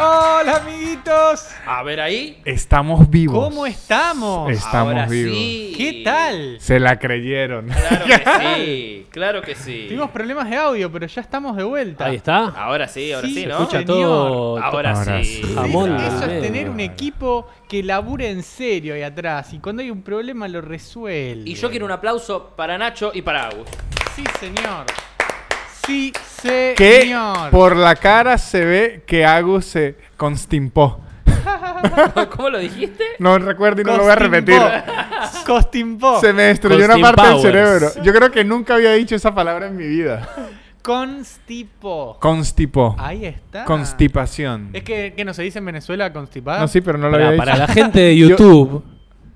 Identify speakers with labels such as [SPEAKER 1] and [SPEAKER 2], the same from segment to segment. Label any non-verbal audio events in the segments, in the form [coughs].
[SPEAKER 1] Hola amiguitos.
[SPEAKER 2] A ver ahí.
[SPEAKER 3] Estamos vivos.
[SPEAKER 1] ¿Cómo estamos?
[SPEAKER 3] Es- Estamos
[SPEAKER 2] Ahora
[SPEAKER 3] vivos.
[SPEAKER 2] sí.
[SPEAKER 1] ¿Qué tal?
[SPEAKER 3] Se la
[SPEAKER 1] [laughs]
[SPEAKER 3] creyeron.
[SPEAKER 2] Claro que sí. Claro que sí.
[SPEAKER 1] Tuvimos problemas de audio, pero ya estamos de vuelta.
[SPEAKER 4] Ahí está.
[SPEAKER 2] Ahora sí, ahora
[SPEAKER 1] Sí,
[SPEAKER 2] sí,
[SPEAKER 1] se
[SPEAKER 2] ¿no?
[SPEAKER 1] escucha
[SPEAKER 4] Escucha
[SPEAKER 1] Señor.
[SPEAKER 4] todo.
[SPEAKER 2] Ahora,
[SPEAKER 3] Ahora
[SPEAKER 2] sí.
[SPEAKER 3] sí.
[SPEAKER 4] Jamón
[SPEAKER 1] Sí, Eso es
[SPEAKER 4] Claro.
[SPEAKER 1] tener un equipo que labure en serio ahí atrás y cuando hay un problema lo resuelve.
[SPEAKER 2] Y yo quiero un aplauso para Nacho y para Agus. [laughs]
[SPEAKER 1] Sí, señor. Sí, señor.
[SPEAKER 3] que por la cara se ve que Agus se constimpó.
[SPEAKER 2] ¿Cómo lo dijiste?
[SPEAKER 3] No recuerdo y no lo voy a repetir.
[SPEAKER 1] [laughs] Costimpó.
[SPEAKER 3] Se me destruyó una
[SPEAKER 4] Constim
[SPEAKER 3] parte del
[SPEAKER 4] powers.
[SPEAKER 3] cerebro. Yo creo que nunca había dicho esa palabra en mi vida.
[SPEAKER 1] Constipó.
[SPEAKER 3] Constipó.
[SPEAKER 1] Ahí está.
[SPEAKER 3] Constipación.
[SPEAKER 1] Ah. Es que, ah, que no se dice en Venezuela constipado.
[SPEAKER 3] No, sí, pero no lo
[SPEAKER 4] Para,
[SPEAKER 3] había
[SPEAKER 4] para
[SPEAKER 3] dicho.
[SPEAKER 4] la gente
[SPEAKER 3] [laughs]
[SPEAKER 4] de
[SPEAKER 3] Yo-
[SPEAKER 4] YouTube,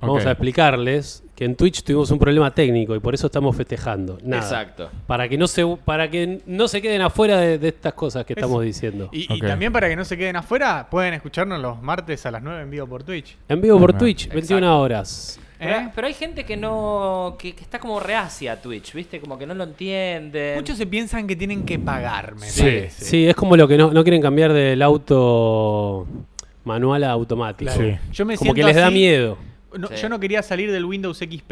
[SPEAKER 4] vamos
[SPEAKER 3] Ok.
[SPEAKER 4] a explicarles que en Twitch tuvimos un problema técnico y por eso estamos festejando. Nada.
[SPEAKER 2] Exacto.
[SPEAKER 4] Para que no se, para que no se queden afuera de, de estas cosas que
[SPEAKER 1] Es-
[SPEAKER 4] estamos diciendo.
[SPEAKER 1] Y, y
[SPEAKER 3] Ok.
[SPEAKER 1] también para que no se queden afuera, pueden escucharnos los martes a las 9 en vivo por Twitch.
[SPEAKER 4] En vivo por
[SPEAKER 3] Bueno,
[SPEAKER 4] Twitch,
[SPEAKER 2] exacto.
[SPEAKER 4] 21 horas.
[SPEAKER 1] ¿Eh?
[SPEAKER 2] Pero, pero hay gente que no. Que, que está como reacia a Twitch, ¿viste? Como que no lo entiende.
[SPEAKER 1] Muchos se piensan que tienen que pagarme.
[SPEAKER 3] Sí,
[SPEAKER 4] Sí. es como lo que no, no quieren cambiar del auto manual a automático.
[SPEAKER 3] Sí.
[SPEAKER 1] Yo me
[SPEAKER 4] Como que
[SPEAKER 1] siento
[SPEAKER 4] les da
[SPEAKER 1] así.
[SPEAKER 4] miedo.
[SPEAKER 1] No,
[SPEAKER 2] Sí.
[SPEAKER 1] Yo no quería salir del Windows XP.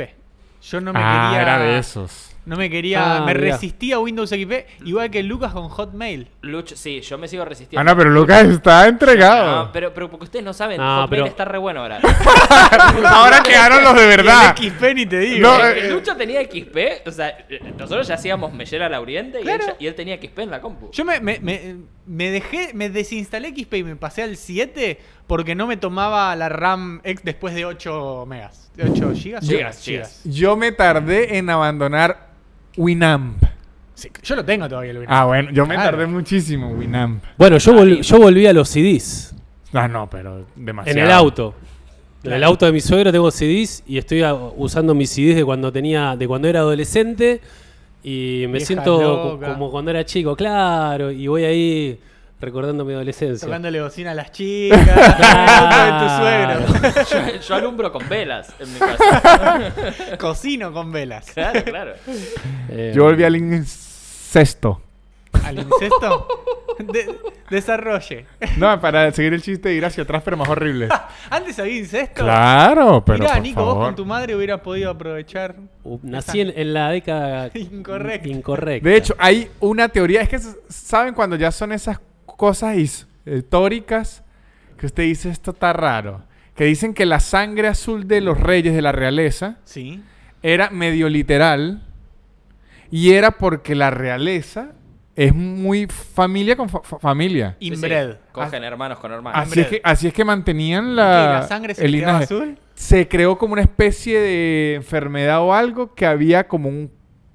[SPEAKER 1] Yo [laughs] no me
[SPEAKER 3] Ah,
[SPEAKER 1] quería.
[SPEAKER 3] era de esos.
[SPEAKER 1] No me quería.
[SPEAKER 4] Ah,
[SPEAKER 1] me
[SPEAKER 4] mirá.
[SPEAKER 1] resistía a Windows XP, igual que Lucas con Hotmail.
[SPEAKER 2] Luch, sí, yo me sigo resistiendo.
[SPEAKER 3] Ah, no, pero Lucas está entregado.
[SPEAKER 2] No, pero, pero porque ustedes no saben,
[SPEAKER 1] Ah,
[SPEAKER 4] No,
[SPEAKER 2] Hotmail
[SPEAKER 4] pero-
[SPEAKER 2] está re
[SPEAKER 1] [laughs]
[SPEAKER 2] bueno ahora.
[SPEAKER 3] Ahora quedaron los de verdad.
[SPEAKER 1] El XP ni te digo.
[SPEAKER 3] No,
[SPEAKER 2] El-
[SPEAKER 3] eh,
[SPEAKER 2] el Lucho tenía XP, o sea, nosotros ya hacíamos Mellera Lauriente y,
[SPEAKER 1] Claro.
[SPEAKER 2] él, ya- y él tenía XP en la compu.
[SPEAKER 1] Yo me, me- me- me dejé, me desinstalé XP y me pasé al 7 porque no me tomaba la RAM ex después de 8 megas. ¿De 8 gigas?
[SPEAKER 2] Gigas,
[SPEAKER 1] Gigas.
[SPEAKER 3] Yo me tardé en abandonar Winamp.
[SPEAKER 1] Sí, yo lo tengo todavía el Windows.
[SPEAKER 3] Ah, bueno, yo me
[SPEAKER 1] Claro.
[SPEAKER 3] tardé muchísimo Winamp.
[SPEAKER 4] Bueno, yo, vol- yo volví a los CDs
[SPEAKER 3] Ah, no, pero demasiado.
[SPEAKER 4] en el auto. En el auto de mi suegro tengo CDs y estoy a- usando mis CDs de cuando tenía, de cuando era adolescente y me
[SPEAKER 1] Vieja
[SPEAKER 4] siento co-
[SPEAKER 1] loca.
[SPEAKER 4] como cuando era chico, claro, y voy ahí recordando mi adolescencia.
[SPEAKER 1] Tocándole bocina a las chicas.
[SPEAKER 3] [laughs]
[SPEAKER 1] en el auto de tu suegro.
[SPEAKER 2] Yo, yo alumbro con velas en mi casa.
[SPEAKER 1] Cocino con velas.
[SPEAKER 2] Claro, claro.
[SPEAKER 4] Eh,
[SPEAKER 3] Yo volví al incesto.
[SPEAKER 1] ¿Al incesto? De- desarrolle.
[SPEAKER 3] No, para seguir el chiste de ir hacia atrás, pero más horrible. [laughs]
[SPEAKER 1] Antes había incesto.
[SPEAKER 3] claro, pero.
[SPEAKER 1] Mirá,
[SPEAKER 3] por
[SPEAKER 1] Nico, vos
[SPEAKER 3] favor.
[SPEAKER 1] con tu madre hubieras podido aprovechar.
[SPEAKER 4] u- nací en, en la década
[SPEAKER 1] [laughs] Incorrecta.
[SPEAKER 4] incorrecta.
[SPEAKER 3] De hecho, hay una teoría. Es que s- saben cuando ya son esas cosas históricas que usted dice esto está raro. Que dicen que la sangre azul de los reyes de la realeza
[SPEAKER 1] Sí.
[SPEAKER 3] era medio literal y era porque la realeza es muy familia con fa- fa- familia.
[SPEAKER 2] Sí, sí,
[SPEAKER 1] Inbred.
[SPEAKER 2] Cogen hermanos con hermanos.
[SPEAKER 3] Así es, que, así es que mantenían
[SPEAKER 1] Ah, ¿Y
[SPEAKER 3] la,
[SPEAKER 1] la sangre se le quedaba azul?
[SPEAKER 3] Se creó como una especie de enfermedad o algo que había como un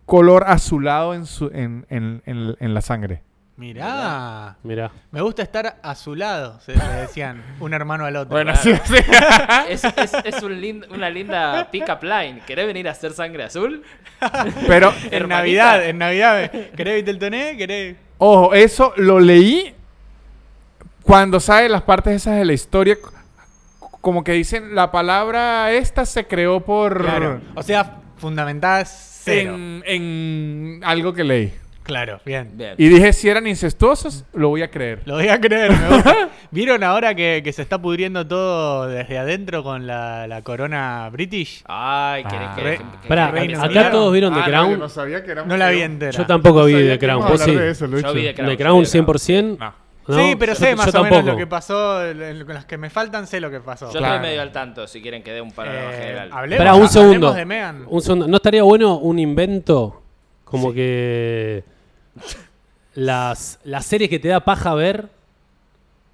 [SPEAKER 3] color azulado en, su, en, en- en- en la sangre.
[SPEAKER 1] Mirá.
[SPEAKER 4] Mirá.
[SPEAKER 1] Me gusta estar a su lado, se le decían un hermano al otro.
[SPEAKER 3] así
[SPEAKER 2] [laughs] Es, es- es un lind- una linda pick-up line. ¿Querés venir a hacer sangre azul?
[SPEAKER 1] [laughs]
[SPEAKER 3] Pero,
[SPEAKER 1] en
[SPEAKER 2] hermanita.
[SPEAKER 1] Navidad, en Navidad. me- ¿Querés Vitel Toné? ¿Querés?
[SPEAKER 3] ojo, eso lo leí cuando sabe las partes esas de la historia. c- Como que dicen, la palabra esta se creó por...
[SPEAKER 1] Claro. O sea, fundamentadas cero.
[SPEAKER 3] en, en algo que leí.
[SPEAKER 1] Claro, bien.
[SPEAKER 2] Bien.
[SPEAKER 3] Y dije, si eran incestuosos, lo voy a creer.
[SPEAKER 1] Lo voy a creer, me gusta. ¿Vieron ahora que, que se está pudriendo todo desde adentro con la, la corona british?
[SPEAKER 2] Ay, ¿querés que-
[SPEAKER 1] Re-
[SPEAKER 2] que- que-
[SPEAKER 4] Pará,
[SPEAKER 2] que-
[SPEAKER 1] Reino
[SPEAKER 4] acá
[SPEAKER 1] Unido.
[SPEAKER 4] todos vieron The Crown. yo,
[SPEAKER 3] sabía Ah, que era
[SPEAKER 1] No la vi entera.
[SPEAKER 4] tampoco vi The Crown. Vos sí.
[SPEAKER 2] Yo vi The Crown.
[SPEAKER 4] The Crown
[SPEAKER 2] sí, The Crown.
[SPEAKER 4] 100%.
[SPEAKER 3] No.
[SPEAKER 4] ¿no?
[SPEAKER 1] Sí, pero
[SPEAKER 4] Yo-
[SPEAKER 1] sé
[SPEAKER 4] yo
[SPEAKER 1] más o
[SPEAKER 4] tampoco.
[SPEAKER 1] menos lo que pasó. el- el- Con las que me faltan, sé lo que pasó.
[SPEAKER 2] Yo
[SPEAKER 3] Claro.
[SPEAKER 2] estoy medio al tanto, si quieren que dé un panorama
[SPEAKER 1] Eh,
[SPEAKER 2] general.
[SPEAKER 1] hablemos,
[SPEAKER 4] Espera, un
[SPEAKER 1] hablemos
[SPEAKER 4] segundo.
[SPEAKER 1] de Meghan.
[SPEAKER 4] Un segundo. ¿No estaría bueno un invento como que las, las series que te da paja ver?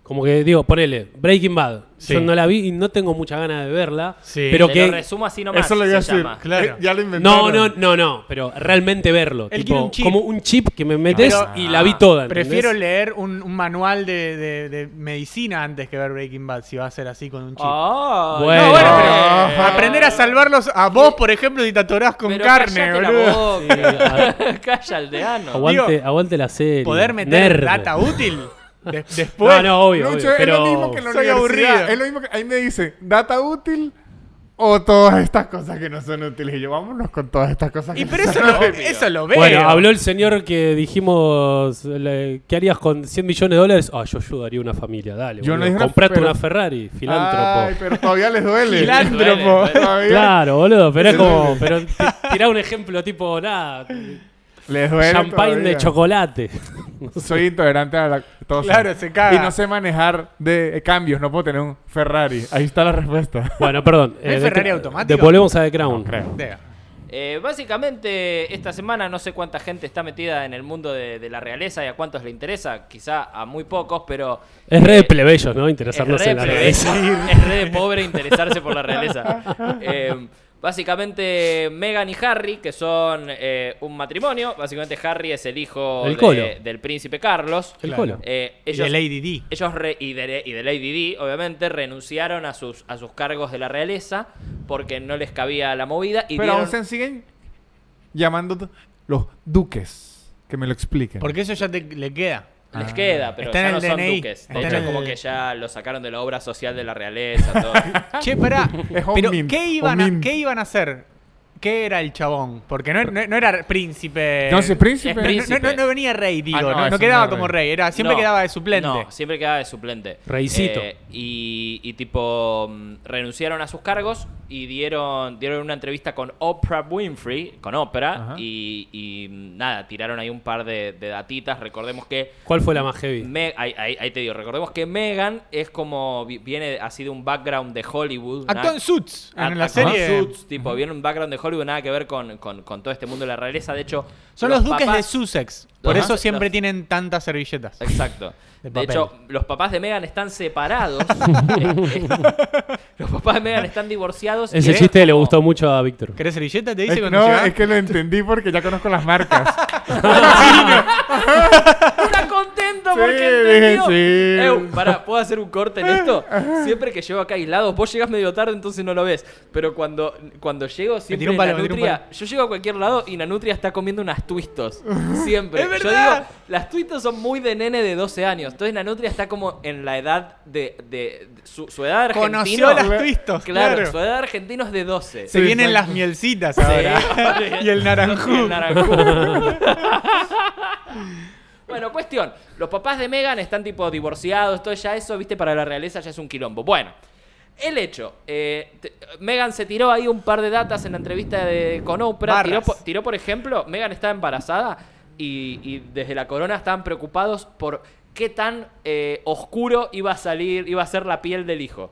[SPEAKER 4] Como que digo, ponele, Breaking Bad.
[SPEAKER 1] Sí.
[SPEAKER 4] Yo no la vi y no tengo mucha ganas de verla.
[SPEAKER 1] Sí.
[SPEAKER 4] Pero
[SPEAKER 2] Te
[SPEAKER 4] que.
[SPEAKER 2] lo resumo así nomás.
[SPEAKER 3] Eso lo voy a
[SPEAKER 2] se
[SPEAKER 3] decir.
[SPEAKER 2] llama.
[SPEAKER 1] Claro.
[SPEAKER 3] Eh, ya lo
[SPEAKER 4] No,
[SPEAKER 3] inventaron.
[SPEAKER 4] no, no, no. Pero realmente verlo.
[SPEAKER 1] Él
[SPEAKER 4] tipo,
[SPEAKER 1] quiere un chip.
[SPEAKER 4] Como un chip que me metes
[SPEAKER 1] Pero-
[SPEAKER 4] y la vi toda. ¿entendés?
[SPEAKER 1] Prefiero leer un, un manual de, de- de medicina antes que ver Breaking Bad, si va a ser así con un chip.
[SPEAKER 2] Ay,
[SPEAKER 4] Ah, Bueno.
[SPEAKER 1] No, bueno, pero
[SPEAKER 2] Eh,
[SPEAKER 1] aprender a salvarlos a vos, por ejemplo, si te atorás con
[SPEAKER 2] pero
[SPEAKER 1] carne,
[SPEAKER 2] cállate la
[SPEAKER 1] boludo.
[SPEAKER 2] boca.
[SPEAKER 4] Sí, a-
[SPEAKER 2] [laughs] Calla aldeano.
[SPEAKER 4] Aguante,
[SPEAKER 1] Digo,
[SPEAKER 4] aguante la serie.
[SPEAKER 1] Poder meter
[SPEAKER 4] Nerd.
[SPEAKER 1] data útil
[SPEAKER 4] [laughs]
[SPEAKER 1] de- después.
[SPEAKER 4] No, no, obvio.
[SPEAKER 3] Lucho,
[SPEAKER 4] obvio,
[SPEAKER 3] es
[SPEAKER 4] pero...
[SPEAKER 3] lo mismo que en la
[SPEAKER 1] Soy
[SPEAKER 3] universidad.
[SPEAKER 1] aburrido.
[SPEAKER 3] Es lo mismo que ahí me dice, data útil o todas estas cosas que no son útiles. Y yo, vámonos con todas estas cosas que
[SPEAKER 1] Y
[SPEAKER 3] no
[SPEAKER 1] pero
[SPEAKER 3] son
[SPEAKER 1] eso lo, eso lo veo.
[SPEAKER 4] Bueno, habló el señor que dijimos, le- ¿qué harías con 100 millones de dólares? Ah, yo ayudaría a una familia, dale.
[SPEAKER 3] Yo no
[SPEAKER 4] boludo.
[SPEAKER 3] dije una-
[SPEAKER 4] Comprate
[SPEAKER 3] pero-
[SPEAKER 4] una Ferrari,
[SPEAKER 3] Ay,
[SPEAKER 4] filántropo.
[SPEAKER 3] pero todavía les duele.
[SPEAKER 1] Filántropo.
[SPEAKER 2] Duele, duele.
[SPEAKER 3] Todavía
[SPEAKER 4] Claro, boludo, pero es como, pero ti- tirá un ejemplo tipo, nada,
[SPEAKER 3] Les duele.
[SPEAKER 4] champagne
[SPEAKER 3] todavía.
[SPEAKER 4] de chocolate.
[SPEAKER 3] Soy intolerante a la todo
[SPEAKER 1] Claro, se caga.
[SPEAKER 3] Y no sé manejar de eh, cambios, no puedo tener un Ferrari. Ahí está la respuesta. [laughs]
[SPEAKER 4] Bueno, perdón. eh,
[SPEAKER 1] ¿No hay
[SPEAKER 4] de-
[SPEAKER 1] Ferrari automático?
[SPEAKER 4] de- Volvemos a The Crown.
[SPEAKER 3] Creo.
[SPEAKER 1] Veo.
[SPEAKER 2] Eh, básicamente, esta semana no sé cuánta gente está metida en el mundo de, de la realeza y a cuántos le interesa, quizá a muy pocos, pero.
[SPEAKER 4] es re
[SPEAKER 2] eh,
[SPEAKER 4] de plebeyos, ¿no?
[SPEAKER 2] es
[SPEAKER 4] Interesarnos
[SPEAKER 2] re
[SPEAKER 4] en la
[SPEAKER 2] plebe-
[SPEAKER 4] realeza.
[SPEAKER 2] [laughs] Es re de pobre interesarse por la realeza. Eh, básicamente, Meghan y Harry, que son eh, un matrimonio. Básicamente, Harry es el hijo
[SPEAKER 4] El
[SPEAKER 2] de-
[SPEAKER 4] colo.
[SPEAKER 2] del príncipe Carlos.
[SPEAKER 4] El
[SPEAKER 1] Claro.
[SPEAKER 4] colo.
[SPEAKER 2] Eh,
[SPEAKER 1] Y
[SPEAKER 2] ellos,
[SPEAKER 1] de Lady D.
[SPEAKER 2] ellos re- y, de, y de Lady D, obviamente, renunciaron a sus, a sus cargos de la realeza porque no les cabía la movida. Y
[SPEAKER 3] Pero aún
[SPEAKER 2] dieron-
[SPEAKER 3] se siguen llamando t- los duques. Que me lo expliquen.
[SPEAKER 1] Porque eso ya te, le queda.
[SPEAKER 2] Les queda, pero
[SPEAKER 1] Está en
[SPEAKER 2] ya
[SPEAKER 1] el
[SPEAKER 2] no son
[SPEAKER 1] DNI,
[SPEAKER 2] duques. De
[SPEAKER 1] está
[SPEAKER 2] hecho,
[SPEAKER 1] en
[SPEAKER 2] como
[SPEAKER 1] el-
[SPEAKER 2] que ya lo sacaron de la obra social de la realeza. Todo.
[SPEAKER 1] Che, pará.
[SPEAKER 3] Ah. [laughs] Es
[SPEAKER 1] Pero,
[SPEAKER 3] Omin,
[SPEAKER 1] ¿qué iban, a,
[SPEAKER 3] Omin.
[SPEAKER 1] ¿qué iban a hacer? ¿Qué era el chabón? Porque no, no- no era príncipe.
[SPEAKER 3] No, si es príncipe.
[SPEAKER 2] es príncipe.
[SPEAKER 1] No, no- no venía rey, digo.
[SPEAKER 3] Ah, no,
[SPEAKER 1] no, no
[SPEAKER 3] eso no
[SPEAKER 1] quedaba
[SPEAKER 3] era
[SPEAKER 1] como
[SPEAKER 3] rey.
[SPEAKER 1] rey. Era, [laughs] siempre
[SPEAKER 2] No,
[SPEAKER 1] quedaba de suplente.
[SPEAKER 2] No, siempre quedaba de suplente.
[SPEAKER 4] Reycito.
[SPEAKER 2] Eh, y, y tipo, mm, renunciaron a sus cargos y dieron, dieron una entrevista con Oprah Winfrey, con Oprah,
[SPEAKER 3] Ajá.
[SPEAKER 2] y, y, mm, nada, tiraron ahí un par de, de datitas. Recordemos que
[SPEAKER 4] ¿Cuál fue la más heavy?
[SPEAKER 2] Me- ahí, ahí- ahí te digo, recordemos que Megan es como, vi- viene así de un background de Hollywood.
[SPEAKER 1] Actuó
[SPEAKER 2] una-
[SPEAKER 1] en Suits. En
[SPEAKER 2] Act-
[SPEAKER 1] la
[SPEAKER 2] actuó en
[SPEAKER 1] serie.
[SPEAKER 2] Suits, tipo, viene un background de Hollywood, nada que ver con, con- con todo este mundo de la realeza. De hecho,
[SPEAKER 1] Son los, duques de
[SPEAKER 2] papás-
[SPEAKER 1] Sussex. Por
[SPEAKER 2] Ajá.
[SPEAKER 1] eso siempre
[SPEAKER 2] Los-
[SPEAKER 1] tienen tantas servilletas.
[SPEAKER 2] Exacto.
[SPEAKER 1] De
[SPEAKER 2] De,
[SPEAKER 1] papel.
[SPEAKER 2] hecho, los papás de Megan están
[SPEAKER 4] [laughs]
[SPEAKER 2] separados. [laughs] Eh, eh, los papás de Megan están divorciados. y
[SPEAKER 4] Ese
[SPEAKER 2] es
[SPEAKER 4] chiste le
[SPEAKER 2] como-
[SPEAKER 4] gustó mucho a Víctor.
[SPEAKER 1] ¿Querés servilleta? Te
[SPEAKER 3] Es
[SPEAKER 1] dice
[SPEAKER 3] que
[SPEAKER 1] cuando
[SPEAKER 3] no,
[SPEAKER 1] llegás.
[SPEAKER 3] es que lo entendí porque ya conozco las
[SPEAKER 1] [laughs]
[SPEAKER 3] marcas.
[SPEAKER 2] Está contento
[SPEAKER 3] Sí,
[SPEAKER 2] porque entendió.
[SPEAKER 3] sí.
[SPEAKER 2] Ew, pará, ¿puedo hacer un corte en esto? Siempre que llego acá aislado, vos llegás medio tarde, entonces no lo ves. Pero cuando, cuando llego, siempre
[SPEAKER 1] tiró un palo, me tiró un
[SPEAKER 2] Nanutria.
[SPEAKER 1] palo.
[SPEAKER 2] Yo llego a cualquier lado y Nanutria está comiendo unas twistos. Siempre.
[SPEAKER 1] ¡Es
[SPEAKER 2] Yo
[SPEAKER 1] verdad!
[SPEAKER 2] digo, las twistos son muy de nene de 12 años. Entonces Nanutria está como en la edad de. de- de- su, su edad argentina.
[SPEAKER 1] Conoció las twistos.
[SPEAKER 2] Claro,
[SPEAKER 1] Claro.
[SPEAKER 2] su edad argentino es de 12.
[SPEAKER 1] Se
[SPEAKER 3] Sí,
[SPEAKER 1] vienen
[SPEAKER 3] exacto.
[SPEAKER 1] las mielcitas ahora. [laughs]
[SPEAKER 2] [laughs]
[SPEAKER 1] y el naranjú.
[SPEAKER 2] El naranjú. bueno, cuestión. Los papás de Megan están tipo divorciados, todo ya eso, viste, para la realeza ya es un quilombo. Bueno. El hecho, eh, te- Megan se tiró ahí un par de datas en la entrevista de, con Oprah.
[SPEAKER 1] Barras.
[SPEAKER 2] Tiró, po- tiró, por ejemplo, Megan estaba embarazada y, y desde la corona estaban preocupados por qué tan eh, oscuro iba a salir, iba a ser la piel del hijo.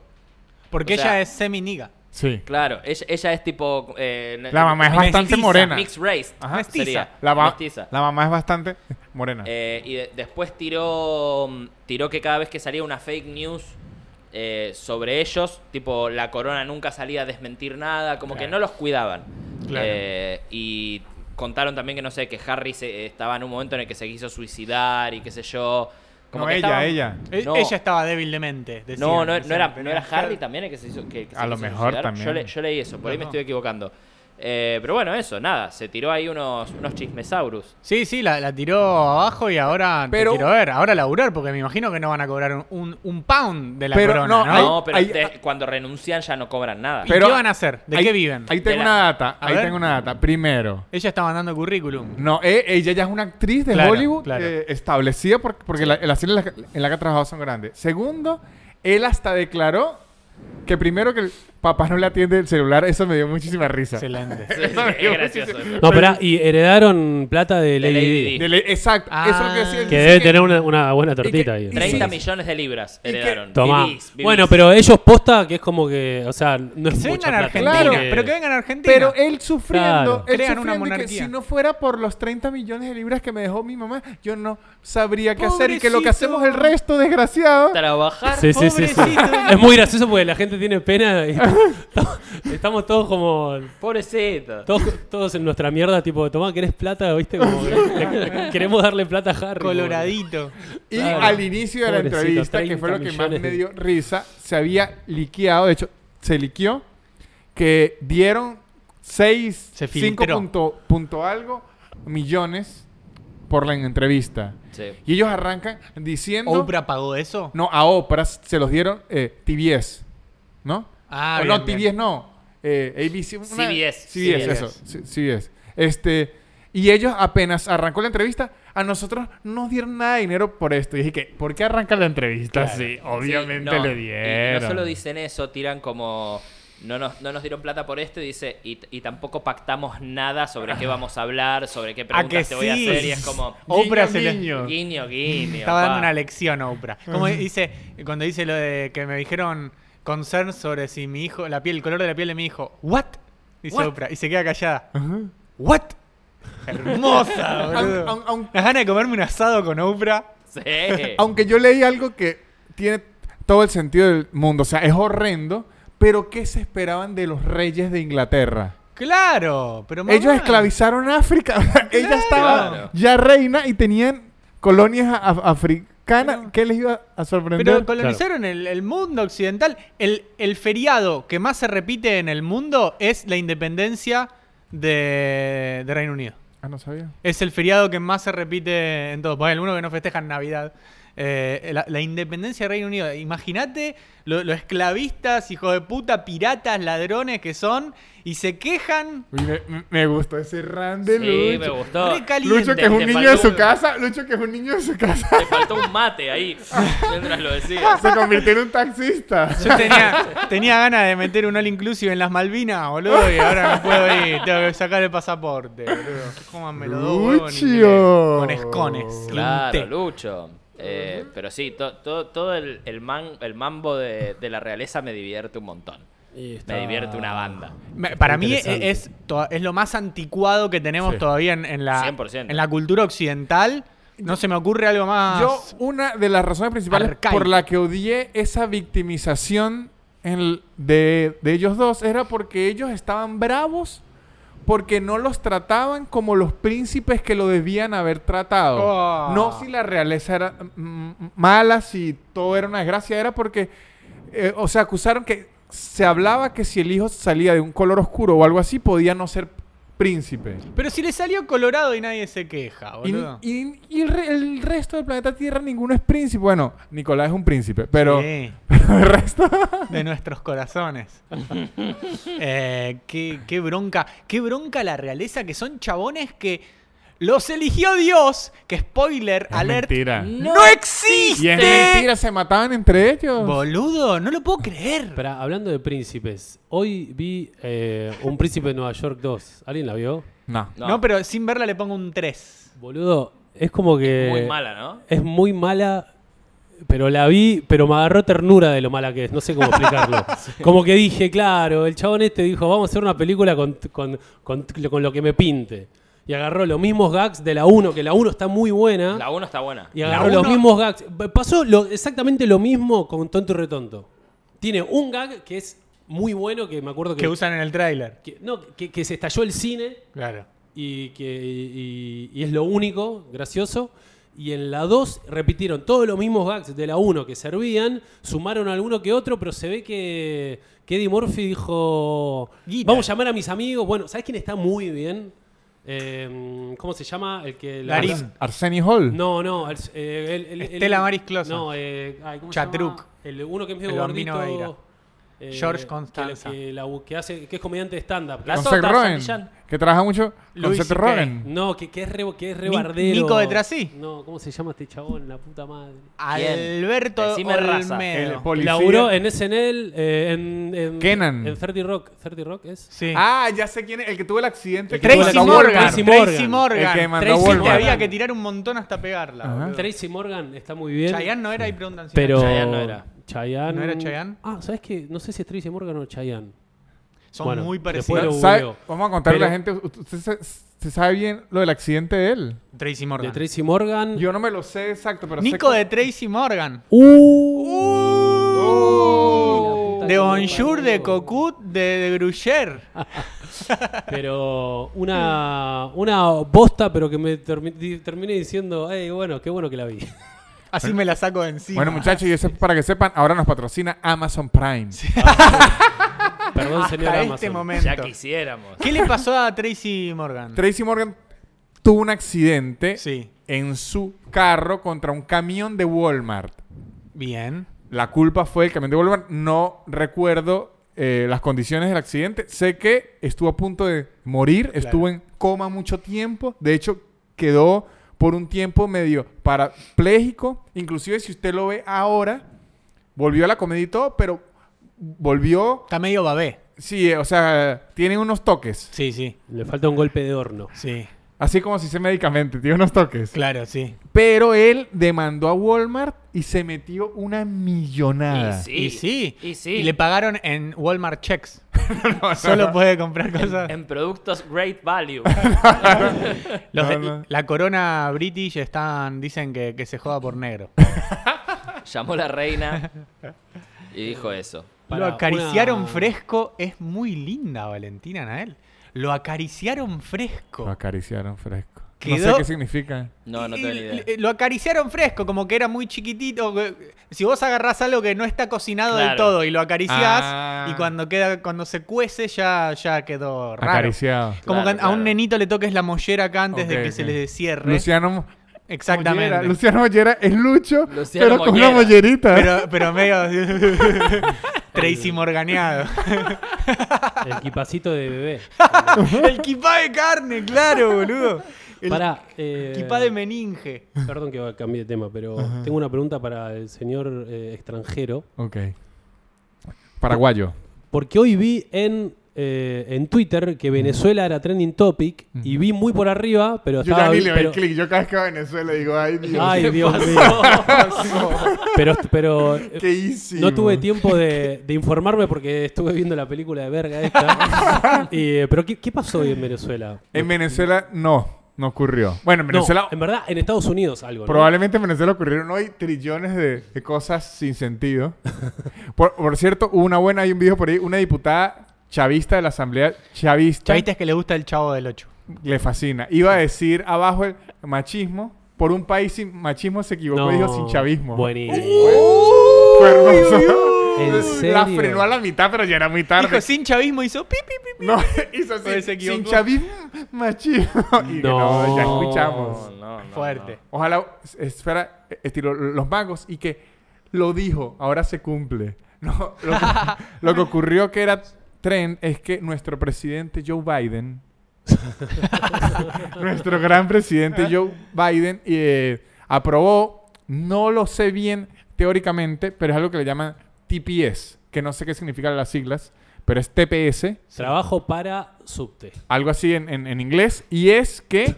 [SPEAKER 1] Porque
[SPEAKER 2] O sea-
[SPEAKER 1] ella es semi-niga.
[SPEAKER 3] Sí.
[SPEAKER 2] Claro, ella, ella es tipo. eh,
[SPEAKER 3] La mamá es
[SPEAKER 1] Mestiza,
[SPEAKER 3] bastante morena.
[SPEAKER 2] Mixed race.
[SPEAKER 3] Ajá.
[SPEAKER 1] Mestiza.
[SPEAKER 2] sería.
[SPEAKER 3] La, ma-
[SPEAKER 2] Mestiza.
[SPEAKER 3] la mamá es bastante morena.
[SPEAKER 2] Eh, y de- después tiró, mm, tiró que cada vez que salía una fake news eh, sobre ellos, tipo la corona nunca salía a desmentir nada, como que no los cuidaban.
[SPEAKER 1] Claro.
[SPEAKER 2] Eh, y contaron también que no sé, que Harry se, estaba en un momento en el que se quiso suicidar y qué sé yo. Como
[SPEAKER 3] no,
[SPEAKER 2] que
[SPEAKER 3] ella,
[SPEAKER 2] estaban-
[SPEAKER 3] ella.
[SPEAKER 1] E-
[SPEAKER 2] No.
[SPEAKER 1] Ella estaba débil de mente. decían.
[SPEAKER 2] No, no, no
[SPEAKER 1] Decían,
[SPEAKER 2] era,
[SPEAKER 1] pero
[SPEAKER 2] no era Harry también el que se hizo. Que, que se
[SPEAKER 3] A lo
[SPEAKER 2] quiso
[SPEAKER 3] mejor
[SPEAKER 2] suicidar.
[SPEAKER 3] también.
[SPEAKER 2] Yo, le- yo leí eso, por ahí me
[SPEAKER 3] Ajá.
[SPEAKER 2] estoy equivocando. Eh, pero bueno, eso, nada, se tiró ahí unos, unos chismesaurus.
[SPEAKER 1] Sí, sí, la, la tiró abajo y ahora
[SPEAKER 3] Pero-
[SPEAKER 1] te quiero ver, ahora laburar, porque me imagino que no van a cobrar un- un, un pound de la
[SPEAKER 3] Pero
[SPEAKER 1] corona,
[SPEAKER 3] no,
[SPEAKER 1] ¿no?
[SPEAKER 3] Ahí-
[SPEAKER 2] no, pero
[SPEAKER 3] ahí-
[SPEAKER 2] de- cuando renuncian ya no cobran nada.
[SPEAKER 1] ¿Y qué van a hacer? ¿De
[SPEAKER 3] ahí-
[SPEAKER 1] qué viven?
[SPEAKER 3] Ahí
[SPEAKER 2] De
[SPEAKER 3] tengo
[SPEAKER 2] la-
[SPEAKER 3] una data.
[SPEAKER 1] A
[SPEAKER 3] ahí
[SPEAKER 1] ver.
[SPEAKER 3] tengo una data. Primero.
[SPEAKER 1] Ella está mandando currículum.
[SPEAKER 3] No, eh, ella ya es una actriz de
[SPEAKER 1] Claro,
[SPEAKER 3] Hollywood
[SPEAKER 1] claro.
[SPEAKER 3] eh, establecida por- porque la- las series en las que- en las que ha trabajado son grandes. Segundo, él hasta declaró que primero que el papá no le atiende el celular, eso me dio muchísima risa.
[SPEAKER 1] Excelente.
[SPEAKER 2] [laughs] Sí, sí, es gracioso eso.
[SPEAKER 4] No, pará, y heredaron plata de Lady,
[SPEAKER 2] Lady
[SPEAKER 4] Di,
[SPEAKER 2] Di.
[SPEAKER 3] De ley- exacto,
[SPEAKER 1] Ah.
[SPEAKER 3] eso es lo que decía él.
[SPEAKER 4] Que
[SPEAKER 3] Dice
[SPEAKER 4] debe
[SPEAKER 3] que-
[SPEAKER 4] tener una, una buena tortita ahí.
[SPEAKER 3] y
[SPEAKER 2] 30
[SPEAKER 3] sí.
[SPEAKER 2] millones de libras
[SPEAKER 3] que-
[SPEAKER 2] heredaron.
[SPEAKER 4] Tomá.
[SPEAKER 2] Vivís, vivís.
[SPEAKER 4] Bueno, pero ellos posta que es como que, o sea, no
[SPEAKER 1] [laughs]
[SPEAKER 4] es
[SPEAKER 1] Se
[SPEAKER 4] mucha
[SPEAKER 1] vengan a
[SPEAKER 4] plata,
[SPEAKER 1] Argentina,
[SPEAKER 3] Claro.
[SPEAKER 4] porque-
[SPEAKER 1] pero que vengan a Argentina.
[SPEAKER 3] Pero él sufriendo,
[SPEAKER 4] Claro.
[SPEAKER 3] él
[SPEAKER 1] Crean una
[SPEAKER 3] sufriendo y que
[SPEAKER 1] monarquía.
[SPEAKER 3] si no fuera por los 30 millones de libras que me dejó mi mamá, yo no sabría qué hacer y que lo que
[SPEAKER 1] Pobrecito.
[SPEAKER 3] hacemos el resto, desgraciado.
[SPEAKER 2] trabajar.
[SPEAKER 4] Sí, sí, sí, sí.
[SPEAKER 1] Pobrecito.
[SPEAKER 4] Es muy gracioso porque la gente tiene pena. y estamos- [laughs] estamos todos como.
[SPEAKER 2] Pobrecito.
[SPEAKER 4] Todos, todos en nuestra mierda, tipo, tomá, ¿querés plata? ¿Viste? Como que le- le- queremos darle plata a Harry. como-
[SPEAKER 1] Coloradito.
[SPEAKER 3] Y
[SPEAKER 4] Claro.
[SPEAKER 3] al inicio de la
[SPEAKER 4] Pobrecito,
[SPEAKER 3] entrevista, que fue lo
[SPEAKER 4] 30
[SPEAKER 3] que más
[SPEAKER 4] millones
[SPEAKER 3] me
[SPEAKER 4] de-
[SPEAKER 3] dio risa, se había liqueado, de hecho, se liqueó, que dieron 6,
[SPEAKER 1] Se
[SPEAKER 3] 5
[SPEAKER 1] filtró.
[SPEAKER 3] punto, punto algo millones por la entrevista.
[SPEAKER 2] Sí.
[SPEAKER 3] Y ellos arrancan diciendo...
[SPEAKER 1] ¿Oprah pagó eso?
[SPEAKER 3] No, a Oprah se los dieron eh, TBS, ¿no?
[SPEAKER 1] Ah,
[SPEAKER 3] O
[SPEAKER 1] bien,
[SPEAKER 3] no,
[SPEAKER 1] bien.
[SPEAKER 3] TBS no. eh, ABC. una-
[SPEAKER 2] CBS.
[SPEAKER 3] CBS, eso. sí, CBS. Este, y ellos apenas arrancó la entrevista, a nosotros no nos dieron nada de dinero por esto. Y dije que, ¿por qué arranca la entrevista así? Obviamente
[SPEAKER 2] Sí, no,
[SPEAKER 3] le
[SPEAKER 2] y
[SPEAKER 3] dieron.
[SPEAKER 2] no solo dicen eso, tiran como. No nos, no nos dieron plata por esto y dice, y, y tampoco pactamos nada sobre qué vamos a hablar, sobre qué
[SPEAKER 1] ¿A Ah, que
[SPEAKER 2] preguntas te voy a
[SPEAKER 1] sí?
[SPEAKER 2] hacer. Y es
[SPEAKER 1] [laughs]
[SPEAKER 2] como,
[SPEAKER 1] Oprah
[SPEAKER 3] Guiño,
[SPEAKER 1] se le-
[SPEAKER 3] guiño.
[SPEAKER 2] guiño, guiño.
[SPEAKER 1] Estaba dando
[SPEAKER 2] pa.
[SPEAKER 1] una lección a Oprah. Como dice, cuando dice lo de que me dijeron concerns sobre si mi hijo, la piel, el color de la piel de mi hijo, ¿what? Dice
[SPEAKER 2] What?
[SPEAKER 1] Oprah y se queda callada.
[SPEAKER 3] Ajá.
[SPEAKER 1] ¿What?
[SPEAKER 3] [laughs]
[SPEAKER 1] Hermosa,
[SPEAKER 3] Aun-
[SPEAKER 1] boludo.
[SPEAKER 3] aun- aun-
[SPEAKER 1] Las ganas de comerme un asado con Oprah.
[SPEAKER 3] [laughs]
[SPEAKER 2] Sí.
[SPEAKER 3] Aunque yo leí algo que tiene todo el sentido del mundo, o sea, es horrendo, pero ¿qué se esperaban de los reyes de Inglaterra?
[SPEAKER 1] Claro, pero mamá.
[SPEAKER 3] Ellos esclavizaron a África, [laughs] ella estaba
[SPEAKER 2] Claro.
[SPEAKER 3] ya reina y tenían colonias a- a- africanas, ¿qué les iba a sorprender?
[SPEAKER 1] Pero colonizaron el, el mundo occidental. El, el feriado que más se repite en el mundo es la independencia de, de Reino Unido.
[SPEAKER 3] Ah, no sabía.
[SPEAKER 1] Es el feriado que más se repite en todos. Bueno, algunos que no festejan Navidad. Eh, la, la independencia de Reino Unido. Imagínate lo- los esclavistas, hijos de puta, piratas, ladrones que son y se quejan.
[SPEAKER 3] Uy, me, me- me gustó ese ran de
[SPEAKER 2] Sí, me
[SPEAKER 3] Lucho.
[SPEAKER 2] gustó.
[SPEAKER 1] Re caliente.
[SPEAKER 3] Lucho que es un
[SPEAKER 2] Te
[SPEAKER 3] niño
[SPEAKER 2] faltó
[SPEAKER 3] de su
[SPEAKER 2] un-
[SPEAKER 3] casa, Lucho que es un niño de su casa,
[SPEAKER 2] Te faltó un mate ahí, mientras lo
[SPEAKER 1] [laughs]
[SPEAKER 2] decías.
[SPEAKER 3] se convirtió en
[SPEAKER 2] [laughs]
[SPEAKER 3] un taxista.
[SPEAKER 1] Yo tenía, tenía ganas de meter un all inclusive en las Malvinas, boludo, y ahora no puedo ir. Tengo que sacar el pasaporte, boludo. Cómanme los dos huevos en inglés,
[SPEAKER 3] Lucho.
[SPEAKER 1] con escones. y un
[SPEAKER 2] Claro,
[SPEAKER 1] té.
[SPEAKER 2] Lucho. Eh, pero sí, to- to- todo el, el man, el mambo de, de la realeza me divierte un montón.
[SPEAKER 4] Y está-
[SPEAKER 2] Me divierte una banda.
[SPEAKER 1] Me- Para mí es,
[SPEAKER 4] Interesante.
[SPEAKER 1] es to- es lo más anticuado que tenemos
[SPEAKER 3] Sí.
[SPEAKER 1] todavía en, en la,
[SPEAKER 2] 100%.
[SPEAKER 1] en la cultura occidental. No se me ocurre algo más.
[SPEAKER 3] Yo, una de las razones principales
[SPEAKER 1] Arcaico.
[SPEAKER 3] por la que odié esa victimización en el- de, de ellos dos era porque ellos estaban bravos porque no los trataban como los príncipes que lo debían haber tratado.
[SPEAKER 1] Oh.
[SPEAKER 3] No si la realeza era mm, mala, si todo era una desgracia, era porque, eh, o sea, acusaron que se hablaba que si el hijo salía de un color oscuro o algo así, podía no ser príncipe.
[SPEAKER 1] Pero si le salió colorado y nadie se queja,
[SPEAKER 3] Y,
[SPEAKER 1] boludo.
[SPEAKER 3] y- y el, re- el resto del planeta Tierra ninguno es príncipe. Bueno, Nicolás es un príncipe, pero
[SPEAKER 1] Sí,
[SPEAKER 3] [laughs] el resto...
[SPEAKER 1] de nuestros corazones. Eh, qué, qué bronca. Qué bronca la realeza, que son chabones que los eligió Dios. Que spoiler, alert. ¡No, existe!
[SPEAKER 3] Y es mentira, se mataban entre ellos.
[SPEAKER 1] Boludo, no lo puedo creer.
[SPEAKER 4] Pero hablando de príncipes, hoy vi eh, un príncipe de Nueva York 2. ¿Alguien la vio?
[SPEAKER 3] no.
[SPEAKER 2] No,
[SPEAKER 1] no, pero sin verla le pongo un 3.
[SPEAKER 4] Boludo, es como que.
[SPEAKER 1] eh,
[SPEAKER 2] muy mala, ¿no?
[SPEAKER 4] Es muy mala, pero la vi, pero me agarró ternura de lo mala que es. No sé cómo
[SPEAKER 2] [laughs]
[SPEAKER 4] explicarlo. Como que dije, claro, el chabón este dijo, vamos a hacer una película con, con- con- con lo que me pinte. Y agarró los mismos gags de la 1, que la 1 está muy buena.
[SPEAKER 2] La 1 está buena.
[SPEAKER 4] Y agarró los mismos gags. P- Pasó lo- exactamente lo mismo con Tonto y Retonto. Tiene un gag que es muy bueno, que me acuerdo que.
[SPEAKER 1] que usan en el tráiler.
[SPEAKER 4] que- no, que, que se estalló el cine
[SPEAKER 1] Claro.
[SPEAKER 4] y, que, y- y es lo único gracioso. Y en la 2 repitieron todos los mismos gags de la 1 que servían, sumaron alguno que otro, pero se ve que, que Eddie Murphy dijo:
[SPEAKER 1] Guita.
[SPEAKER 4] Vamos a llamar a mis amigos. Bueno, ¿sabes quién está muy bien? Eh, ¿Cómo se llama? El que la-
[SPEAKER 1] Darín.
[SPEAKER 3] Arsenio Hall.
[SPEAKER 4] no, no. el- eh, el- el- el-
[SPEAKER 1] Estela Maris Closa.
[SPEAKER 4] No, eh, ay, ¿cómo se
[SPEAKER 1] Chatruc.
[SPEAKER 4] llama? El uno que es medio
[SPEAKER 1] El Bambino
[SPEAKER 4] gordito. eh,
[SPEAKER 1] George
[SPEAKER 4] que-
[SPEAKER 1] Constanza.
[SPEAKER 4] Que, la bu- que hace, que es comediante de stand-up.
[SPEAKER 2] La
[SPEAKER 3] Con
[SPEAKER 2] Sota,
[SPEAKER 3] Seth Rogen.
[SPEAKER 2] Santillán.
[SPEAKER 3] Que trabaja mucho con
[SPEAKER 1] Louis
[SPEAKER 3] Seth
[SPEAKER 1] CK.
[SPEAKER 3] Rogen.
[SPEAKER 4] No, que, que es re, que es re
[SPEAKER 1] Ni-
[SPEAKER 4] bardero.
[SPEAKER 1] Nico de Trasí.
[SPEAKER 4] No, ¿cómo se llama este chabón? La puta madre.
[SPEAKER 1] Alberto
[SPEAKER 2] Decime raza.
[SPEAKER 1] Olmedo.
[SPEAKER 3] El policía.
[SPEAKER 4] Laburó en SNL, eh, en, en...
[SPEAKER 3] Kenan.
[SPEAKER 4] En 30 Rock. 30 Rock es...
[SPEAKER 1] Sí.
[SPEAKER 3] Ah, ya sé quién es. El que tuvo el accidente.
[SPEAKER 4] El
[SPEAKER 3] que
[SPEAKER 4] que
[SPEAKER 3] tuvo
[SPEAKER 1] Tracy,
[SPEAKER 4] tuvo
[SPEAKER 3] la-
[SPEAKER 4] el
[SPEAKER 1] Morgan.
[SPEAKER 4] accidente.
[SPEAKER 1] Tracy
[SPEAKER 4] Tracy
[SPEAKER 1] Morgan.
[SPEAKER 4] Morgan.
[SPEAKER 3] El que mandó
[SPEAKER 1] Tracy
[SPEAKER 3] Walmart.
[SPEAKER 1] que había que tirar un montón hasta pegarla.
[SPEAKER 3] Ajá.
[SPEAKER 1] boludo.
[SPEAKER 4] Tracy Morgan está muy bien.
[SPEAKER 1] Chayanne no era y preguntan si
[SPEAKER 4] pero...
[SPEAKER 1] era
[SPEAKER 2] Chayanne no era.
[SPEAKER 4] Chayanne-
[SPEAKER 1] ¿No era Chayanne?
[SPEAKER 4] Ah, ¿sabes qué? No sé si es Tracy Morgan o Chayanne.
[SPEAKER 1] Chayanne. Son
[SPEAKER 4] bueno,
[SPEAKER 1] muy
[SPEAKER 4] después
[SPEAKER 1] parecidos.
[SPEAKER 4] lo-
[SPEAKER 3] ¿Sabe?
[SPEAKER 4] boludo.
[SPEAKER 3] Vamos a contarle a la
[SPEAKER 4] Pero-
[SPEAKER 3] gente. ¿Usted se, se sabe bien lo del accidente de él?
[SPEAKER 1] Tracy
[SPEAKER 4] De
[SPEAKER 1] Morgan.
[SPEAKER 4] Tracy Morgan.
[SPEAKER 3] Yo no me lo sé exacto, pero sé
[SPEAKER 1] Nico
[SPEAKER 3] que-
[SPEAKER 1] de Tracy Morgan.
[SPEAKER 3] ¡Oh!
[SPEAKER 4] La puta
[SPEAKER 1] De
[SPEAKER 4] que
[SPEAKER 1] Bonjour,
[SPEAKER 4] parió.
[SPEAKER 1] de Cocut, de, de Gruyère.
[SPEAKER 4] Pero una, una bosta, pero que me termi- di- terminé diciendo, hey, bueno, qué bueno que la
[SPEAKER 1] [laughs]
[SPEAKER 4] vi.
[SPEAKER 1] Así me la saco de encima.
[SPEAKER 3] Bueno, muchachos, y eso es para que sepan, ahora nos patrocina Amazon Prime.
[SPEAKER 4] Perdón, señor
[SPEAKER 1] Hasta
[SPEAKER 4] Amazon.
[SPEAKER 1] este
[SPEAKER 2] Ya
[SPEAKER 1] momento.
[SPEAKER 2] quisiéramos.
[SPEAKER 1] ¿Qué le pasó a Tracy Morgan?
[SPEAKER 3] [laughs] Tracy Morgan tuvo un accidente
[SPEAKER 1] Sí.
[SPEAKER 3] en su carro contra un camión de Walmart.
[SPEAKER 1] Bien.
[SPEAKER 3] La culpa fue el camión de Walmart. No recuerdo eh, las condiciones del accidente. Sé que estuvo a punto de morir, estuvo en coma mucho tiempo. De hecho, quedó por un tiempo medio parapléjico. Inclusive si usted lo ve ahora, volvió a la comedia y todo, pero volvió...
[SPEAKER 1] Está medio babé.
[SPEAKER 3] Sí, eh, o sea, tiene unos toques.
[SPEAKER 1] Sí, sí,
[SPEAKER 4] Le falta un golpe de horno.
[SPEAKER 1] sí.
[SPEAKER 3] Así como si se medicamente, tiene unos toques.
[SPEAKER 1] Claro, sí.
[SPEAKER 3] Pero él demandó a Walmart y se metió una millonada.
[SPEAKER 2] sí.
[SPEAKER 1] Y sí.
[SPEAKER 2] Y sí.
[SPEAKER 1] le pagaron en Walmart checks. Solo puede comprar cosas.
[SPEAKER 2] En productos
[SPEAKER 1] [laughs]
[SPEAKER 2] Great Value.
[SPEAKER 1] Los de-
[SPEAKER 3] No, no.
[SPEAKER 1] La corona british están, dicen que, que se joda por negro.
[SPEAKER 2] Llamó la reina y
[SPEAKER 1] [laughs]
[SPEAKER 2] dijo eso.
[SPEAKER 4] Para
[SPEAKER 1] Lo acariciaron
[SPEAKER 4] una-
[SPEAKER 1] fresco. Es muy linda Valentina Nael. Lo acariciaron fresco.
[SPEAKER 3] Lo acariciaron fresco. No
[SPEAKER 1] Quedó-
[SPEAKER 3] sé qué significa.
[SPEAKER 2] No, no
[SPEAKER 1] Y-
[SPEAKER 2] tengo ni
[SPEAKER 1] y-
[SPEAKER 2] idea.
[SPEAKER 1] Lo acariciaron fresco, como que era muy chiquitito. que- Si vos agarrás algo que no está cocinado del
[SPEAKER 2] Claro.
[SPEAKER 1] todo y lo acariciás,
[SPEAKER 3] Ah.
[SPEAKER 1] y cuando queda, cuando se cuece ya, ya quedó raro.
[SPEAKER 3] Acariciado.
[SPEAKER 1] Como
[SPEAKER 2] Claro,
[SPEAKER 1] que a un
[SPEAKER 2] claro.
[SPEAKER 1] nenito le toques la mollera acá antes de
[SPEAKER 3] Ok,
[SPEAKER 1] que
[SPEAKER 3] ok.
[SPEAKER 1] se le cierre.
[SPEAKER 3] Luciano
[SPEAKER 1] Exactamente.
[SPEAKER 3] Mollera. Luciano Mollera es Lucho,
[SPEAKER 2] Luciano
[SPEAKER 3] pero con una
[SPEAKER 2] Mollera.
[SPEAKER 3] mollerita.
[SPEAKER 1] Pero, pero
[SPEAKER 3] [laughs]
[SPEAKER 1] medio [laughs] Tracy Morganeado.
[SPEAKER 4] El equipacito de bebé.
[SPEAKER 1] El kipá de carne, claro, boludo. El
[SPEAKER 4] Para. Eh,
[SPEAKER 1] kipá de meninge.
[SPEAKER 4] Perdón que cambie de tema, pero tengo una pregunta para el señor eh, extranjero.
[SPEAKER 3] Ok. Paraguayo.
[SPEAKER 4] Porque hoy vi en, eh, en Twitter que Venezuela era trending topic y vi muy por arriba, pero
[SPEAKER 3] Yo
[SPEAKER 4] estaba.
[SPEAKER 3] ya ni
[SPEAKER 4] vi-
[SPEAKER 3] le doy
[SPEAKER 4] pero-
[SPEAKER 3] clic. Yo cada vez que va a Venezuela digo, ay Dios,
[SPEAKER 4] [laughs] Ay,
[SPEAKER 2] ¿Qué
[SPEAKER 4] Dios mío.
[SPEAKER 3] [laughs]
[SPEAKER 4] Pero, pero eh,
[SPEAKER 3] qué hicimos.
[SPEAKER 4] no tuve tiempo de, de informarme porque estuve viendo la película de verga esta.
[SPEAKER 3] [laughs]
[SPEAKER 4] Y, eh, pero ¿qué, qué pasó hoy en Venezuela?
[SPEAKER 3] En Venezuela no, no ocurrió. Bueno, en Venezuela,
[SPEAKER 4] No, en verdad, en Estados Unidos algo. ¿no?
[SPEAKER 3] probablemente en Venezuela ocurrieron hoy trillones de, de cosas sin sentido. por, por cierto, hubo una buena, hay un video por ahí, una diputada chavista de la Asamblea Chavista,
[SPEAKER 1] Chavita es que le gusta el chavo del 8.
[SPEAKER 3] le fascina. Iba a decir abajo el machismo. Por un país sin machismo se equivocó y dijo sin chavismo. Uh,
[SPEAKER 4] Buenísimo.
[SPEAKER 3] Fue hermoso.
[SPEAKER 1] [laughs]
[SPEAKER 4] ¿En
[SPEAKER 3] La
[SPEAKER 4] serio?
[SPEAKER 3] frenó a la mitad, pero ya era muy tarde.
[SPEAKER 1] Dijo sin chavismo, hizo pi, pi, pi, pi.
[SPEAKER 3] No, [laughs] hizo así,
[SPEAKER 1] Pues se equivocó.
[SPEAKER 3] sin chavismo, machismo. [laughs] Y
[SPEAKER 4] No.
[SPEAKER 3] no. ya escuchamos.
[SPEAKER 2] No, no, no.
[SPEAKER 1] Fuerte.
[SPEAKER 3] Ojalá, espera, estilo los magos y que lo dijo, ahora se cumple. [laughs] No, lo, que, lo que ocurrió que era trend es que nuestro presidente Joe Biden, [laughs] nuestro gran presidente Joe Biden, eh, aprobó, no lo sé bien teóricamente, pero es algo que le llaman TPS, que no sé qué significan las siglas, pero es TPS,
[SPEAKER 4] Trabajo para subte.
[SPEAKER 3] algo así en, en- en inglés, y es [laughs] que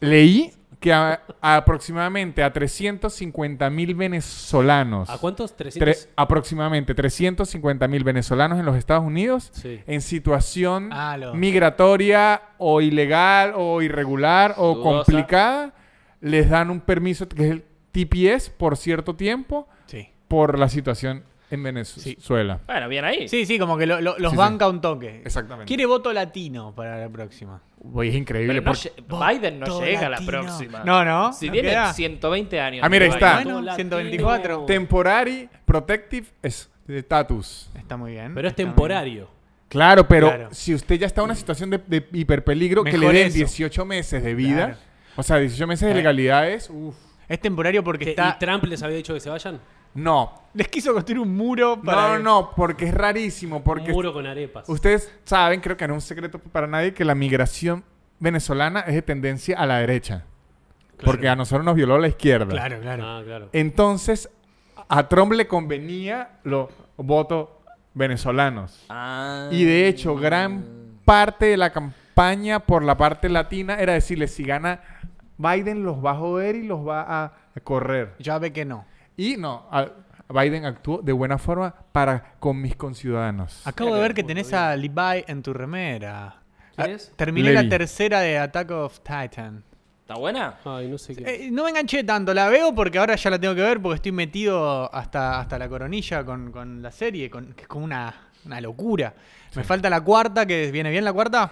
[SPEAKER 3] leí que a- aproximadamente a 350 mil venezolanos,
[SPEAKER 4] ¿A cuántos? 300.
[SPEAKER 3] tre- aproximadamente 350 mil venezolanos en los Estados Unidos,
[SPEAKER 4] Sí.
[SPEAKER 3] en situación
[SPEAKER 1] Ah, lo-
[SPEAKER 3] migratoria o ilegal o irregular o
[SPEAKER 2] Dudosa.
[SPEAKER 3] complicada, les dan un permiso que es el TPS por cierto tiempo
[SPEAKER 1] Sí.
[SPEAKER 3] por la situación en Venezuela.
[SPEAKER 2] Bueno, bien ahí.
[SPEAKER 1] Sí, sí, como que lo- lo- los
[SPEAKER 3] Sí, sí.
[SPEAKER 1] banca un toque.
[SPEAKER 3] Exactamente.
[SPEAKER 1] Quiere voto latino para la próxima.
[SPEAKER 3] Uy, es increíble.
[SPEAKER 2] Pero no
[SPEAKER 3] porque-
[SPEAKER 2] lle- Biden no
[SPEAKER 1] Voto
[SPEAKER 2] llega a la
[SPEAKER 1] latino.
[SPEAKER 2] próxima.
[SPEAKER 1] No, no,
[SPEAKER 2] Si
[SPEAKER 1] no
[SPEAKER 2] tiene
[SPEAKER 1] queda.
[SPEAKER 2] 120 años.
[SPEAKER 3] Ah, mira, ahí
[SPEAKER 2] Biden.
[SPEAKER 3] está.
[SPEAKER 1] Bueno,
[SPEAKER 4] Latino.
[SPEAKER 1] 124.
[SPEAKER 3] Temporary Protective Status.
[SPEAKER 1] Está muy bien.
[SPEAKER 4] Pero es
[SPEAKER 1] está muy
[SPEAKER 4] temporario.
[SPEAKER 3] Claro, pero
[SPEAKER 1] Claro.
[SPEAKER 3] si usted ya está en una situación de, de hiperpeligro, que le
[SPEAKER 1] Mejor
[SPEAKER 3] den
[SPEAKER 1] eso.
[SPEAKER 3] 18 meses de vida.
[SPEAKER 1] Claro.
[SPEAKER 3] O sea, 18 meses de
[SPEAKER 1] Claro.
[SPEAKER 3] legalidades.
[SPEAKER 1] bien.
[SPEAKER 3] Uf.
[SPEAKER 1] Es temporario porque
[SPEAKER 4] Que-
[SPEAKER 1] está.
[SPEAKER 4] ¿Y Trump les había dicho que se vayan?
[SPEAKER 3] No.
[SPEAKER 1] Les quiso construir un muro
[SPEAKER 3] No,
[SPEAKER 1] para.
[SPEAKER 3] no, porque es rarísimo. Porque
[SPEAKER 4] Un muro con arepas.
[SPEAKER 3] ustedes saben, creo que no es un secreto para nadie, que la migración venezolana es de tendencia a la derecha. Porque a nosotros nos violó la izquierda.
[SPEAKER 1] Claro, claro. Eh,
[SPEAKER 4] Ah, claro.
[SPEAKER 3] Entonces, a Trump le convenía los votos venezolanos.
[SPEAKER 2] Ah.
[SPEAKER 3] Y de hecho, gran parte de la campaña por la parte latina era decirle, si gana Biden los va a joder y los va a correr.
[SPEAKER 1] Ya ve que no.
[SPEAKER 3] Y no, a- Biden actuó de buena forma para con mis conciudadanos.
[SPEAKER 1] Acabo de ver que tenés a Levi en tu remera.
[SPEAKER 4] ¿Quién
[SPEAKER 1] Ah,
[SPEAKER 4] es?
[SPEAKER 1] Terminé
[SPEAKER 3] Levi.
[SPEAKER 1] la tercera de Attack of Titan.
[SPEAKER 2] ¿Está buena?
[SPEAKER 4] Ay, no sé qué.
[SPEAKER 1] Eh, no me enganché tanto, la veo porque ahora ya la tengo que ver porque estoy metido hasta, hasta la coronilla con, con la serie, con, que es como una, una locura. Me falta la cuarta, que viene bien la cuarta.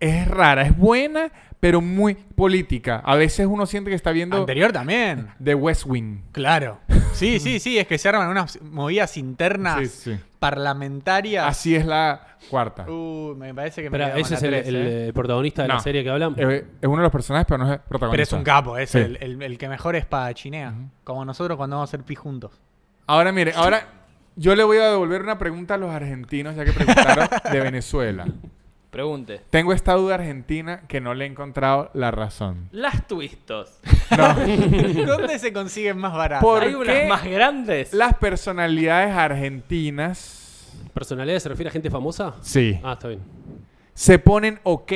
[SPEAKER 3] Es rara, es buena, pero muy política. A veces uno siente que está viendo de
[SPEAKER 1] Anterior
[SPEAKER 3] [laughs]
[SPEAKER 1] también.
[SPEAKER 3] West Wing.
[SPEAKER 1] Claro. Sí, sí, sí, es que se arman unas movidas internas
[SPEAKER 3] Sí, sí.
[SPEAKER 1] parlamentarias.
[SPEAKER 3] Así es la cuarta.
[SPEAKER 1] Uy, me parece que me
[SPEAKER 4] Espera,
[SPEAKER 1] quedo con
[SPEAKER 4] ese
[SPEAKER 1] la
[SPEAKER 4] es el,
[SPEAKER 1] tres,
[SPEAKER 4] el,
[SPEAKER 1] ¿eh?
[SPEAKER 4] eh, protagonista de la
[SPEAKER 3] No.
[SPEAKER 4] serie que hablamos.
[SPEAKER 3] Eh, es uno de los personajes, pero no es el protagonista.
[SPEAKER 1] Pero es un capo, es
[SPEAKER 3] Sí.
[SPEAKER 1] el,
[SPEAKER 3] [laughs]
[SPEAKER 1] el- el que mejor espadachinea. Como nosotros cuando vamos a hacer pi juntos.
[SPEAKER 3] Ahora mire, ahora Yo le voy a devolver una pregunta a los argentinos, ya que preguntaron de Venezuela.
[SPEAKER 2] Pregunte.
[SPEAKER 3] Tengo esta duda argentina que no le he encontrado la razón.
[SPEAKER 2] Las twistos.
[SPEAKER 1] ¿Dónde se consiguen más baratas?
[SPEAKER 3] Por-
[SPEAKER 2] Hay unas
[SPEAKER 3] qué?
[SPEAKER 2] más grandes.
[SPEAKER 3] Las personalidades argentinas
[SPEAKER 4] ¿Personalidad se refiere a gente famosa?
[SPEAKER 3] sí.
[SPEAKER 4] Ah, está bien.
[SPEAKER 3] se ponen ok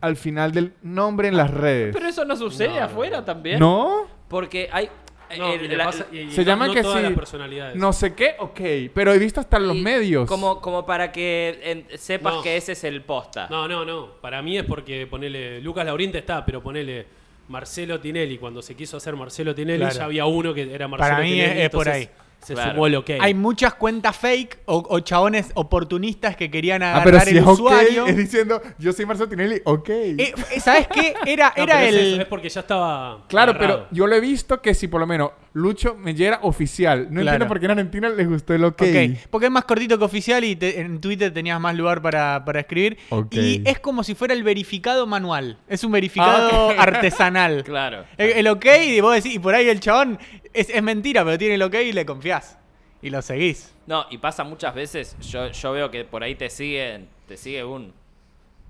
[SPEAKER 3] al final del nombre en las redes.
[SPEAKER 2] Pero eso no sucede afuera también.
[SPEAKER 3] ¿No?
[SPEAKER 2] Porque hay. eh, la-
[SPEAKER 3] se llama que sí. No sé qué, ok. Pero he visto hasta en los
[SPEAKER 2] y-
[SPEAKER 3] medios.
[SPEAKER 2] Como, como para que en- sepas
[SPEAKER 4] No.
[SPEAKER 2] que ese es el posta.
[SPEAKER 4] No, no, no. Para mí es porque ponele. Lucas Lauriente está, pero ponele. Marcelo Tinelli, cuando se quiso hacer Marcelo Tinelli,
[SPEAKER 1] Claro.
[SPEAKER 4] ya había uno que era Marcelo
[SPEAKER 1] Para mí
[SPEAKER 4] Tinelli.
[SPEAKER 1] es- es por
[SPEAKER 4] entonces
[SPEAKER 1] ahí.
[SPEAKER 4] Se
[SPEAKER 2] Claro.
[SPEAKER 4] sumó el ok.
[SPEAKER 1] Hay muchas cuentas fake o, o chabones oportunistas que querían
[SPEAKER 3] ah,
[SPEAKER 1] agarrar
[SPEAKER 3] pero si
[SPEAKER 1] el
[SPEAKER 3] es ok,
[SPEAKER 1] usuario.
[SPEAKER 3] es diciendo, yo soy Marcelo Tinelli, ok.
[SPEAKER 1] Eh, eh, ¿Sabes qué? Era,
[SPEAKER 4] [laughs] No,
[SPEAKER 1] era
[SPEAKER 4] pero es
[SPEAKER 1] el.
[SPEAKER 4] eso, es porque ya estaba.
[SPEAKER 3] Claro,
[SPEAKER 4] agarrado.
[SPEAKER 3] pero yo lo he visto que si por lo menos Lucho Mellera oficial.
[SPEAKER 1] Claro.
[SPEAKER 3] No entiendo por qué en Argentina les gustó el ok.
[SPEAKER 1] Ok, porque es más cortito que oficial y te- en Twitter tenías más lugar para, para escribir.
[SPEAKER 3] Ok.
[SPEAKER 1] Y es como si fuera el verificado manual. Es un verificado
[SPEAKER 4] Ah, [laughs]
[SPEAKER 1] artesanal.
[SPEAKER 2] Claro.
[SPEAKER 1] El, el ok, y vos decís, y por ahí el chabón es, es mentira, pero tiene el ok y le confiás. Y lo seguís.
[SPEAKER 2] No, y pasa muchas veces, yo, yo veo que por ahí te siguen, te sigue un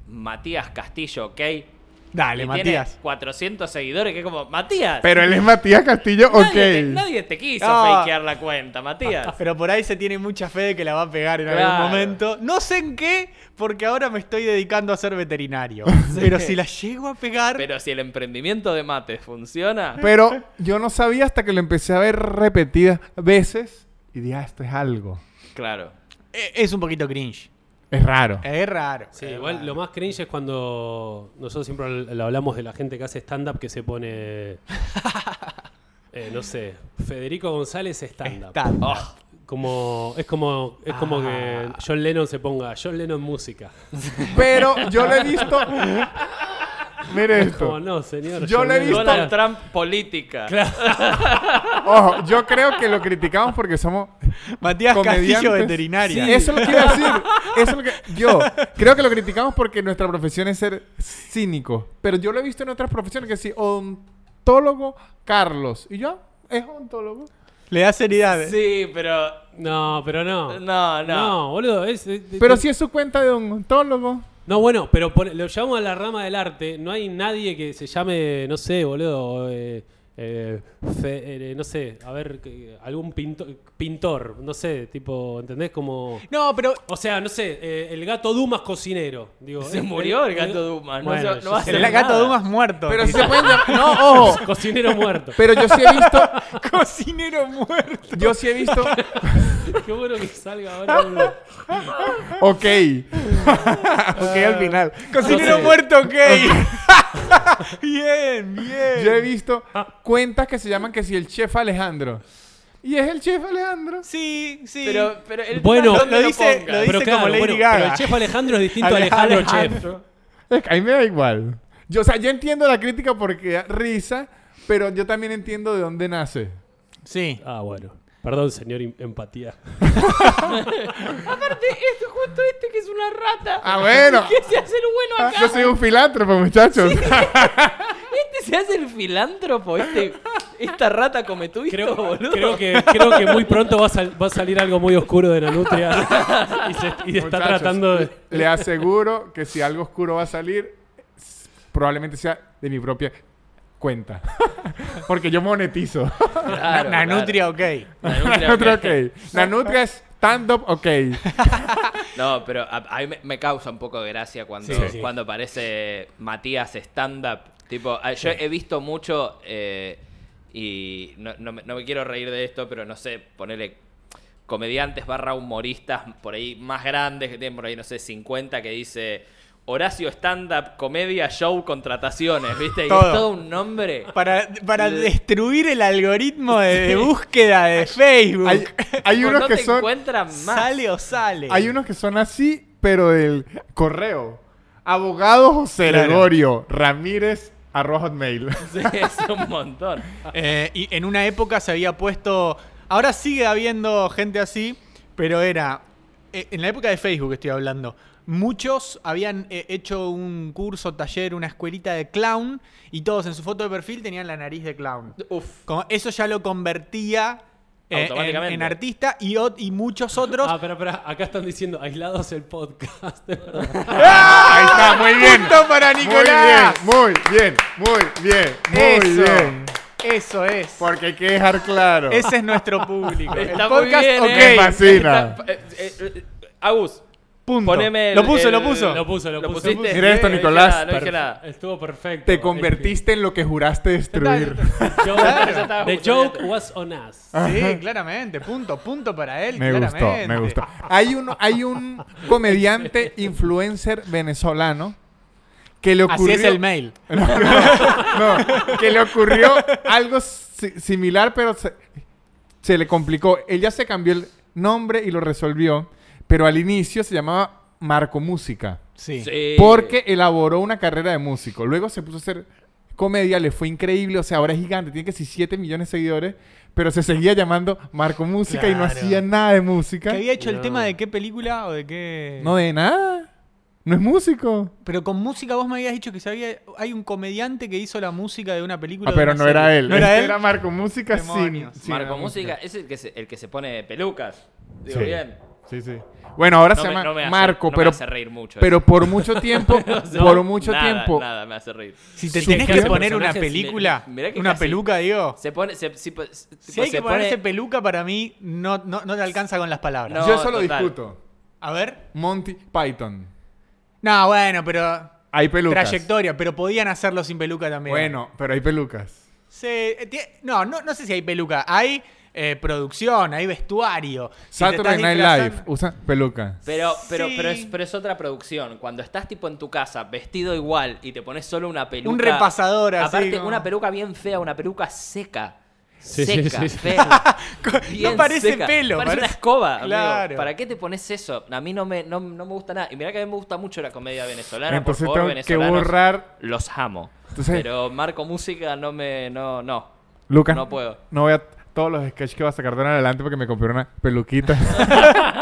[SPEAKER 2] Matías Castillo, ¿ok?
[SPEAKER 1] Dale,
[SPEAKER 2] Y
[SPEAKER 1] Matías.
[SPEAKER 2] Tiene 400 seguidores, que es como, Matías.
[SPEAKER 3] Pero él es Matías Castillo, ok.
[SPEAKER 2] nadie, te, nadie te quiso
[SPEAKER 1] Ah.
[SPEAKER 2] fakear la cuenta, [laughs] Matías.
[SPEAKER 1] [laughs] Pero por ahí se tiene mucha fe de que la va a pegar en
[SPEAKER 2] Claro.
[SPEAKER 1] algún momento. No sé en qué, porque ahora me estoy dedicando a ser
[SPEAKER 2] [laughs]
[SPEAKER 1] veterinario. Pero si la llego a pegar.
[SPEAKER 2] Pero si el emprendimiento de mates funciona,
[SPEAKER 3] Pero yo no sabía hasta que lo empecé a ver repetidas veces y dije, ah, esto es algo.
[SPEAKER 2] claro.
[SPEAKER 1] eh, Es un poquito cringe.
[SPEAKER 3] Es raro.
[SPEAKER 1] Es raro.
[SPEAKER 4] Sí,
[SPEAKER 3] Eh,
[SPEAKER 1] Es
[SPEAKER 4] igual
[SPEAKER 1] raro.
[SPEAKER 4] lo más cringe es cuando nosotros siempre lo lo hablamos de la gente que hace stand-up que
[SPEAKER 3] [laughs]
[SPEAKER 4] se pone, eh, no sé, Federico González stand-up.
[SPEAKER 1] Está.
[SPEAKER 2] Oh,
[SPEAKER 4] Como, es como, es como que
[SPEAKER 3] Ah.
[SPEAKER 4] John Lennon se ponga John
[SPEAKER 3] [laughs]
[SPEAKER 4] Lennon música.
[SPEAKER 3] Pero yo lo
[SPEAKER 1] [laughs]
[SPEAKER 3] he visto. Mire
[SPEAKER 4] Como
[SPEAKER 3] esto.
[SPEAKER 4] no, señor.
[SPEAKER 3] Yo
[SPEAKER 4] John
[SPEAKER 3] lo he
[SPEAKER 4] Lennon".
[SPEAKER 3] visto-
[SPEAKER 2] Donald Trump política.
[SPEAKER 3] Ojo, yo creo que lo criticamos porque somos
[SPEAKER 1] Matías Castillo,
[SPEAKER 3] comediantes.
[SPEAKER 1] veterinaria.
[SPEAKER 3] Sí, eso es lo que iba a [laughs] decir. Eso es lo que, yo creo que lo criticamos porque nuestra profesión es ser cínico. Pero yo lo he visto en otras profesiones que sí, ontólogo Carlos. Y yo, es ontólogo.
[SPEAKER 1] Le da seriedad.
[SPEAKER 2] Sí, pero
[SPEAKER 4] No, pero no.
[SPEAKER 2] No, no.
[SPEAKER 4] No, boludo. es- es-
[SPEAKER 3] Pero
[SPEAKER 4] es-
[SPEAKER 3] si es su cuenta de ontólogo.
[SPEAKER 4] No, bueno, pero pone- lo llamamos a la rama del arte. No hay nadie que se llame, no sé, boludo. eh, eh, fe- eh, no sé, a ver, que- algún pintor, pintor, no sé, tipo, ¿entendés? Como.
[SPEAKER 1] No, pero
[SPEAKER 4] O sea, no sé, eh, el gato Dumas cocinero. Digo,
[SPEAKER 2] se
[SPEAKER 4] eh,
[SPEAKER 2] murió el gato
[SPEAKER 4] eh,
[SPEAKER 2] Dumas. No,
[SPEAKER 4] bueno,
[SPEAKER 2] se- no
[SPEAKER 4] yo
[SPEAKER 2] va a
[SPEAKER 4] sé.
[SPEAKER 2] hacer
[SPEAKER 1] el gato
[SPEAKER 2] nada.
[SPEAKER 1] Dumas muerto.
[SPEAKER 3] Pero si
[SPEAKER 1] dice.
[SPEAKER 3] se pueden llamar- No, ojo. [laughs]
[SPEAKER 4] Cocinero muerto.
[SPEAKER 3] Pero yo sí he visto.
[SPEAKER 1] [laughs] Cocinero muerto.
[SPEAKER 3] Yo sí he visto.
[SPEAKER 4] Qué bueno que salga ahora. boludo.
[SPEAKER 3] Ok.
[SPEAKER 1] Ok, al final. Cocinero
[SPEAKER 4] sé.
[SPEAKER 1] muerto, ok. [laughs] bien, bien.
[SPEAKER 3] Yo he visto cuentas que se llaman que si el chef Alejandro. Y es el chef Alejandro.
[SPEAKER 1] Sí, sí.
[SPEAKER 2] Pero, pero el
[SPEAKER 4] Bueno,
[SPEAKER 2] ¿dónde
[SPEAKER 1] lo dice-
[SPEAKER 2] ponga?
[SPEAKER 1] lo dice-
[SPEAKER 4] Pero claro,
[SPEAKER 1] como Lady
[SPEAKER 4] bueno,
[SPEAKER 1] Gaga.
[SPEAKER 4] pero el chef Alejandro es distinto a Alejandro, Chef.
[SPEAKER 3] Es que a mí me da igual. Yo, o sea, yo entiendo la crítica porque da risa, pero yo también entiendo de dónde nace.
[SPEAKER 1] Sí.
[SPEAKER 4] Ah, bueno. Perdón, señor em- empatía.
[SPEAKER 2] Aparte, este, justo este que es una rata. [laughs]
[SPEAKER 3] Ah, bueno.
[SPEAKER 2] Que se hace el bueno acá.
[SPEAKER 3] Yo soy un filántropo, muchachos. [laughs]
[SPEAKER 2] Este se hace el filántropo. [laughs] Este, esta rata come tu
[SPEAKER 4] Creo,
[SPEAKER 2] [laughs] boludo.
[SPEAKER 4] creo que, creo que muy pronto va a, sal- va a salir algo muy oscuro de Nanutria. [laughs] y se, y se está
[SPEAKER 3] Muchachos,
[SPEAKER 4] tratando de.
[SPEAKER 3] Le aseguro que si algo oscuro va a salir, s- probablemente sea de mi propia cuenta. [laughs] porque yo monetizo.
[SPEAKER 1] Na-
[SPEAKER 2] Claro, claro.
[SPEAKER 1] Nanutria, ok.
[SPEAKER 3] [laughs]
[SPEAKER 2] Nanutria,
[SPEAKER 3] Nanutria,
[SPEAKER 2] ok.
[SPEAKER 3] ok. Nanutria es stand-up, ok.
[SPEAKER 2] No, pero a, a mí me, me causa un poco de gracia cuando,
[SPEAKER 4] Sí, sí.
[SPEAKER 2] cuando aparece Matías stand-up. Tipo, a- yo he visto mucho eh, y no, no me, no me quiero reír de esto, pero no sé, ponerle comediantes barra humoristas por ahí más grandes que tienen por ahí, no sé, 50 que dice Horacio stand-up, comedia, show, contrataciones, ¿viste? Y
[SPEAKER 1] Todo.
[SPEAKER 2] es todo un nombre.
[SPEAKER 1] Para, para destruir el algoritmo de, de búsqueda de Facebook. [laughs]
[SPEAKER 3] Hay, hay
[SPEAKER 2] Tipo,
[SPEAKER 3] unos
[SPEAKER 2] Pues no
[SPEAKER 3] que
[SPEAKER 2] te
[SPEAKER 3] son.
[SPEAKER 2] encuentran más.
[SPEAKER 1] sale o sale.
[SPEAKER 3] Hay unos que son así, pero del correo. Abogado José
[SPEAKER 1] Claro.
[SPEAKER 3] Gregorio Ramírez arroba
[SPEAKER 1] [laughs]
[SPEAKER 3] hotmail.
[SPEAKER 2] [laughs] Sí, es un montón.
[SPEAKER 1] Eh, y en una época se había puesto. Ahora sigue habiendo gente así, pero era. eh, En la época de Facebook estoy hablando. Muchos habían eh, hecho un curso, taller, una escuelita de clown y todos en su foto de perfil tenían la nariz de clown.
[SPEAKER 2] Uf.
[SPEAKER 1] Como eso ya lo convertía eh,
[SPEAKER 2] Automáticamente.
[SPEAKER 1] en, en artista y, ot- y muchos otros.
[SPEAKER 4] Ah, pero, pero acá están diciendo aislados el podcast. [laughs] de verdad.
[SPEAKER 3] Ahí está, muy bien.
[SPEAKER 1] Punto para Nicolás.
[SPEAKER 3] Muy bien, muy bien, muy bien, muy
[SPEAKER 1] Eso.
[SPEAKER 3] bien.
[SPEAKER 1] Eso es.
[SPEAKER 3] Porque hay que dejar claro.
[SPEAKER 1] Ese es nuestro público.
[SPEAKER 2] Está
[SPEAKER 1] el
[SPEAKER 2] muy
[SPEAKER 1] podcast,
[SPEAKER 2] bien,
[SPEAKER 1] ok.
[SPEAKER 2] eh.
[SPEAKER 3] Me fascina.
[SPEAKER 2] Está- eh, eh, eh, Agus,
[SPEAKER 1] Punto.
[SPEAKER 2] poneme. el-
[SPEAKER 1] lo puso,
[SPEAKER 2] el-
[SPEAKER 1] lo puso.
[SPEAKER 4] Lo puso, lo puso.
[SPEAKER 2] pusiste.
[SPEAKER 3] Mira esto,
[SPEAKER 2] No dije
[SPEAKER 3] Nicolás.
[SPEAKER 2] nada, No dije
[SPEAKER 4] Perfe-
[SPEAKER 2] nada.
[SPEAKER 4] Estuvo perfecto.
[SPEAKER 3] [laughs] Te convertiste en lo que juraste destruir.
[SPEAKER 4] The joke-
[SPEAKER 2] Ya estaba
[SPEAKER 4] The
[SPEAKER 2] escuchando
[SPEAKER 4] joke was on us.
[SPEAKER 1] Sí, claramente. Punto, punto para él.
[SPEAKER 3] [laughs] Me gustó,
[SPEAKER 1] claramente.
[SPEAKER 3] me gustó. Hay un, hay un
[SPEAKER 1] [laughs]
[SPEAKER 3] comediante influencer venezolano que le ocurrió...
[SPEAKER 1] Así es el mail.
[SPEAKER 3] No, no, no, que le ocurrió algo si- similar, pero se, se le complicó. Él ya se cambió el nombre y lo resolvió, pero al inicio se llamaba Marco Música.
[SPEAKER 1] Sí.
[SPEAKER 2] Sí.
[SPEAKER 3] Porque elaboró una carrera de músico. Luego se puso a hacer comedia, le fue increíble. O sea, ahora es gigante, tiene casi 7 millones de seguidores. Pero se seguía llamando Marco Música y no
[SPEAKER 1] Claro.
[SPEAKER 3] hacía nada de música.
[SPEAKER 1] Que había hecho el
[SPEAKER 4] No.
[SPEAKER 1] tema de qué película o de qué.
[SPEAKER 3] No de nada. No es músico.
[SPEAKER 1] Pero con música vos me habías dicho que sabía. Hay un comediante que hizo la música de una película.
[SPEAKER 3] Ah,
[SPEAKER 1] de
[SPEAKER 3] pero
[SPEAKER 1] una
[SPEAKER 3] no era
[SPEAKER 1] serie.
[SPEAKER 3] él.
[SPEAKER 1] No era
[SPEAKER 3] [laughs] Este
[SPEAKER 1] él.
[SPEAKER 3] Era Marco Música sin-
[SPEAKER 1] Demonios.
[SPEAKER 3] sin, la
[SPEAKER 2] Marco Música es el que, se, el que se pone pelucas. Digo
[SPEAKER 3] Sí.
[SPEAKER 2] bien.
[SPEAKER 3] Sí, sí. Bueno, ahora
[SPEAKER 2] No
[SPEAKER 3] se
[SPEAKER 2] me-
[SPEAKER 3] llama
[SPEAKER 2] no me hace-
[SPEAKER 3] Marco,
[SPEAKER 2] no me
[SPEAKER 3] pero,
[SPEAKER 2] hace reír mucho
[SPEAKER 3] pero
[SPEAKER 2] eso. [laughs]
[SPEAKER 3] por mucho tiempo, por mucho
[SPEAKER 2] Nada,
[SPEAKER 3] tiempo,
[SPEAKER 2] Nada, me hace reír.
[SPEAKER 1] Si te
[SPEAKER 4] Sí,
[SPEAKER 1] tenés
[SPEAKER 4] que
[SPEAKER 1] que
[SPEAKER 4] ese
[SPEAKER 1] poner una
[SPEAKER 4] personaje es-
[SPEAKER 1] película,
[SPEAKER 2] mirá que
[SPEAKER 1] una
[SPEAKER 2] casi-
[SPEAKER 1] peluca, digo.
[SPEAKER 2] Se pone. Se, si- tipo,
[SPEAKER 1] Si hay
[SPEAKER 2] se
[SPEAKER 1] que
[SPEAKER 2] pone-
[SPEAKER 1] ponerse peluca, para mí no, no, no te alcanza con las palabras.
[SPEAKER 2] No,
[SPEAKER 3] yo eso lo
[SPEAKER 2] total.
[SPEAKER 3] discuto.
[SPEAKER 1] A ver.
[SPEAKER 3] Monty Python.
[SPEAKER 1] No, bueno, pero.
[SPEAKER 3] Hay pelucas.
[SPEAKER 1] Trayectoria, pero podían hacerlo sin peluca también.
[SPEAKER 3] Bueno, pero hay pelucas.
[SPEAKER 1] Se- eh, tie- no, no, no sé si hay peluca. Hay eh, producción, hay vestuario. Si te
[SPEAKER 3] Saturday
[SPEAKER 1] estás
[SPEAKER 3] Night
[SPEAKER 1] disfrazando- [laughs]
[SPEAKER 3] Live usa peluca.
[SPEAKER 2] Pero, pero,
[SPEAKER 1] Sí.
[SPEAKER 2] pero, es, pero es otra producción. Cuando estás tipo en tu casa, vestido igual, y te pones solo una peluca.
[SPEAKER 1] Un repasador, así,
[SPEAKER 2] Aparte,
[SPEAKER 1] como-
[SPEAKER 2] una peluca bien fea, una peluca seca.
[SPEAKER 4] Sí, sí,
[SPEAKER 2] seca,
[SPEAKER 4] sí, sí.
[SPEAKER 2] fea.
[SPEAKER 1] No [laughs]
[SPEAKER 2] bien
[SPEAKER 1] parece
[SPEAKER 2] seca.
[SPEAKER 1] pelo.
[SPEAKER 2] Parece, una escoba. amigo.
[SPEAKER 1] Claro.
[SPEAKER 2] ¿Para qué te pones eso? A mí no me, no, no me gusta nada. Y mirá que a mí me gusta mucho la comedia venezolana.
[SPEAKER 3] Entonces
[SPEAKER 2] por favor,
[SPEAKER 3] tengo que
[SPEAKER 2] venezolanos,
[SPEAKER 3] borrar-
[SPEAKER 2] Los amo.
[SPEAKER 3] Entonces-
[SPEAKER 2] Pero Marco Música no me. No, no.
[SPEAKER 3] Lucas,
[SPEAKER 2] No puedo.
[SPEAKER 3] No voy a todos los sketches que va a sacar de ahora en adelante porque me compré una peluquita.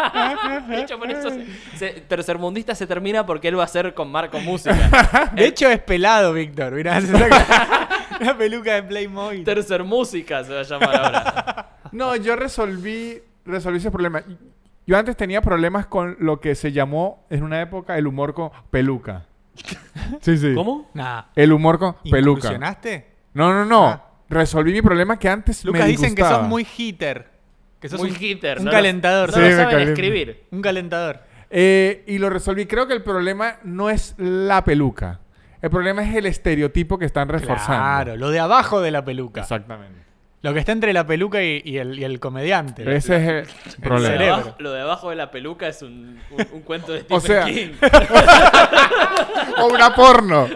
[SPEAKER 2] [laughs] De hecho, por eso se- se- Tercermundista se termina porque él va a ser con Marco Música.
[SPEAKER 1] Ah, De hecho, es pelado, Víctor. Mirá, [laughs] se saca una peluca de Playmobil.
[SPEAKER 2] Tercer Música se va a llamar ahora.
[SPEAKER 1] [laughs]
[SPEAKER 3] no, yo resolví, resolví ese problema. Yo antes tenía problemas con lo que se llamó en una época el humor con peluca.
[SPEAKER 2] [laughs]
[SPEAKER 3] Sí, sí.
[SPEAKER 4] ¿Cómo?
[SPEAKER 1] Nah.
[SPEAKER 3] El humor con peluca.
[SPEAKER 1] ¿Incursionaste?
[SPEAKER 3] No, no, no.
[SPEAKER 1] Ah.
[SPEAKER 3] Resolví mi problema que antes
[SPEAKER 1] Lucas,
[SPEAKER 3] me
[SPEAKER 1] dicen que sos
[SPEAKER 3] disgustaba.
[SPEAKER 1] muy hitter. Que sos
[SPEAKER 2] Muy
[SPEAKER 1] un,
[SPEAKER 2] hitter,
[SPEAKER 1] Un
[SPEAKER 2] no lo-
[SPEAKER 1] calentador.
[SPEAKER 2] No
[SPEAKER 3] Sí,
[SPEAKER 2] lo
[SPEAKER 3] me
[SPEAKER 2] saben
[SPEAKER 3] calienta.
[SPEAKER 2] escribir.
[SPEAKER 1] Un calentador.
[SPEAKER 3] Eh, y lo resolví. Creo que el problema no es la peluca. El problema es el estereotipo que están reforzando.
[SPEAKER 1] Claro, lo de abajo de la peluca.
[SPEAKER 3] Exactamente.
[SPEAKER 1] Lo que está entre la peluca y, y el, y el comediante.
[SPEAKER 3] Ese es el
[SPEAKER 2] Lo
[SPEAKER 1] cerebro.
[SPEAKER 2] de,
[SPEAKER 3] problema.
[SPEAKER 2] abajo, lo de abajo de la peluca es un, un- un cuento de Stephen
[SPEAKER 3] O sea-
[SPEAKER 2] King.
[SPEAKER 3] [laughs] O una porno.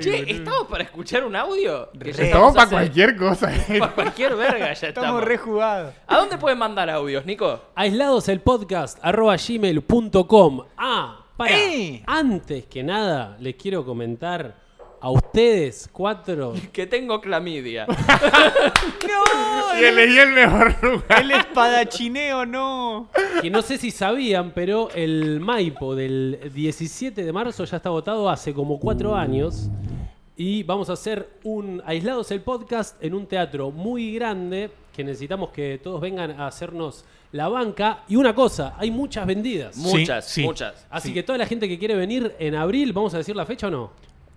[SPEAKER 2] Che, ¿estamos para escuchar un audio? Que ya
[SPEAKER 3] Estamos para
[SPEAKER 2] hace-
[SPEAKER 3] cualquier cosa.
[SPEAKER 2] Para cualquier verga ya estamos.
[SPEAKER 1] Estamos rejugados.
[SPEAKER 2] ¿A dónde pueden mandar audios, Nico?
[SPEAKER 4] Aislados el podcast arroba gmail.com. Ah, para.
[SPEAKER 1] ¡Eh!
[SPEAKER 4] Antes que nada, les quiero comentar a ustedes cuatro.
[SPEAKER 2] Que tengo
[SPEAKER 3] [laughs]
[SPEAKER 2] clamidia.
[SPEAKER 3] y elegí el mejor lugar.
[SPEAKER 1] El espadachineo no.
[SPEAKER 4] Que no sé si sabían, pero el Maipo del 17 de marzo ya está votado hace como cuatro años. Y vamos a hacer un Aislados el Podcast en un teatro muy grande que necesitamos que todos vengan a hacernos la banca. Y una cosa, hay muchas vendidas.
[SPEAKER 2] Muchas,
[SPEAKER 1] sí.
[SPEAKER 2] muchas.
[SPEAKER 4] Así que toda la gente que quiere venir en abril, ¿vamos a decir la fecha o no?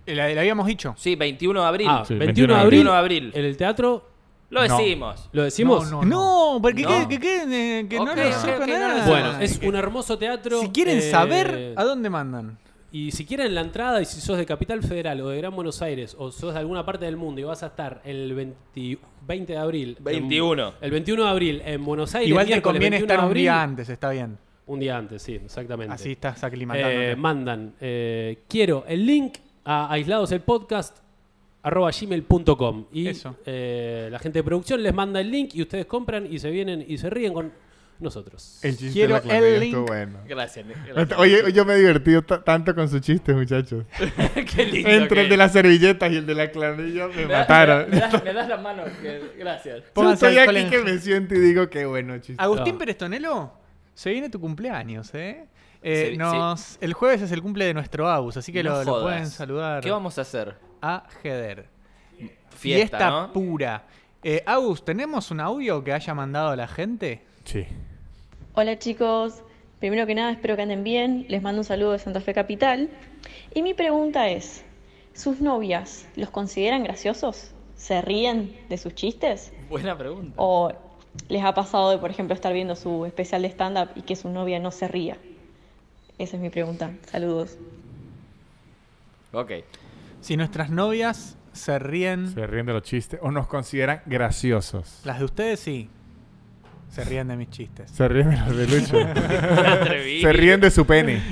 [SPEAKER 1] La, la habíamos dicho.
[SPEAKER 2] Sí, 21 de abril.
[SPEAKER 4] Ah,
[SPEAKER 3] Sí,
[SPEAKER 4] 21
[SPEAKER 2] 21
[SPEAKER 4] de abril.
[SPEAKER 2] de abril.
[SPEAKER 4] En el teatro,
[SPEAKER 2] Lo
[SPEAKER 3] No.
[SPEAKER 2] decimos.
[SPEAKER 4] ¿lo decimos?
[SPEAKER 1] No, porque
[SPEAKER 2] No.
[SPEAKER 1] quede- que, queden, eh, que no
[SPEAKER 2] Ok,
[SPEAKER 1] lo
[SPEAKER 2] ok,
[SPEAKER 1] sepa
[SPEAKER 2] ok, no lo
[SPEAKER 1] nada.
[SPEAKER 2] sepan.
[SPEAKER 4] Bueno,
[SPEAKER 2] Ah,
[SPEAKER 4] es un hermoso teatro.
[SPEAKER 1] Si quieren
[SPEAKER 4] eh,
[SPEAKER 1] saber, ¿a dónde mandan?
[SPEAKER 4] Y si quieren la entrada, y si sos de Capital Federal o de Gran Buenos Aires o sos de alguna parte del mundo y vas a estar el 20, 20 de abril. en-
[SPEAKER 2] 21.
[SPEAKER 4] el 21 de abril en Buenos Aires.
[SPEAKER 1] Igual te
[SPEAKER 4] miércoles
[SPEAKER 1] conviene
[SPEAKER 4] 21 de
[SPEAKER 1] estar un
[SPEAKER 4] abril,
[SPEAKER 1] día antes, está bien.
[SPEAKER 4] Un día antes, sí, exactamente.
[SPEAKER 1] Así estás
[SPEAKER 4] Eh,
[SPEAKER 1] aclimatándote.
[SPEAKER 4] mandan. eh, quiero el link a aislados el podcast arroba gmail.com y
[SPEAKER 1] Eso.
[SPEAKER 4] eh, la gente de producción les manda el link y ustedes compran y se vienen y se ríen con
[SPEAKER 1] Eh.
[SPEAKER 4] nosotros.
[SPEAKER 3] El chiste
[SPEAKER 1] Quiero
[SPEAKER 3] de la clamidia
[SPEAKER 1] el
[SPEAKER 3] estuvo
[SPEAKER 1] link.
[SPEAKER 3] bueno.
[SPEAKER 2] Gracias, Nico,
[SPEAKER 3] Esta-
[SPEAKER 2] gracias.
[SPEAKER 3] Oye, yo me he divertido ta- tanto con sus chistes, muchachos.
[SPEAKER 2] [laughs] Qué lindo.
[SPEAKER 3] Entre
[SPEAKER 2] que-
[SPEAKER 3] el de las servilletas y el de la clanilla me
[SPEAKER 2] Me das-
[SPEAKER 3] mataron.
[SPEAKER 2] Me das, me das la mano. que- Gracias.
[SPEAKER 3] Yo
[SPEAKER 1] Pónganse
[SPEAKER 3] estoy
[SPEAKER 1] alcohol
[SPEAKER 3] aquí
[SPEAKER 1] en
[SPEAKER 3] que
[SPEAKER 1] gel.
[SPEAKER 3] me siento y digo qué bueno chiste.
[SPEAKER 1] Agustín
[SPEAKER 4] No.
[SPEAKER 1] Perestonelo, se viene tu cumpleaños, ¿eh? Eh,
[SPEAKER 2] Se-
[SPEAKER 1] nos, El jueves es el cumple de nuestro Abus, así que
[SPEAKER 2] No
[SPEAKER 1] lo, lo
[SPEAKER 2] jodas.
[SPEAKER 1] pueden saludar
[SPEAKER 2] ¿Qué vamos a hacer?
[SPEAKER 1] a Jeder.
[SPEAKER 2] Fiesta,
[SPEAKER 1] Fiesta
[SPEAKER 2] ¿no?
[SPEAKER 1] pura. Eh, Agus, ¿tenemos un audio que haya mandado la gente?
[SPEAKER 3] Sí.
[SPEAKER 5] Hola chicos, primero que nada espero que anden bien, les mando un saludo de Santa Fe Capital y mi pregunta es, ¿sus novias los consideran graciosos? ¿Se ríen de sus chistes?
[SPEAKER 2] Buena pregunta.
[SPEAKER 1] Oh.
[SPEAKER 5] ¿O les ha pasado de, por ejemplo, estar viendo su especial de stand-up y que su novia no se ría? Esa es mi pregunta, saludos.
[SPEAKER 2] Ok.
[SPEAKER 1] Si nuestras novias se ríen,
[SPEAKER 3] Se ríen de los chistes o nos consideran graciosos.
[SPEAKER 1] las de ustedes sí, se ríen de mis chistes.
[SPEAKER 3] Se ríen de los de Lucho.
[SPEAKER 4] [laughs]
[SPEAKER 2] Atrevido.
[SPEAKER 3] Se ríen de su pene.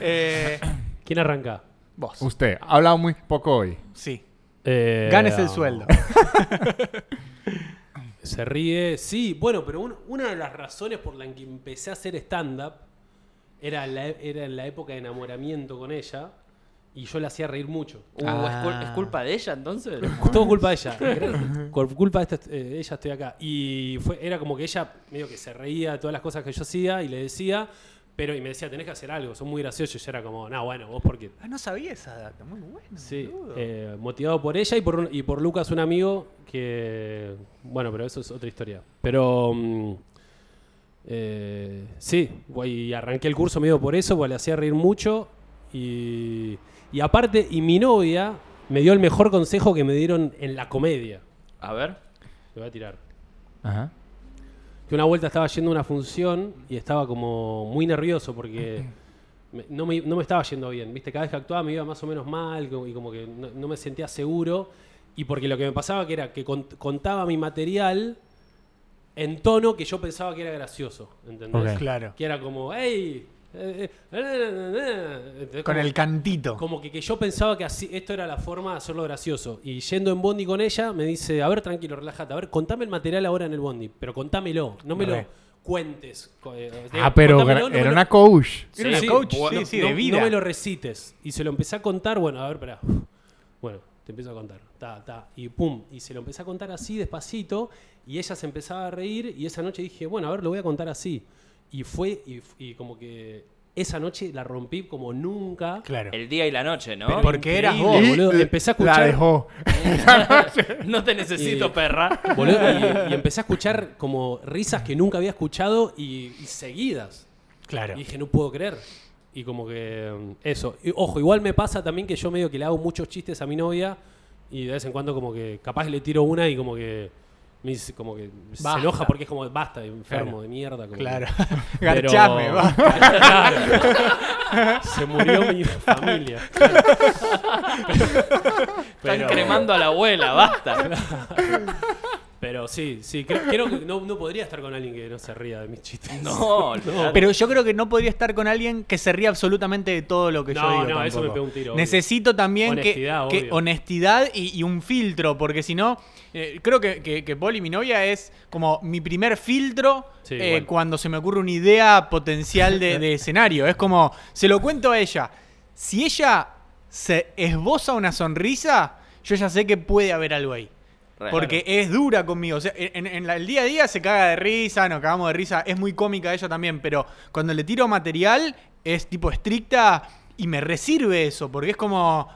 [SPEAKER 1] Eh,
[SPEAKER 4] ¿Quién arranca?
[SPEAKER 1] vos,
[SPEAKER 3] Usted ha hablado muy poco hoy.
[SPEAKER 1] sí.
[SPEAKER 4] Eh,
[SPEAKER 1] Ganes el
[SPEAKER 4] ah. [laughs]
[SPEAKER 1] sueldo.
[SPEAKER 4] Se ríe. Sí, bueno, pero un- una de las razones por la que empecé a hacer stand-up era, la, e- era en la época de enamoramiento con ella y yo la hacía reír mucho.
[SPEAKER 2] Uh, ¿es,
[SPEAKER 1] Ah.
[SPEAKER 2] cul- es culpa de
[SPEAKER 1] [laughs]
[SPEAKER 2] ella entonces?
[SPEAKER 4] Todo culpa de ella. [laughs] Por culpa de esta, eh, ella estoy acá. Y fue, era como que ella medio que se reía de todas las cosas que yo hacía y le decía, pero y me decía, tenés que hacer algo, son muy graciosos. Y yo era como, no, bueno, vos porque
[SPEAKER 1] Ah, no sabía esa data, muy bueno.
[SPEAKER 4] Sí,
[SPEAKER 1] boludo.
[SPEAKER 4] eh, motivado por ella y por, un- y por Lucas, un amigo que. Bueno, pero eso es otra historia. Pero. mm, eh, sí, güey, y arranqué el curso medio por eso, porque le hacía reír mucho. Y, y aparte, y mi novia me dio el mejor consejo que me dieron en la comedia.
[SPEAKER 2] A ver.
[SPEAKER 4] Lo voy a tirar.
[SPEAKER 3] Ajá.
[SPEAKER 4] Que una vuelta estaba yendo a una función y estaba como muy nervioso porque me- no, me, no me estaba yendo bien. Viste, cada vez que actuaba me iba más o menos mal como- y como que no, no me sentía seguro. Y porque lo que me pasaba que era que cont- contaba mi material en tono que yo pensaba que era gracioso. ¿Entendés?
[SPEAKER 3] Ok.
[SPEAKER 1] Claro.
[SPEAKER 4] Que era como, ¡Ey! eh, eh, na, na, na, na", ¿entendés?
[SPEAKER 1] Con
[SPEAKER 4] Como-
[SPEAKER 1] el cantito.
[SPEAKER 4] como que, que yo pensaba que así, esto era la forma de hacerlo gracioso. Y yendo en Bondi con ella, me dice, a ver, tranquilo, relájate, a ver, contame el material ahora en el Bondi, pero contámelo, no me
[SPEAKER 1] Re.
[SPEAKER 4] lo cuentes. co- eh,
[SPEAKER 3] Ah,
[SPEAKER 4] digo,
[SPEAKER 3] pero gra-
[SPEAKER 4] contámelo, no me
[SPEAKER 3] era
[SPEAKER 4] lo-
[SPEAKER 3] una coach.
[SPEAKER 1] Era una coach, sí, sí, de
[SPEAKER 4] no-
[SPEAKER 1] vida.
[SPEAKER 4] No me lo recites. Y se lo empecé a contar, bueno, a ver, pará. Bueno, te empiezo a contar. Ta, ta, y pum. Y se lo empecé a contar así, despacito. Y ella se empezaba a reír. Y esa noche dije, bueno, a ver, lo voy a contar así. Y fue, y, y como que esa noche la rompí como nunca.
[SPEAKER 1] Claro.
[SPEAKER 2] El día y la noche, ¿no?
[SPEAKER 1] Pero porque eras
[SPEAKER 4] increíble,
[SPEAKER 1] vos.
[SPEAKER 4] Oh, boludo,
[SPEAKER 3] l-
[SPEAKER 4] empecé a escuchar-
[SPEAKER 3] La dejó.
[SPEAKER 2] No te necesito,
[SPEAKER 4] Y-
[SPEAKER 1] [laughs]
[SPEAKER 2] perra.
[SPEAKER 4] Boludo, y, y empecé a escuchar como risas que nunca había escuchado y, y seguidas.
[SPEAKER 1] Claro.
[SPEAKER 4] Y dije, no puedo creer. Y como que mm, eso. Y, ojo, igual me pasa también que yo medio que le hago muchos chistes a mi novia y de vez en cuando como que capaz le tiro una y como que me dice- como que
[SPEAKER 1] Basta.
[SPEAKER 4] se enoja porque es como basta, enfermo
[SPEAKER 1] Claro.
[SPEAKER 4] de mierda. como [laughs]
[SPEAKER 1] Claro.
[SPEAKER 4] que- Pero-
[SPEAKER 1] [laughs] Garchame, va.
[SPEAKER 4] Claro. Se murió mi familia.
[SPEAKER 2] Están cremando a la
[SPEAKER 1] [laughs]
[SPEAKER 2] abuela, basta.
[SPEAKER 4] Pero sí, sí, creo, creo que no, no podría estar con alguien que no se ría de mis chistes. [laughs]
[SPEAKER 2] No, no.
[SPEAKER 1] Pero yo creo que no podría estar con alguien que se ría absolutamente de todo lo que yo
[SPEAKER 4] No,
[SPEAKER 1] digo.
[SPEAKER 4] no,
[SPEAKER 1] tampoco.
[SPEAKER 4] eso me pega un tiro, obvio.
[SPEAKER 1] Necesito también que-
[SPEAKER 4] Honestidad,
[SPEAKER 1] que,
[SPEAKER 4] obvio.
[SPEAKER 1] honestidad y, y un filtro, porque si no, eh, creo que, que, que Poli, mi novia, es como mi primer filtro
[SPEAKER 4] Sí,
[SPEAKER 1] eh,
[SPEAKER 4] igual.
[SPEAKER 1] cuando se me ocurre una idea potencial de,
[SPEAKER 4] [laughs]
[SPEAKER 1] de escenario. Es como, se lo cuento a ella. Si ella se esboza una sonrisa, yo ya sé que puede haber algo ahí.
[SPEAKER 2] Re.
[SPEAKER 1] Porque es dura conmigo. O sea, en, en la- el día a día se caga de risa, nos cagamos de risa. Es muy cómica ella también, pero cuando le tiro material es tipo estricta y me resirve eso, porque es como.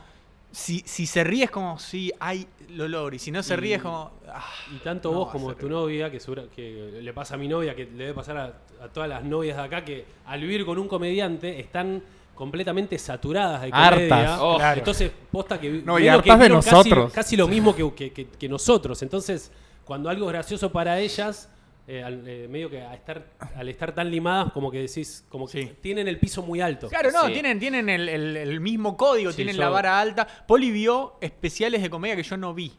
[SPEAKER 1] Si, si se ríe es como si hay lo logro. Y si no se ríe es como. ah.
[SPEAKER 4] Y tanto
[SPEAKER 1] No,
[SPEAKER 4] vos
[SPEAKER 1] va a
[SPEAKER 4] como
[SPEAKER 1] ser-
[SPEAKER 4] tu novia, que, seguro- que le pasa a mi novia, que le debe pasar a, a todas las novias de acá, que al vivir con un comediante están completamente saturadas de comedia.
[SPEAKER 3] Hartas,
[SPEAKER 2] Oh,
[SPEAKER 1] claro.
[SPEAKER 4] Entonces, posta que vi-
[SPEAKER 3] No, y
[SPEAKER 4] medio
[SPEAKER 3] hartas de
[SPEAKER 4] vieron casi-
[SPEAKER 3] nosotros.
[SPEAKER 4] Casi, lo mismo que, que- que- que nosotros. Entonces, cuando algo es gracioso para ellas, eh, al- eh, medio que a estar, al estar tan limadas, como que decís, como que
[SPEAKER 1] Sí.
[SPEAKER 4] tienen el piso muy alto.
[SPEAKER 1] Claro, no,
[SPEAKER 2] Sí.
[SPEAKER 1] tienen, tienen el, el- el mismo código,
[SPEAKER 4] Sí,
[SPEAKER 1] tienen
[SPEAKER 4] yo-
[SPEAKER 1] la vara alta. Poli vio especiales de comedia que yo no vi.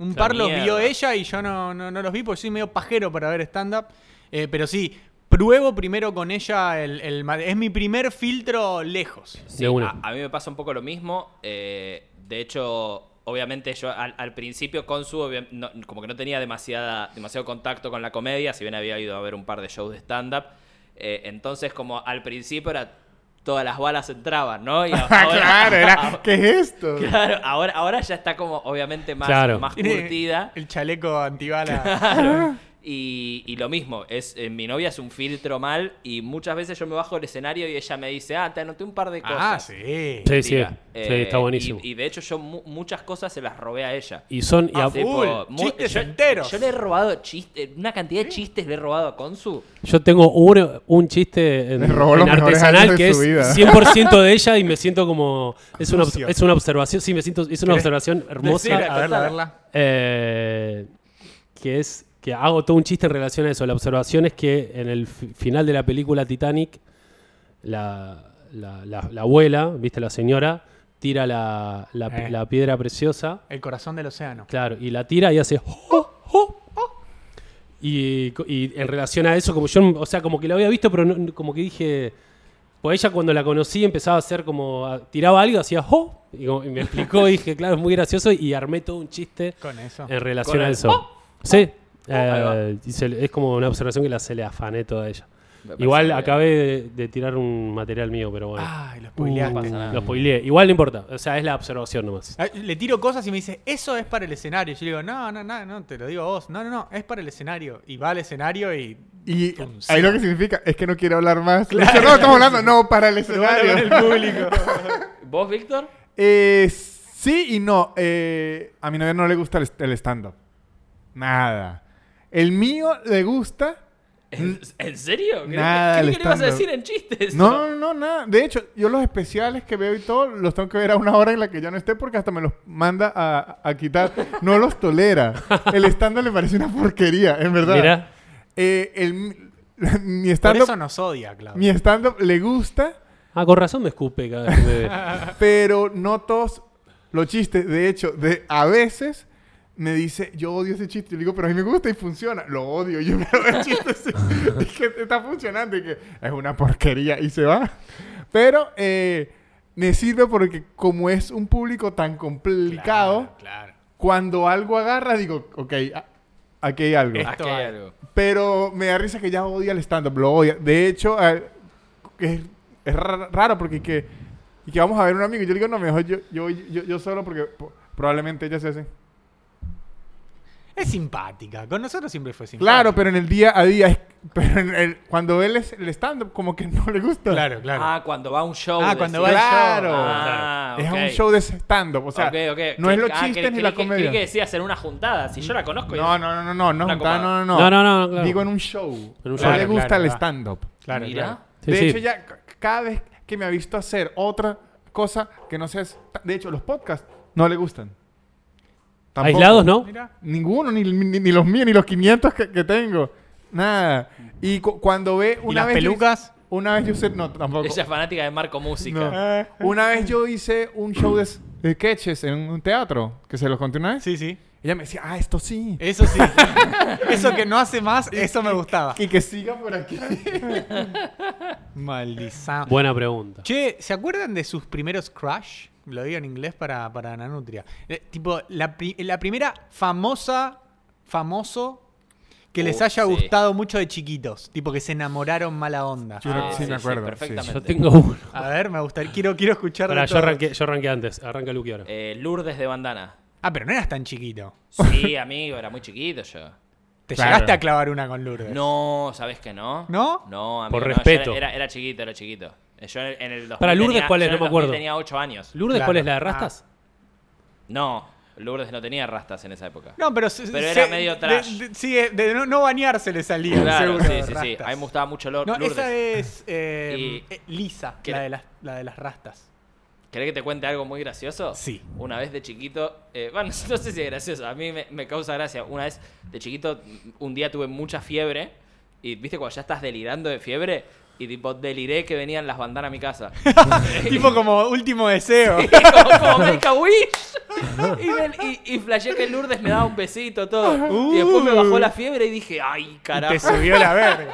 [SPEAKER 1] Un
[SPEAKER 2] La
[SPEAKER 1] par los
[SPEAKER 2] mierda.
[SPEAKER 1] vio ella y yo no, no, no los vi porque soy medio pajero para ver stand-up. Eh, pero sí, pruebo primero con ella el, el ma- Es mi primer filtro lejos.
[SPEAKER 2] Sí,
[SPEAKER 4] De una.
[SPEAKER 2] a, a mí me pasa un poco lo mismo. eh, de hecho, obviamente yo al, al principio con su, obvia- no- como que no tenía demasiada, demasiado contacto con la comedia, si bien había ido a ver un par de shows de stand-up. eh, entonces, como al principio era todas las balas entraban, ¿no? Y a- [laughs] ahora-
[SPEAKER 3] claro,
[SPEAKER 4] [laughs]
[SPEAKER 3] era. ¿Qué es esto?
[SPEAKER 2] claro,
[SPEAKER 1] [laughs]
[SPEAKER 2] ahora, ahora ya está como obviamente más,
[SPEAKER 4] Claro.
[SPEAKER 2] más
[SPEAKER 1] Tiene
[SPEAKER 2] curtida.
[SPEAKER 1] El chaleco antibala. Ah,
[SPEAKER 2] Y, y lo mismo, es, eh, mi novia es un filtro mal y muchas veces yo me bajo del escenario y ella me dice, ah, te anoté un par de cosas.
[SPEAKER 1] Ah, sí.
[SPEAKER 4] Sí, sí,
[SPEAKER 2] Diga,
[SPEAKER 4] sí,
[SPEAKER 2] eh,
[SPEAKER 4] está buenísimo.
[SPEAKER 2] Y, y de hecho yo mu- muchas cosas se las robé a ella.
[SPEAKER 4] Y son. y
[SPEAKER 1] Ah,
[SPEAKER 4] a-
[SPEAKER 1] sí. full,
[SPEAKER 2] mu-
[SPEAKER 1] chistes
[SPEAKER 2] yo,
[SPEAKER 1] enteros.
[SPEAKER 2] Yo le he robado chistes, una cantidad de chistes le he robado a Consu.
[SPEAKER 4] yo tengo uno- un chiste en,
[SPEAKER 3] Le robó
[SPEAKER 4] en
[SPEAKER 3] los mejores
[SPEAKER 4] artesanal
[SPEAKER 3] años de
[SPEAKER 4] que es
[SPEAKER 3] su vida.
[SPEAKER 4] 100% de ella y me siento como. Es una,
[SPEAKER 1] Sucio.
[SPEAKER 4] es una observación. Sí, me siento. Es una
[SPEAKER 1] ¿Querés
[SPEAKER 4] observación hermosa.
[SPEAKER 1] Decila, a verla, a
[SPEAKER 2] Contala.
[SPEAKER 1] verla.
[SPEAKER 4] Eh, que es que hago todo un chiste en relación a eso. La observación es que en el fi- final de la película Titanic, la, la- la- la abuela, viste, la señora, tira la, la pi-
[SPEAKER 1] Eh.
[SPEAKER 4] la piedra preciosa,
[SPEAKER 1] El corazón del océano.
[SPEAKER 4] claro, y la tira y hace... "Oh, oh, oh". Y, co- y en relación a eso, como yo, o sea, como que la había visto, pero no- como que dije... Pues ella cuando la conocí empezaba a hacer como... a- tiraba algo, hacía... "Oh", y, como- y me explicó, y dije, claro, es muy gracioso, y armé todo un chiste
[SPEAKER 1] Con eso.
[SPEAKER 4] en relación
[SPEAKER 2] Con
[SPEAKER 4] a
[SPEAKER 2] el- Oh,
[SPEAKER 4] eso. sí.
[SPEAKER 2] Ahí va.
[SPEAKER 4] Eh, y se le- es como una observación que la, se le afané toda ella.
[SPEAKER 2] Me parece
[SPEAKER 4] Igual
[SPEAKER 2] bien.
[SPEAKER 4] acabé de, de tirar un material mío, pero bueno.
[SPEAKER 2] Ah,
[SPEAKER 1] Ay, lo spoileaste.
[SPEAKER 2] pasa nada.
[SPEAKER 4] lo spoileé. Igual no importa. O sea, es la observación nomás.
[SPEAKER 1] Ah, Le tiro cosas y me dice, eso es para el escenario. Yo le digo, no, no, no, no, te lo digo a vos. No, no, no, es para el escenario. Y va al escenario y.
[SPEAKER 3] Y
[SPEAKER 1] Funciona.
[SPEAKER 3] ahí lo que significa es que no quiere hablar más. Dice, no, estamos hablando. No, para el escenario.
[SPEAKER 1] Pero habla con el público.
[SPEAKER 2] [laughs] ¿Vos, Víctor?
[SPEAKER 3] Eh, sí y no. Eh, a mi novia no le gusta el, est- el stand-up. Nada. El mío le gusta.
[SPEAKER 2] ¿En, en serio? ¿Qué-
[SPEAKER 3] Nada,
[SPEAKER 2] ¿Qué,
[SPEAKER 3] el
[SPEAKER 2] qué le ibas a
[SPEAKER 3] stand-up.
[SPEAKER 2] decir en chistes? Ah,
[SPEAKER 3] No, no, no, nada. De hecho, yo los especiales que veo y todo los tengo que ver a una hora en la que yo no esté porque hasta me los manda a, a quitar. No los tolera. El stand-up le parece una porquería, en verdad.
[SPEAKER 4] Mira,
[SPEAKER 3] Eh, el, [laughs] mi
[SPEAKER 1] Por
[SPEAKER 3] stand-up
[SPEAKER 1] eso nos odia, Claudio.
[SPEAKER 3] mi stand-up le gusta.
[SPEAKER 4] ah, con razón me escupe cada vez que me [laughs] ve.
[SPEAKER 3] pero no todos los chistes. De hecho, de, a veces me dice, yo odio ese chiste. Yo le digo, pero a mí me gusta y funciona. Lo odio. Yo veo el chiste así. y que está funcionando y que es una porquería y se va. Pero eh, me sirve porque como es un público tan complicado,
[SPEAKER 1] Claro.
[SPEAKER 3] cuando algo agarra, digo, ok, a- aquí hay algo.
[SPEAKER 1] Esto
[SPEAKER 2] Aquí
[SPEAKER 1] hay.
[SPEAKER 2] hay algo.
[SPEAKER 3] Pero me da risa que ya odia el stand-up, lo odia. De hecho, a- es, es ra- raro porque que, y que vamos a ver un amigo. y Yo le digo, no, mejor yo, yo, yo, yo solo porque po- probablemente ella se hace.
[SPEAKER 1] Es simpática. Con nosotros siempre fue simpática.
[SPEAKER 3] Claro, pero en el día a día, es- pero en el- cuando él es el stand-up, como que no le gusta.
[SPEAKER 1] Claro, claro.
[SPEAKER 2] Ah, cuando va a un show.
[SPEAKER 1] Ah,
[SPEAKER 2] decís.
[SPEAKER 1] cuando va al
[SPEAKER 3] Claro.
[SPEAKER 2] Ah,
[SPEAKER 3] Es
[SPEAKER 2] ok.
[SPEAKER 3] un show de stand-up, o sea,
[SPEAKER 2] Ok, ok.
[SPEAKER 3] no
[SPEAKER 2] Que-
[SPEAKER 3] es los
[SPEAKER 2] ah,
[SPEAKER 3] chistes
[SPEAKER 2] creí-
[SPEAKER 3] ni
[SPEAKER 2] creí
[SPEAKER 3] la
[SPEAKER 2] que-
[SPEAKER 3] comedia.
[SPEAKER 2] Creí que decías en una juntada. Si yo la conozco. y-
[SPEAKER 3] No, no, no, no,
[SPEAKER 2] pues.
[SPEAKER 3] no,
[SPEAKER 2] Una
[SPEAKER 3] no,
[SPEAKER 2] copada.
[SPEAKER 3] no, no,
[SPEAKER 4] No, no, no, claro.
[SPEAKER 3] Digo en un show.
[SPEAKER 4] En un
[SPEAKER 3] No
[SPEAKER 4] show.
[SPEAKER 3] le
[SPEAKER 1] Claro,
[SPEAKER 3] gusta
[SPEAKER 1] claro,
[SPEAKER 3] el
[SPEAKER 1] va.
[SPEAKER 3] stand-up.
[SPEAKER 1] claro,
[SPEAKER 2] Mira.
[SPEAKER 1] claro.
[SPEAKER 4] Sí,
[SPEAKER 3] de
[SPEAKER 4] sí.
[SPEAKER 3] hecho, ya c- cada vez que me ha visto hacer otra cosa que no sea... esta- De hecho, los podcasts no le gustan. Tampoco.
[SPEAKER 4] Aislados, ¿no?
[SPEAKER 1] Mira.
[SPEAKER 3] Ninguno, ni, ni- ni los míos, ni los 500 que, que tengo. Nada. Y cu- cuando ve
[SPEAKER 1] ¿Y
[SPEAKER 3] una
[SPEAKER 1] las
[SPEAKER 3] vez... yo
[SPEAKER 1] pelucas?
[SPEAKER 3] hice- una vez yo hice... No, tampoco.
[SPEAKER 2] Ella es fanática de Marco Música.
[SPEAKER 1] Ah.
[SPEAKER 3] No. Una vez yo hice un show de s- de sketches en un teatro, que se los conté una vez.
[SPEAKER 1] Sí, sí.
[SPEAKER 3] Ella me decía, ah, esto sí.
[SPEAKER 4] Eh.
[SPEAKER 1] Eso
[SPEAKER 3] [laughs]
[SPEAKER 1] sí. eso que no hace más, eso me gustaba.
[SPEAKER 3] Y que siga por
[SPEAKER 4] [laughs]
[SPEAKER 3] aquí.
[SPEAKER 1] Maldizado.
[SPEAKER 4] Buena pregunta.
[SPEAKER 1] Che, ¿se acuerdan de sus primeros crush? Lo digo en inglés para, para Nanutria. Eh, tipo, la, pri- la primera famosa, famoso, que les
[SPEAKER 2] Oh,
[SPEAKER 1] haya
[SPEAKER 2] sí.
[SPEAKER 1] gustado mucho de chiquitos. Tipo, que se enamoraron mala onda.
[SPEAKER 3] Yo creo que sí, me acuerdo, sí.
[SPEAKER 2] Ah, perfectamente.
[SPEAKER 4] Yo tengo uno.
[SPEAKER 1] A ver, me gustaría, quiero, quiero escuchar de
[SPEAKER 4] Pará, yo
[SPEAKER 1] todo.
[SPEAKER 4] arranqué, yo arranqué antes. Arranca Luqui ahora.
[SPEAKER 2] Eh, Lourdes de Bandana.
[SPEAKER 1] Ah, pero no eras tan chiquito. [laughs]
[SPEAKER 2] Sí, amigo, era muy chiquito yo.
[SPEAKER 1] Te
[SPEAKER 3] Claro.
[SPEAKER 1] llegaste a clavar una con Lourdes.
[SPEAKER 2] No, ¿sabes que no?
[SPEAKER 1] ¿No?
[SPEAKER 2] No, amigo.
[SPEAKER 4] Por
[SPEAKER 2] no, yo
[SPEAKER 4] respeto.
[SPEAKER 2] Era, era, era chiquito, era chiquito. Eh, Yo en el, en el 2000
[SPEAKER 4] Para Lourdes,
[SPEAKER 2] tenía-
[SPEAKER 4] ¿cuál es?
[SPEAKER 2] yo en
[SPEAKER 4] No
[SPEAKER 2] el
[SPEAKER 4] me acuerdo.
[SPEAKER 2] 2000 tenía 8 años.
[SPEAKER 4] Lourdes,
[SPEAKER 1] Claro.
[SPEAKER 4] ¿cuál es la de
[SPEAKER 1] Ah.
[SPEAKER 4] Rastas?
[SPEAKER 2] No, Lourdes no tenía rastas en esa época.
[SPEAKER 1] No, pero, se-
[SPEAKER 2] Pero
[SPEAKER 1] se-
[SPEAKER 2] era medio
[SPEAKER 1] de-
[SPEAKER 2] trash.
[SPEAKER 1] de- sí, de, no, no bañarse le salía.
[SPEAKER 2] Claro,
[SPEAKER 1] seguro,
[SPEAKER 2] sí, sí, sí.
[SPEAKER 1] rastas.
[SPEAKER 2] A mí me gustaba mucho Lor-
[SPEAKER 1] No,
[SPEAKER 2] Lourdes.
[SPEAKER 1] esa es eh,
[SPEAKER 2] Y-
[SPEAKER 1] eh, Lisa,
[SPEAKER 2] ¿Qué
[SPEAKER 1] la
[SPEAKER 2] era?
[SPEAKER 1] de, las, la de las rastas.
[SPEAKER 2] ¿Querés que te cuente algo muy gracioso?
[SPEAKER 1] Sí.
[SPEAKER 2] Una vez de chiquito, eh, [laughs] bueno, no sé si es gracioso, a mí me, me causa gracia. Una vez de chiquito, un día tuve mucha fiebre y viste cuando ya estás delirando de fiebre y tipo deliré que venían las bandanas a mi casa.
[SPEAKER 4] [laughs]
[SPEAKER 1] tipo como último deseo.
[SPEAKER 2] como, como Make a Wish. Y, del- y, y flasheé que Lourdes me daba un besito, todo. Y después me bajó la fiebre y dije, ay,
[SPEAKER 1] Te
[SPEAKER 2] carajo.
[SPEAKER 1] subió la
[SPEAKER 4] [laughs]
[SPEAKER 1] verga.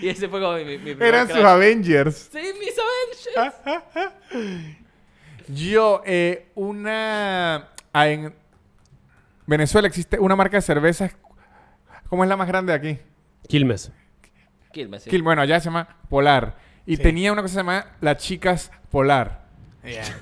[SPEAKER 2] Y ese fue como mi, mi- mi primer
[SPEAKER 3] Eran sus
[SPEAKER 2] crash.
[SPEAKER 3] Avengers.
[SPEAKER 2] Sí, mis Avengers.
[SPEAKER 3] Yo, eh, una. ah, En Venezuela existe una marca de cervezas. ¿Cómo es la más grande de aquí?
[SPEAKER 4] Quilmes.
[SPEAKER 2] Quilmes, sí.
[SPEAKER 3] Quil- Bueno, allá se llama Polar. Y
[SPEAKER 1] Sí.
[SPEAKER 3] tenía una cosa que se llama Las Chicas Polar.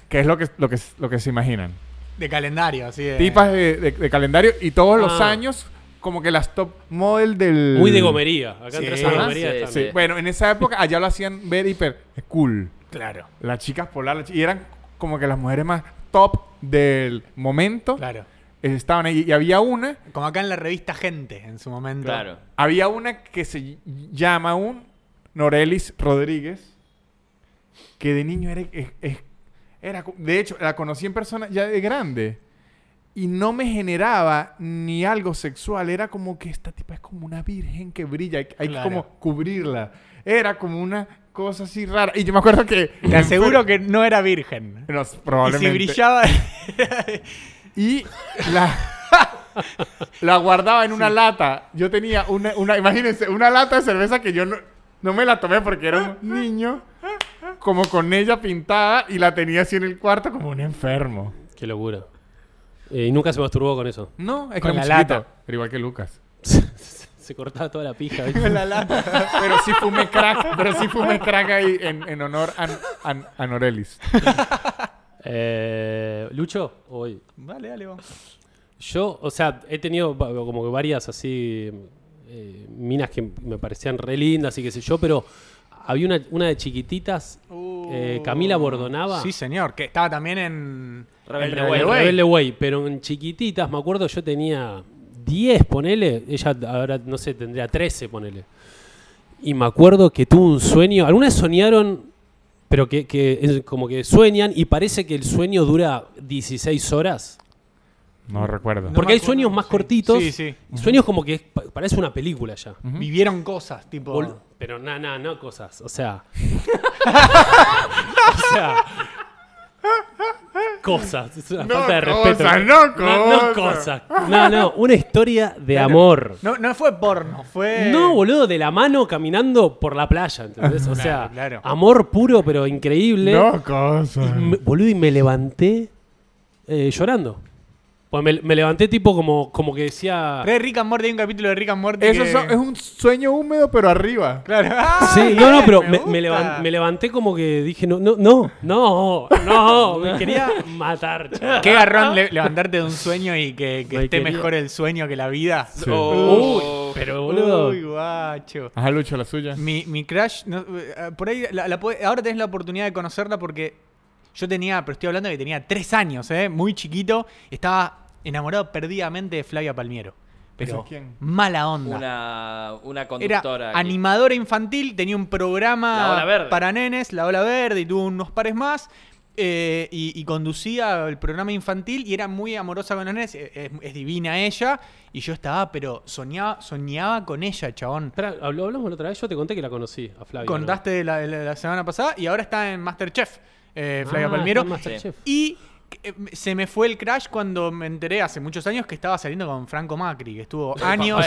[SPEAKER 3] Que es lo que, lo que, lo que se imaginan.
[SPEAKER 1] De calendario, así de.
[SPEAKER 3] Tipas de, de- de calendario. Y todos los
[SPEAKER 4] Ah.
[SPEAKER 3] años como que las top model del...
[SPEAKER 4] Muy de gomería. Acá
[SPEAKER 1] Sí,
[SPEAKER 4] entras a
[SPEAKER 3] ajá,
[SPEAKER 4] gomería.
[SPEAKER 2] sí,
[SPEAKER 4] está
[SPEAKER 2] sí.
[SPEAKER 3] Sí, bueno, en esa época allá lo hacían ver hiper cool.
[SPEAKER 1] Claro,
[SPEAKER 3] Las chicas polares y eran como que las mujeres más top del momento.
[SPEAKER 1] claro.
[SPEAKER 3] Estaban ahí y había una,
[SPEAKER 1] Como acá en la revista Gente, en su momento.
[SPEAKER 2] Claro.
[SPEAKER 3] había una que se llama un Norelis Rodríguez que de niño era, es- es- era co- de hecho la conocí en persona ya de grande y no me generaba ni algo sexual, era como que esta tipa es como una virgen que brilla, hay, hay
[SPEAKER 1] Claro.
[SPEAKER 3] que como cubrirla. Era como una cosa así rara y yo me acuerdo que
[SPEAKER 1] Te
[SPEAKER 3] [laughs]
[SPEAKER 1] aseguro que no era virgen.
[SPEAKER 3] No,
[SPEAKER 1] Y si
[SPEAKER 3] probablemente.
[SPEAKER 1] brillaba.
[SPEAKER 4] [laughs]
[SPEAKER 3] Y la, [laughs] la guardaba en una lata. Yo tenía una, una, imagínense, una lata de cerveza que yo no, no me la tomé porque era un niño, como con ella pintada, y la tenía así en el cuarto como un enfermo.
[SPEAKER 4] Qué locura. Eh, y nunca se masturbó con eso.
[SPEAKER 3] No, es
[SPEAKER 1] Con
[SPEAKER 3] que
[SPEAKER 1] la
[SPEAKER 3] la lata.
[SPEAKER 1] lata.
[SPEAKER 3] Pero igual que Lucas.
[SPEAKER 4] se cortaba toda la pija. ¿viste?
[SPEAKER 1] [laughs]
[SPEAKER 3] Pero sí fumé crack, pero sí fumé crack ahí en, en honor a, a- a Norelis.
[SPEAKER 4] Eh, Lucho, hoy.
[SPEAKER 1] Vale, dale, vamos.
[SPEAKER 4] Yo, o sea, he tenido va- como que varias así eh, minas que me parecían re lindas y qué sé yo, pero había una, una de chiquititas, eh, Camila Bordonaba.
[SPEAKER 1] Uh. Sí, señor, que estaba también en.
[SPEAKER 2] Rebelde
[SPEAKER 1] en
[SPEAKER 2] Way.
[SPEAKER 4] Rebelde
[SPEAKER 1] Way.
[SPEAKER 4] Rebelde Way, pero en chiquititas, me acuerdo, yo tenía 10, ponele. Ella ahora, no sé, tendría 13, ponele. Y me acuerdo que tuvo un sueño. Algunas soñaron, pero que, que es como que sueñan y parece que el sueño dura 16 horas.
[SPEAKER 3] No recuerdo.
[SPEAKER 1] No
[SPEAKER 4] Porque
[SPEAKER 1] me
[SPEAKER 4] hay
[SPEAKER 1] acuerdo,
[SPEAKER 4] sueños más
[SPEAKER 1] sí.
[SPEAKER 4] cortitos.
[SPEAKER 1] Sí, sí.
[SPEAKER 4] y Sueños como que es- pa- parece una película ya.
[SPEAKER 1] Vivieron cosas, tipo.
[SPEAKER 4] Bol- Pero nada, nada, no cosas.
[SPEAKER 1] [laughs]
[SPEAKER 4] O sea. o sea. Cosas. Es una
[SPEAKER 3] No
[SPEAKER 4] falta de
[SPEAKER 3] cosas,
[SPEAKER 4] respeto.
[SPEAKER 3] no
[SPEAKER 4] No, no
[SPEAKER 3] cosas.
[SPEAKER 4] cosas. No, no, Una historia de amor.
[SPEAKER 1] No, eh. no fue porno, fue.
[SPEAKER 4] No, boludo, de la mano caminando por la playa, ¿entendés? O sea,
[SPEAKER 1] claro.
[SPEAKER 4] amor puro pero increíble.
[SPEAKER 3] No, cosa.
[SPEAKER 4] Me- boludo, y me levanté eh, llorando. Pues me, me levanté tipo como, como que decía...
[SPEAKER 1] Re Rick and Morty, hay un capítulo de Rick and Morty.
[SPEAKER 3] Eso
[SPEAKER 1] que-
[SPEAKER 3] son- es un sueño húmedo, pero arriba.
[SPEAKER 1] Claro.
[SPEAKER 4] Sí,
[SPEAKER 1] [laughs]
[SPEAKER 4] no, no, pero
[SPEAKER 1] me
[SPEAKER 4] me, me levan-
[SPEAKER 1] gusta.
[SPEAKER 4] me levanté como que dije, no, no, no, no,
[SPEAKER 1] [laughs]
[SPEAKER 4] no, me quería matar. chaval.
[SPEAKER 1] Qué garrón le- levantarte de un sueño y que, que
[SPEAKER 4] Me
[SPEAKER 1] esté
[SPEAKER 4] quería-
[SPEAKER 1] mejor el sueño que la vida.
[SPEAKER 2] Oh.
[SPEAKER 4] Uy, pero boludo.
[SPEAKER 1] Uy, guacho.
[SPEAKER 3] Ajá, Lucho, la suya.
[SPEAKER 1] Mi, mi crush, no, eh, por ahí, la- la puede- ahora tenés la oportunidad de conocerla porque yo tenía, pero estoy hablando de que tenía tres años, ¿eh? muy chiquito, estaba enamorado perdidamente de Flavia Palmiero.
[SPEAKER 3] ¿Esa
[SPEAKER 1] Pero
[SPEAKER 3] es quién?
[SPEAKER 1] mala onda.
[SPEAKER 2] Una, una
[SPEAKER 1] Era
[SPEAKER 2] conductora. que-
[SPEAKER 1] animadora infantil, tenía un
[SPEAKER 2] La
[SPEAKER 1] programa
[SPEAKER 2] Ola Verde.
[SPEAKER 1] para nenes, La Ola Verde, y tuvo unos pares más. eh, y, y conducía el programa infantil y era muy amorosa con los nenes. eh, Es, es divina ella. Y yo estaba, pero soñaba, soñaba con ella, chabón.
[SPEAKER 4] Espera, habló- hablamos la otra vez, yo te conté que la conocí a Flavia. ¿no?
[SPEAKER 1] Contaste de la, de la- de la semana pasada y ahora está en Masterchef, eh,
[SPEAKER 4] Ah,
[SPEAKER 1] Flavia Palmiero.
[SPEAKER 4] está en Masterchef.
[SPEAKER 1] Y eh, se me fue el crash cuando me enteré hace muchos años que estaba saliendo con Franco Macri, que estuvo
[SPEAKER 2] [laughs]
[SPEAKER 1] años,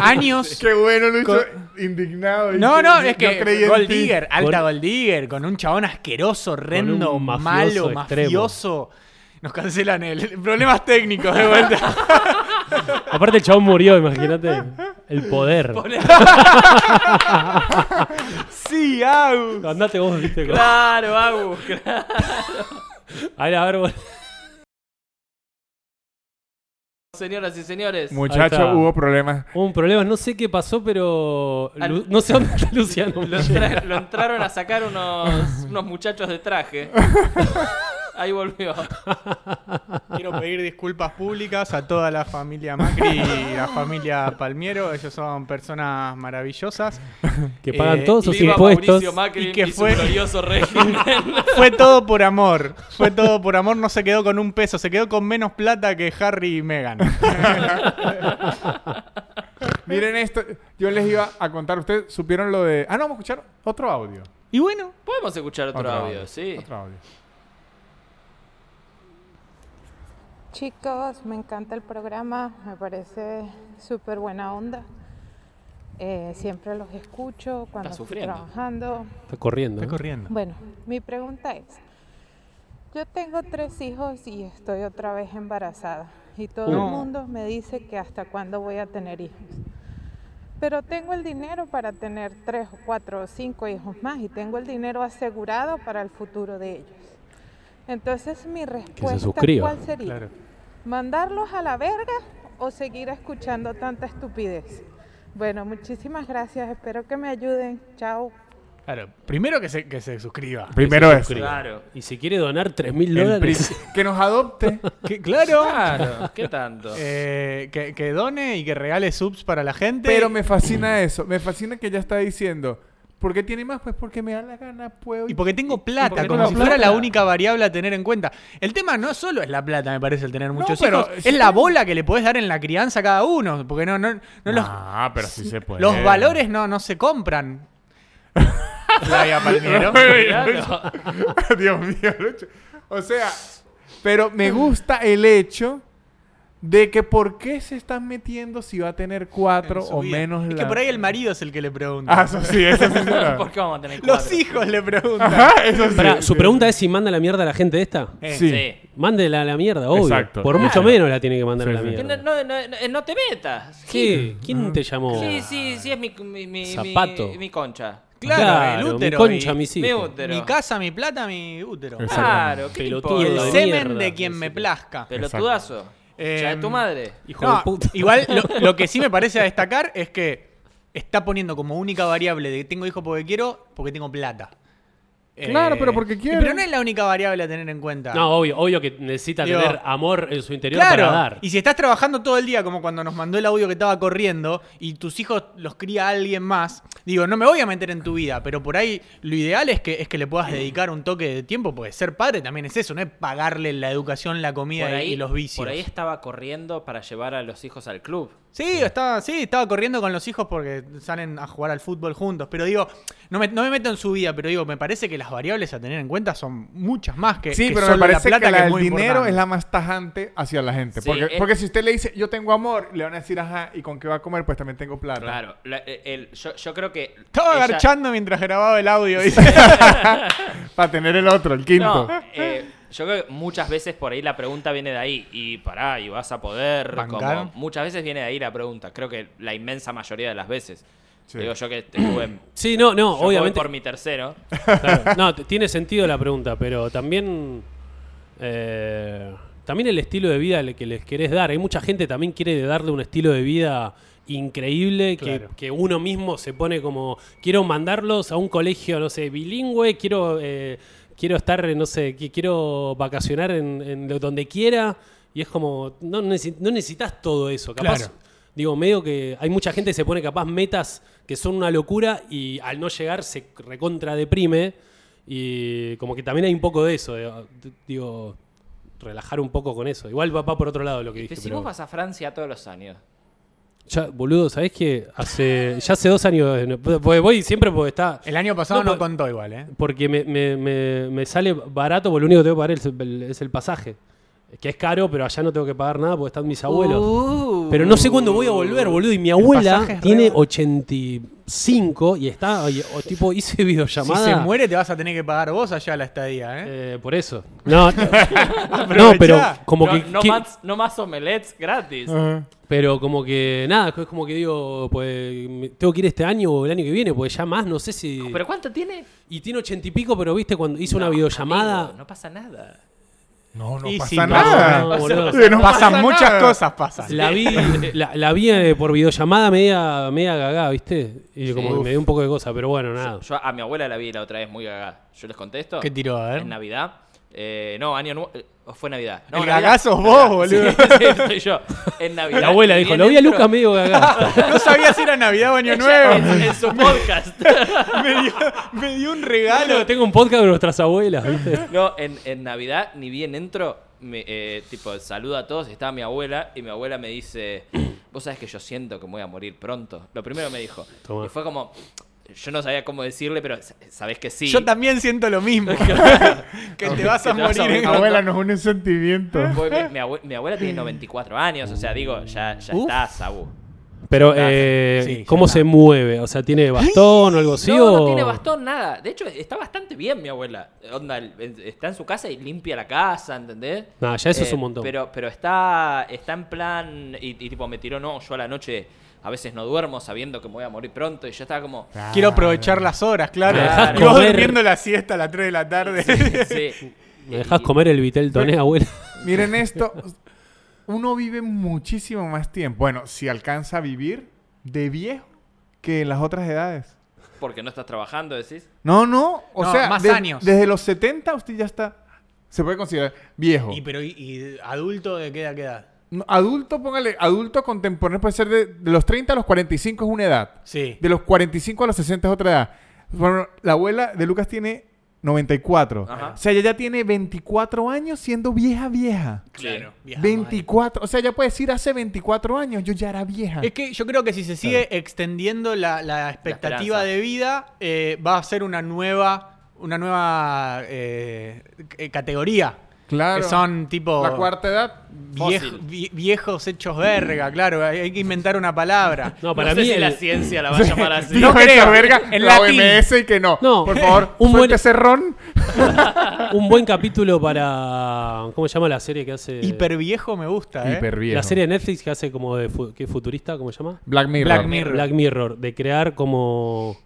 [SPEAKER 1] años
[SPEAKER 3] Qué bueno, Lucho. Indignado.
[SPEAKER 1] No,
[SPEAKER 3] Yo-
[SPEAKER 1] no,
[SPEAKER 3] yo
[SPEAKER 1] es que
[SPEAKER 3] creí en
[SPEAKER 1] Gold
[SPEAKER 3] ti.
[SPEAKER 1] Digger, alta
[SPEAKER 4] Con-
[SPEAKER 1] Gold Digger, con un chabón asqueroso, horrendo,
[SPEAKER 4] un mafioso
[SPEAKER 1] malo,
[SPEAKER 4] extremo.
[SPEAKER 1] mafioso. Nos cancelan el. Problemas técnicos de vuelta.
[SPEAKER 4] Aparte el chabón
[SPEAKER 1] [laughs]
[SPEAKER 4] murió, imagínate. El poder.
[SPEAKER 1] sí, au.
[SPEAKER 4] Andate vos, viste. con-
[SPEAKER 2] Claro, Agus. claro.
[SPEAKER 4] A ver, a ver, bol-
[SPEAKER 2] Señoras y señores.
[SPEAKER 4] Ahí está.
[SPEAKER 3] Muchacho, hubo problemas.
[SPEAKER 4] hubo un problema, no sé qué pasó, pero...
[SPEAKER 2] Al-
[SPEAKER 4] Lu- No sé
[SPEAKER 1] [laughs]
[SPEAKER 4] dónde está Luciano.
[SPEAKER 2] Lo, entra- lo entraron a sacar unos, unos muchachos de traje. Ahí volvió.
[SPEAKER 1] Quiero pedir disculpas públicas a toda la familia Macri y la familia Palmiero. Ellos son personas maravillachosas.
[SPEAKER 4] Que pagan
[SPEAKER 1] Eh,
[SPEAKER 4] todos sus
[SPEAKER 2] Viva
[SPEAKER 4] impuestos.
[SPEAKER 2] Mauricio Macri
[SPEAKER 1] Y
[SPEAKER 2] y,
[SPEAKER 1] que
[SPEAKER 2] su
[SPEAKER 1] fue- [laughs]
[SPEAKER 2] glorioso régimen.
[SPEAKER 1] Fue todo por amor. Fue todo por amor. No se quedó con un peso. Se quedó con menos plata que Harry y Meghan.
[SPEAKER 3] Miren esto. Yo les iba a contar. Ustedes supieron lo de. Ah, no, vamos a escuchar otro audio.
[SPEAKER 1] Y bueno,
[SPEAKER 2] Podemos escuchar otro, audio, sí.
[SPEAKER 3] Otro audio.
[SPEAKER 6] Chicos, me encanta el programa, me parece súper buena onda. Eh, siempre los escucho cuando
[SPEAKER 2] Está
[SPEAKER 6] estoy
[SPEAKER 2] sufriendo.
[SPEAKER 6] trabajando.
[SPEAKER 4] Está corriendo.
[SPEAKER 1] está
[SPEAKER 4] ¿eh?
[SPEAKER 1] corriendo.
[SPEAKER 6] Bueno, mi pregunta es, yo tengo tres hijos y estoy otra vez embarazada y todo
[SPEAKER 1] No.
[SPEAKER 6] el mundo me dice que hasta cuándo voy a tener hijos. Pero tengo el dinero para tener tres o cuatro o cinco hijos más y tengo el dinero asegurado para el futuro de ellos. Entonces mi respuesta
[SPEAKER 4] suscriban,
[SPEAKER 6] ¿cuál sería?
[SPEAKER 1] Claro.
[SPEAKER 6] ¿Mandarlos a la verga o seguir escuchando tanta estupidez. Bueno, muchísimas gracias. Espero que me ayuden. Chao.
[SPEAKER 1] Claro, primero que se, que se suscriba.
[SPEAKER 3] Primero
[SPEAKER 4] Que se
[SPEAKER 3] es.
[SPEAKER 4] suscriba.
[SPEAKER 2] Claro.
[SPEAKER 4] Y si quiere donar 3 mil
[SPEAKER 3] el
[SPEAKER 4] dólares.
[SPEAKER 3] príncipe- Que nos adopte.
[SPEAKER 1] Que- claro.
[SPEAKER 2] Claro, ¿qué tanto? [laughs]
[SPEAKER 1] Eh, que, que done y que regale subs para la gente.
[SPEAKER 3] Pero me fascina eso. Me fascina que ya está diciendo. ¿Por qué tiene más? Pues porque me da la gana, puedo.
[SPEAKER 1] Y porque tengo plata,
[SPEAKER 2] porque
[SPEAKER 1] como
[SPEAKER 2] tengo
[SPEAKER 1] si fuera
[SPEAKER 2] plata.
[SPEAKER 1] la única variable a tener en cuenta. El tema no solo es la plata, me parece, el tener muchos
[SPEAKER 3] pero
[SPEAKER 1] hijos.
[SPEAKER 3] sí.
[SPEAKER 1] Es la bola que le podés dar en la crianza a cada uno. Porque no, no, no los,
[SPEAKER 3] Ah, pero sí se puede.
[SPEAKER 1] los valores no, no se compran. Flavia
[SPEAKER 3] [laughs]
[SPEAKER 1] Palmiero.
[SPEAKER 2] Claro.
[SPEAKER 3] Dios mío, Lucho. O sea, pero me gusta el hecho de que por qué se están metiendo si va a tener cuatro
[SPEAKER 1] en su
[SPEAKER 3] o
[SPEAKER 1] vida.
[SPEAKER 3] menos
[SPEAKER 1] Es
[SPEAKER 3] la...
[SPEAKER 1] que por ahí
[SPEAKER 3] [laughs]
[SPEAKER 1] el marido es el que le pregunta.
[SPEAKER 3] Ah, eso sí, eso sí. [laughs] será.
[SPEAKER 2] ¿Por qué vamos a tener
[SPEAKER 1] [laughs]
[SPEAKER 2] cuatro?
[SPEAKER 1] los hijos le
[SPEAKER 3] [laughs]
[SPEAKER 1] preguntan.
[SPEAKER 3] Ajá, eso sí.
[SPEAKER 4] Pará,
[SPEAKER 1] [laughs]
[SPEAKER 4] su pregunta es si manda la mierda a la gente esta.
[SPEAKER 1] Eh,
[SPEAKER 3] Sí.
[SPEAKER 2] Sí.
[SPEAKER 4] Mándela a la mierda, obvio.
[SPEAKER 3] Exacto.
[SPEAKER 4] Por mucho menos la tiene que mandar
[SPEAKER 3] Sí,
[SPEAKER 4] a la
[SPEAKER 3] sí.
[SPEAKER 2] Que
[SPEAKER 4] mierda.
[SPEAKER 2] No, no, no, no- no te metas.
[SPEAKER 4] ¿Qué? ¿Quién te llamó?
[SPEAKER 2] Sí, sí, sí, es mi, mi, mi,
[SPEAKER 4] Zapato.
[SPEAKER 2] mi, mi concha.
[SPEAKER 1] Claro, el
[SPEAKER 4] mi
[SPEAKER 1] útero.
[SPEAKER 4] concha,
[SPEAKER 1] mi,
[SPEAKER 4] mis
[SPEAKER 2] mi
[SPEAKER 4] hijos.
[SPEAKER 2] útero.
[SPEAKER 1] mi casa, mi plata, mi útero.
[SPEAKER 3] Exacto.
[SPEAKER 2] Claro, ¿qué te
[SPEAKER 4] Pelotudo
[SPEAKER 1] Y el
[SPEAKER 2] importa?
[SPEAKER 4] de
[SPEAKER 1] semen
[SPEAKER 4] mierda,
[SPEAKER 1] de quien me
[SPEAKER 4] decirle.
[SPEAKER 1] plazca.
[SPEAKER 2] Pelotudazo.
[SPEAKER 1] Eh,
[SPEAKER 2] Ya de tu madre.
[SPEAKER 4] Hijo
[SPEAKER 1] No,
[SPEAKER 4] de puta.
[SPEAKER 1] Igual
[SPEAKER 4] [laughs]
[SPEAKER 1] lo, lo que sí me parece a destacar es que está poniendo como única variable de que tengo hijos porque quiero, porque tengo plata. Eh,
[SPEAKER 3] Claro, pero porque quiere.
[SPEAKER 1] Pero no es la única variable a tener en cuenta.
[SPEAKER 4] No, obvio, obvio que necesita
[SPEAKER 1] Digo,
[SPEAKER 4] tener amor en su interior
[SPEAKER 1] Claro,
[SPEAKER 4] para dar.
[SPEAKER 1] y si estás trabajando todo el día, como cuando nos mandó el audio que estaba corriendo, y tus hijos los cría alguien más, digo, no me voy a meter en tu vida, pero por ahí lo ideal es que, es que le puedas dedicar un toque de tiempo, porque ser padre también es eso, no es pagarle la educación, la comida
[SPEAKER 2] Por
[SPEAKER 1] y-
[SPEAKER 2] ahí,
[SPEAKER 1] y los vicios.
[SPEAKER 2] por ahí estaba corriendo para llevar a los hijos al club.
[SPEAKER 1] Sí, estaba, sí, estaba corriendo con los hijos porque salen a jugar al fútbol juntos. Pero digo, no me, no me meto en su vida, pero digo, me parece que las variables a tener en cuenta son muchas más que,
[SPEAKER 3] Sí,
[SPEAKER 1] que
[SPEAKER 3] pero me
[SPEAKER 1] solo
[SPEAKER 3] parece
[SPEAKER 1] la plata
[SPEAKER 3] que la del
[SPEAKER 1] muy
[SPEAKER 3] dinero
[SPEAKER 1] importante.
[SPEAKER 3] es la más tajante hacia la gente.
[SPEAKER 2] Sí, eh.
[SPEAKER 3] porque,
[SPEAKER 2] es-
[SPEAKER 3] porque si usted le dice, yo tengo amor, le van a decir, ajá, ¿y con qué va a comer? Pues también tengo plata.
[SPEAKER 2] Claro, la- eh, el- yo, yo creo que.
[SPEAKER 1] Estaba
[SPEAKER 2] ella-
[SPEAKER 1] garchando mientras grababa el audio. dice.
[SPEAKER 3] [laughs] Para tener el otro, el quinto.
[SPEAKER 2] No, eh, yo creo que muchas veces por ahí la pregunta viene de ahí. Y pará, y vas a poder.
[SPEAKER 1] ¿Bancar?
[SPEAKER 2] como- muchas veces viene de ahí la pregunta. Creo que la inmensa mayoría de las veces.
[SPEAKER 3] Sí.
[SPEAKER 2] Digo, yo que estuve. en-
[SPEAKER 4] Sí, no, no,
[SPEAKER 2] yo voy
[SPEAKER 4] obviamente.
[SPEAKER 2] por mi tercero.
[SPEAKER 4] Claro. No, t- tiene sentido la pregunta, pero también. eh, también el estilo de vida al que les querés dar. Hay mucha gente también quiere darle un estilo de vida increíble que,
[SPEAKER 1] Claro.
[SPEAKER 4] que uno mismo se pone como. Quiero mandarlos a un colegio, no sé, bilingüe, quiero. eh, Quiero estar, no sé, qui- quiero vacacionar en, en lo- donde quiera. Y es como, no, necesi- no necesitas todo eso. Capaz,
[SPEAKER 1] Claro.
[SPEAKER 4] Digo, medio que hay mucha gente que se pone capaz metas que son una locura y al no llegar se recontra deprime. Y como que también hay un poco de eso. de- de- Digo, relajar un poco con eso. Igual va, va por otro lado lo que dije.
[SPEAKER 2] Pero Este, si
[SPEAKER 4] pero-
[SPEAKER 2] vos vas a Francia todos los años.
[SPEAKER 4] Ya, boludo, ¿sabés qué? Hace, ya hace dos años. eh, no, porque voy siempre porque está.
[SPEAKER 1] El año pasado
[SPEAKER 4] No,
[SPEAKER 1] no,
[SPEAKER 4] pues-
[SPEAKER 1] contó igual, ¿eh?
[SPEAKER 4] Porque me, me- me- me sale barato, porque lo único que tengo que pagar es el, es el pasaje. Que es caro, pero allá no tengo que pagar nada porque están mis abuelos. Pero no sé cuándo voy a volver, boludo. Y mi
[SPEAKER 1] Uh. pasaje
[SPEAKER 4] abuela
[SPEAKER 1] es
[SPEAKER 4] tiene
[SPEAKER 1] re-
[SPEAKER 4] 85 y está, y- o tipo, [laughs] hice videollamada.
[SPEAKER 1] Si se muere, te vas a tener que pagar vos allá la estadía, ¿eh?
[SPEAKER 4] Eh, por eso.
[SPEAKER 1] [laughs]
[SPEAKER 4] No, no, no, pero como
[SPEAKER 2] no,
[SPEAKER 4] que. Ah.
[SPEAKER 2] no
[SPEAKER 4] que-
[SPEAKER 2] más, no más omelets gratis.
[SPEAKER 3] Ajá.
[SPEAKER 4] Pero como que nada, es como que digo, pues me- tengo que ir este año o el año que viene, pues ya más, no sé si.
[SPEAKER 2] ¿Pero cuánto tiene?
[SPEAKER 4] Y tiene ochenta y pico, pero viste, cuando hizo una
[SPEAKER 2] No,
[SPEAKER 4] videollamada.
[SPEAKER 2] amigo, no Ah, pasa nada.
[SPEAKER 3] No, no
[SPEAKER 1] Y
[SPEAKER 3] pasa
[SPEAKER 1] si no,
[SPEAKER 3] nada.
[SPEAKER 2] [laughs]
[SPEAKER 4] no, boludo.
[SPEAKER 3] Sí, no
[SPEAKER 1] pasan
[SPEAKER 3] pasa
[SPEAKER 1] muchas
[SPEAKER 3] nada.
[SPEAKER 1] cosas, pasan.
[SPEAKER 4] La vi, la, la vi eh, por videollamada media, media cagada, ¿viste? Y como que me dio un poco de cosa, pero bueno, nada.
[SPEAKER 2] Yo a mi abuela la vi la otra vez muy cagada. Yo les contesto.
[SPEAKER 1] Ah. ¿Qué tiró? A ver.
[SPEAKER 2] En Navidad. Eh, no, año nuevo. eh, ¿O fue Navidad? No,
[SPEAKER 1] el
[SPEAKER 2] Navidad.
[SPEAKER 1] gagazo es vos, boludo.
[SPEAKER 2] Sí, sí, soy yo. En Navidad.
[SPEAKER 4] La abuela dijo, lo vi a Lucas medio
[SPEAKER 2] [laughs]
[SPEAKER 4] [laughs] cagada.
[SPEAKER 1] [laughs] No sabía si era Navidad o Año
[SPEAKER 2] Ella En,
[SPEAKER 1] Nuevo.
[SPEAKER 2] en su podcast.
[SPEAKER 1] me, dio, me dio un regalo.
[SPEAKER 4] Ah, Tengo un podcast de nuestras abuelas, ¿viste?
[SPEAKER 2] no, en, en Navidad, ni bien entro, me, eh, tipo, saludo a todos. y Estaba mi abuela y mi abuela me dice, [clears throat] vos sabés que yo siento que me voy a morir pronto. Lo primero me dijo.
[SPEAKER 4] Tomá.
[SPEAKER 2] Y fue como, yo no sabía cómo decirle, pero sa- sabés que sí.
[SPEAKER 1] Yo también siento lo [laughs] mismo. que te vas a
[SPEAKER 2] Que te vas a
[SPEAKER 1] morir Ah, en
[SPEAKER 2] morir.
[SPEAKER 3] Abuela, nos une un sentimiento.
[SPEAKER 2] Voy- mi, mi abue- mi abuela tiene 94 años, o sea, digo, ya, ya
[SPEAKER 1] Uf.
[SPEAKER 2] está, Sabu.
[SPEAKER 4] Pero,
[SPEAKER 2] Claro.
[SPEAKER 4] eh,
[SPEAKER 1] Sí, ya
[SPEAKER 4] ¿cómo
[SPEAKER 1] está.
[SPEAKER 4] se mueve? O sea, ¿tiene bastón o algo así?
[SPEAKER 2] ¿Eh? no, no
[SPEAKER 4] o-
[SPEAKER 2] tiene bastón, nada. De hecho, está bastante bien mi abuela. Onda, el- está en su casa y limpia la casa, ¿entendés? Eh,
[SPEAKER 4] No, ya eso es un montón.
[SPEAKER 2] Pero, pero está, está en plan, y, y tipo, me tiró, no, yo a la noche a veces no duermo sabiendo que me voy a morir pronto, y yo estaba
[SPEAKER 4] [laughs]
[SPEAKER 2] como...
[SPEAKER 1] Quiero
[SPEAKER 3] Ah.
[SPEAKER 1] aprovechar las horas, claro.
[SPEAKER 4] Me dejás
[SPEAKER 1] Y vos
[SPEAKER 4] comer.
[SPEAKER 1] durmiendo la siesta a las 3 de [laughs] la tarde.
[SPEAKER 2] Sí, sí. [laughs]
[SPEAKER 4] ¿Me dejas comer el vitel toné, abuela?
[SPEAKER 3] Miren esto. uno vive muchísimo más tiempo. Bueno, si alcanza a vivir de viejo que en las otras edades.
[SPEAKER 2] Porque no estás trabajando, decís.
[SPEAKER 3] No, no, o
[SPEAKER 1] No,
[SPEAKER 3] sea,
[SPEAKER 1] más
[SPEAKER 3] de-
[SPEAKER 1] años.
[SPEAKER 3] desde los 70 usted ya está, se puede considerar viejo.
[SPEAKER 1] Y, pero, y, y adulto de qué edad, qué edad?
[SPEAKER 3] No, Adulto, póngale, adulto contemporáneo puede ser de, de los 30 a los 45 es una edad.
[SPEAKER 1] Sí.
[SPEAKER 3] De los 45 a los 60 es otra edad. Bueno, la abuela de Lucas tiene 94.
[SPEAKER 2] Ajá.
[SPEAKER 3] O sea, ella ya tiene 24 años siendo vieja, vieja.
[SPEAKER 1] Claro. Viajamos ahí.
[SPEAKER 3] 24. O sea, ya puede decir hace 24 años yo ya era vieja.
[SPEAKER 1] Es que yo creo que si se sigue extendiendo la, la expectativa
[SPEAKER 2] esperanza.
[SPEAKER 1] de vida, eh, va a ser una nueva, una nueva eh, c- eh, categoría.
[SPEAKER 3] Claro.
[SPEAKER 1] Que son tipo
[SPEAKER 3] La cuarta edad.
[SPEAKER 1] viejo-
[SPEAKER 2] fósil.
[SPEAKER 1] vi- viejos hechos verga, claro. Hay hay que inventar una palabra.
[SPEAKER 4] [laughs] No, para
[SPEAKER 2] no sé
[SPEAKER 4] mí
[SPEAKER 2] si
[SPEAKER 4] el-
[SPEAKER 2] la ciencia la va
[SPEAKER 1] [laughs]
[SPEAKER 2] a llamar así.
[SPEAKER 1] No
[SPEAKER 3] Dijo hecha
[SPEAKER 1] creo.
[SPEAKER 3] verga
[SPEAKER 1] En
[SPEAKER 3] la
[SPEAKER 1] latín.
[SPEAKER 3] OMS y que no.
[SPEAKER 4] No.
[SPEAKER 3] Por favor,
[SPEAKER 4] [laughs] Un
[SPEAKER 3] un
[SPEAKER 4] buen-
[SPEAKER 3] buen cerrón.
[SPEAKER 4] Un buen capítulo para. ¿Cómo se llama la serie que hace?
[SPEAKER 1] Hiperviejo me gusta, ¿eh?
[SPEAKER 3] viejo.
[SPEAKER 4] La serie de Netflix que hace como de fu- que futurista, ¿cómo se llama?
[SPEAKER 3] Black Mirror.
[SPEAKER 1] Black Mirror.
[SPEAKER 4] Black Mirror, de crear como.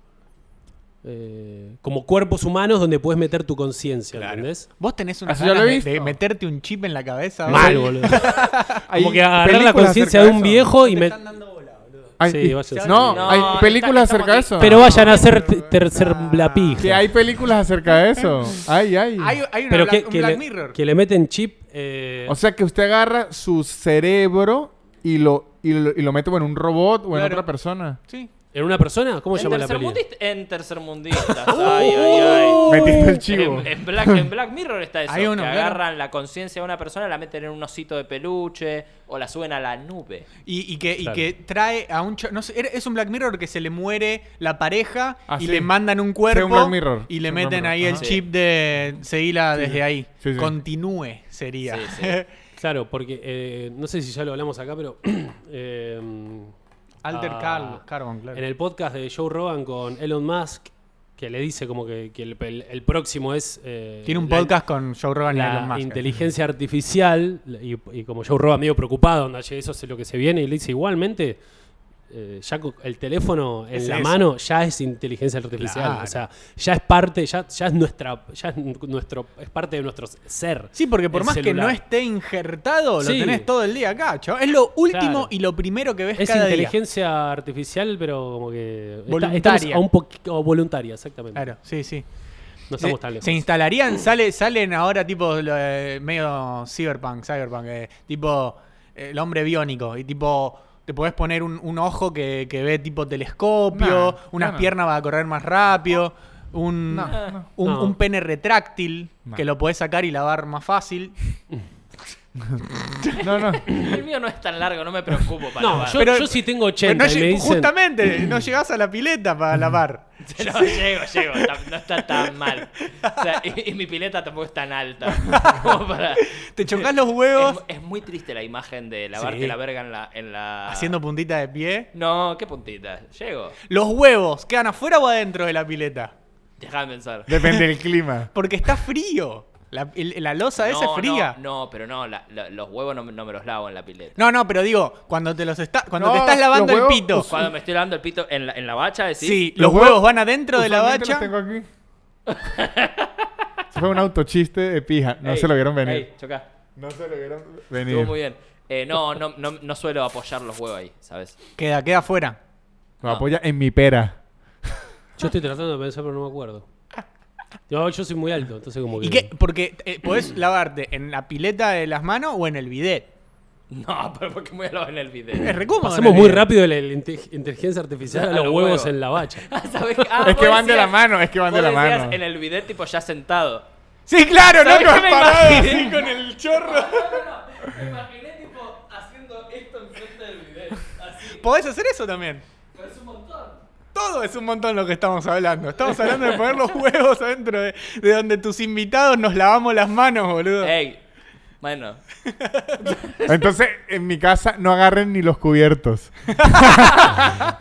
[SPEAKER 4] eh, como cuerpos humanos donde puedes meter tu conciencia,
[SPEAKER 1] Claro.
[SPEAKER 4] ¿entendés?
[SPEAKER 1] Vos tenés una
[SPEAKER 3] ¿Eso ya lo
[SPEAKER 1] ganas
[SPEAKER 3] he
[SPEAKER 1] de,
[SPEAKER 3] visto?
[SPEAKER 1] de meterte un chip en la cabeza.
[SPEAKER 4] Mal,
[SPEAKER 1] ¿verdad?
[SPEAKER 3] [laughs]
[SPEAKER 4] boludo.
[SPEAKER 3] Hay
[SPEAKER 4] Como que agarrar la
[SPEAKER 3] películas
[SPEAKER 4] conciencia
[SPEAKER 3] acerca
[SPEAKER 4] de
[SPEAKER 3] eso.
[SPEAKER 4] un viejo y
[SPEAKER 1] Te
[SPEAKER 4] me-
[SPEAKER 1] están dando bola, boludo.
[SPEAKER 3] Hay-
[SPEAKER 4] Sí, vaya a
[SPEAKER 3] no,
[SPEAKER 4] ser.
[SPEAKER 2] No,
[SPEAKER 3] hay
[SPEAKER 2] está-
[SPEAKER 3] películas
[SPEAKER 2] estamos
[SPEAKER 3] acerca de
[SPEAKER 2] aquí.
[SPEAKER 3] eso.
[SPEAKER 4] Pero vayan a hacer t- tercer la pija.
[SPEAKER 3] Que hay películas acerca de
[SPEAKER 4] [laughs]
[SPEAKER 3] eso. Ay, ay.
[SPEAKER 1] Hay, hay una
[SPEAKER 4] Pero
[SPEAKER 1] Black-
[SPEAKER 4] que,
[SPEAKER 1] un
[SPEAKER 4] que
[SPEAKER 1] Black
[SPEAKER 4] le,
[SPEAKER 1] Mirror.
[SPEAKER 4] que le meten chip. eh,
[SPEAKER 3] O sea que usted agarra su cerebro y lo, y lo, y lo mete o en un robot o en
[SPEAKER 1] Claro.
[SPEAKER 3] otra persona.
[SPEAKER 1] Sí.
[SPEAKER 4] ¿En una persona? ¿Cómo se
[SPEAKER 2] En
[SPEAKER 4] llama la peli? Uh.
[SPEAKER 2] tercermundista. En
[SPEAKER 4] [laughs]
[SPEAKER 2] tercermundistas. ay, ay, ay.
[SPEAKER 3] Metiste el chivo.
[SPEAKER 2] En,
[SPEAKER 4] Em,
[SPEAKER 2] en Black, en Black Mirror está eso.
[SPEAKER 1] Hay uno,
[SPEAKER 2] que
[SPEAKER 1] claro.
[SPEAKER 2] agarran la conciencia de una persona, la meten en un osito de peluche o la suben a la nube.
[SPEAKER 1] Y, y que, y
[SPEAKER 4] Claro.
[SPEAKER 1] que trae a un... cho- No sé, era- es un Black Mirror que se le muere la pareja
[SPEAKER 3] Ah,
[SPEAKER 1] y
[SPEAKER 3] sí.
[SPEAKER 1] le mandan un
[SPEAKER 3] Sí,
[SPEAKER 1] cuerpo
[SPEAKER 3] un Black Mirror.
[SPEAKER 1] y le
[SPEAKER 3] Sí, un Black
[SPEAKER 1] meten
[SPEAKER 3] Mirror.
[SPEAKER 1] ahí el
[SPEAKER 3] Ajá.
[SPEAKER 1] chip de seguila desde ahí.
[SPEAKER 3] Sí, sí.
[SPEAKER 1] Continúe, sería.
[SPEAKER 2] Sí,
[SPEAKER 1] [laughs]
[SPEAKER 2] sí.
[SPEAKER 4] Ah, Claro, porque eh, no sé si ya lo hablamos acá, pero. [clears throat] eh,
[SPEAKER 1] Alter
[SPEAKER 4] ah,
[SPEAKER 1] Carl- Carbon, claro.
[SPEAKER 4] En el podcast de Joe Rogan con Elon Musk, que le dice como que, que el, el- el próximo es. eh,
[SPEAKER 1] Tiene un
[SPEAKER 4] la-
[SPEAKER 1] podcast con Joe Rogan y
[SPEAKER 4] la
[SPEAKER 1] Elon Musk.
[SPEAKER 4] inteligencia artificial la- y, y como Joe Rogan medio preocupado, onda, "Che, eso es lo que se viene y le dice igualmente eh, ya co- el teléfono en
[SPEAKER 1] Es
[SPEAKER 4] la
[SPEAKER 1] eso.
[SPEAKER 4] mano ya es inteligencia artificial,
[SPEAKER 1] Claro.
[SPEAKER 4] o sea, ya es parte, ya, ya es nuestra, ya es n- nuestro, es parte de nuestro ser.
[SPEAKER 1] Sí, porque por
[SPEAKER 4] el
[SPEAKER 1] más
[SPEAKER 4] celular.
[SPEAKER 1] que no esté injertado,
[SPEAKER 4] Sí.
[SPEAKER 1] lo tenés todo el día acá, chaval. Es lo último
[SPEAKER 4] Claro.
[SPEAKER 1] y lo primero que ves
[SPEAKER 4] es
[SPEAKER 1] cada día.
[SPEAKER 4] inteligencia artificial, pero como que está-
[SPEAKER 1] Voluntaria.
[SPEAKER 4] estamos a un poquito voluntaria, exactamente.
[SPEAKER 1] Claro, sí, sí.
[SPEAKER 4] No
[SPEAKER 1] Se,
[SPEAKER 4] estamos tan lejos.
[SPEAKER 1] se instalarían, sale, salen ahora tipo lo, eh, medio cyberpunk, cyberpunk, eh, tipo eh, el hombre biónico y tipo te podés poner un, un ojo que, que ve tipo telescopio,
[SPEAKER 3] No,
[SPEAKER 1] unas
[SPEAKER 3] no, no.
[SPEAKER 1] piernas va a correr más rápido, un,
[SPEAKER 3] No, no.
[SPEAKER 1] un,
[SPEAKER 4] No.
[SPEAKER 1] un pene retráctil
[SPEAKER 3] No.
[SPEAKER 1] que lo podés sacar y lavar más fácil.
[SPEAKER 3] No, no.
[SPEAKER 2] El mío no es tan largo, no
[SPEAKER 1] [laughs]
[SPEAKER 2] me preocupo para
[SPEAKER 4] no,
[SPEAKER 2] lavar.
[SPEAKER 4] yo,
[SPEAKER 1] Pero-
[SPEAKER 4] yo sí tengo
[SPEAKER 1] Pero
[SPEAKER 4] 80
[SPEAKER 1] no
[SPEAKER 4] y
[SPEAKER 1] lle-
[SPEAKER 4] me dicen,
[SPEAKER 1] Justamente, no llegás a la pileta para lavar.
[SPEAKER 2] [laughs] No, llego, llego. tam- No está tan mal. O sea, y, y mi pileta tampoco es tan alta. [laughs] como para-
[SPEAKER 1] Te chocás los
[SPEAKER 2] Es,
[SPEAKER 1] huevos
[SPEAKER 2] es muy triste la imagen de lavarte
[SPEAKER 4] Sí.
[SPEAKER 2] la verga en la, en la-
[SPEAKER 1] haciendo puntita de pie.
[SPEAKER 2] No, qué puntita. Llego.
[SPEAKER 1] Los huevos quedan afuera o adentro de la pileta.
[SPEAKER 2] Déjame pensar.
[SPEAKER 3] Depende del clima.
[SPEAKER 1] Porque está frío. La, el- la losa esa es fría. No, no.
[SPEAKER 2] No, pero no, la- la- los huevos no, me- no me los lavo en la pileta.
[SPEAKER 1] pero digo, cuando te los está, cuando
[SPEAKER 3] No,
[SPEAKER 1] te estás lavando
[SPEAKER 3] los
[SPEAKER 1] el
[SPEAKER 3] huevos
[SPEAKER 1] pito.
[SPEAKER 3] us-
[SPEAKER 2] Cuando me estoy lavando el pito en la, en la bacha, decís.
[SPEAKER 1] Sí, los,
[SPEAKER 3] Los
[SPEAKER 1] huevos,
[SPEAKER 3] huevos
[SPEAKER 1] van adentro de la
[SPEAKER 3] Usualmente los
[SPEAKER 1] bacha.
[SPEAKER 3] tengo aquí. Eso fue un autochiste de pija. No
[SPEAKER 2] Ey,
[SPEAKER 3] se lo vieron venir.
[SPEAKER 2] ey, chocá.
[SPEAKER 3] No se lo vieron
[SPEAKER 2] Estuvo
[SPEAKER 3] venir.
[SPEAKER 2] muy bien. Eh, no, no, no, no suelo apoyar los huevos ahí, ¿sabes? [laughs]
[SPEAKER 1] Queda, queda afuera.
[SPEAKER 2] Ah.
[SPEAKER 3] Lo apoya en mi pera.
[SPEAKER 4] yo estoy tratando de pensar pero no
[SPEAKER 1] [laughs]
[SPEAKER 4] me acuerdo. Yo, yo soy muy alto, entonces como que
[SPEAKER 1] ¿Y qué? Porque eh, podés lavarte en la pileta de las manos o en el bidet.
[SPEAKER 2] No, pero porque me voy a lavar en el video.
[SPEAKER 1] Es
[SPEAKER 2] [laughs]
[SPEAKER 1] re cómodo en
[SPEAKER 4] Pasamos
[SPEAKER 1] el
[SPEAKER 4] muy
[SPEAKER 1] bidet.
[SPEAKER 4] rápido de la inte- inteligencia artificial a
[SPEAKER 2] A
[SPEAKER 4] los
[SPEAKER 2] los
[SPEAKER 4] huevos
[SPEAKER 2] huevos.
[SPEAKER 4] en la
[SPEAKER 1] [laughs]
[SPEAKER 4] bacha.
[SPEAKER 2] Ah, ¿sabés qué? Ah,
[SPEAKER 3] Es que
[SPEAKER 2] vos
[SPEAKER 3] van de la mano, es que van de
[SPEAKER 2] vos
[SPEAKER 3] la
[SPEAKER 2] decías
[SPEAKER 3] mano.
[SPEAKER 2] En el bidet, tipo, ya sentado.
[SPEAKER 1] Sí, claro, no,
[SPEAKER 2] ¿Sabés
[SPEAKER 1] no,
[SPEAKER 2] qué me
[SPEAKER 1] parado
[SPEAKER 2] imaginé?
[SPEAKER 1] así con el
[SPEAKER 2] [laughs]
[SPEAKER 1] chorro.
[SPEAKER 2] Me imaginé, tipo, haciendo esto enfrente del bidet. Así.
[SPEAKER 1] [laughs] Podés hacer eso también.
[SPEAKER 2] es un montón.
[SPEAKER 1] Todo es un montón lo que estamos hablando. Estamos hablando de poner los huevos adentro de, de donde tus invitados nos lavamos las manos, boludo.
[SPEAKER 2] Ey. Bueno.
[SPEAKER 3] Entonces, en mi casa no agarren ni los cubiertos.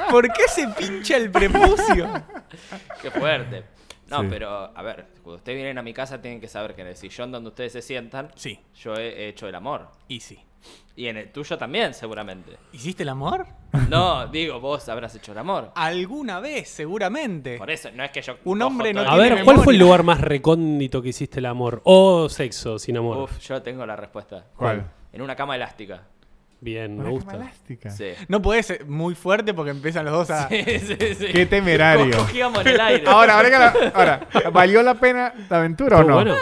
[SPEAKER 1] ¿Por qué se pincha el prepucio?
[SPEAKER 2] Qué fuerte. No,
[SPEAKER 3] Sí.
[SPEAKER 2] pero, a ver, cuando ustedes vienen a mi casa tienen que saber que en el sillón donde ustedes se sientan,
[SPEAKER 1] Sí,
[SPEAKER 2] yo he hecho el amor.
[SPEAKER 1] y sí.
[SPEAKER 2] Y en el tuyo también, seguramente.
[SPEAKER 1] ¿Hiciste el amor?
[SPEAKER 2] No, digo, vos habrás hecho el amor.
[SPEAKER 1] Alguna vez, seguramente.
[SPEAKER 2] Por eso, no es que yo...
[SPEAKER 1] Un
[SPEAKER 2] cojo
[SPEAKER 1] hombre no
[SPEAKER 2] todo
[SPEAKER 4] A
[SPEAKER 2] el-
[SPEAKER 1] tiene
[SPEAKER 4] ver, ¿cuál fue
[SPEAKER 1] memoria.
[SPEAKER 4] el lugar más recóndito que hiciste el amor? O sexo sin amor.
[SPEAKER 2] Uf, yo tengo la respuesta.
[SPEAKER 3] ¿Cuál?
[SPEAKER 2] en una cama elástica.
[SPEAKER 4] Bien,
[SPEAKER 3] Una
[SPEAKER 4] me
[SPEAKER 3] cama
[SPEAKER 4] gusta.
[SPEAKER 3] elástica.
[SPEAKER 2] Sí.
[SPEAKER 1] No podés ser muy fuerte porque empiezan los dos a.
[SPEAKER 2] [laughs] Sí, sí, sí. [laughs]
[SPEAKER 3] Qué temerario.
[SPEAKER 2] Cogíamos en el aire.
[SPEAKER 3] Ahora, ahora, que la- ahora, ¿valió la pena la aventura o no?
[SPEAKER 4] Estuvo
[SPEAKER 1] [laughs]
[SPEAKER 4] bueno.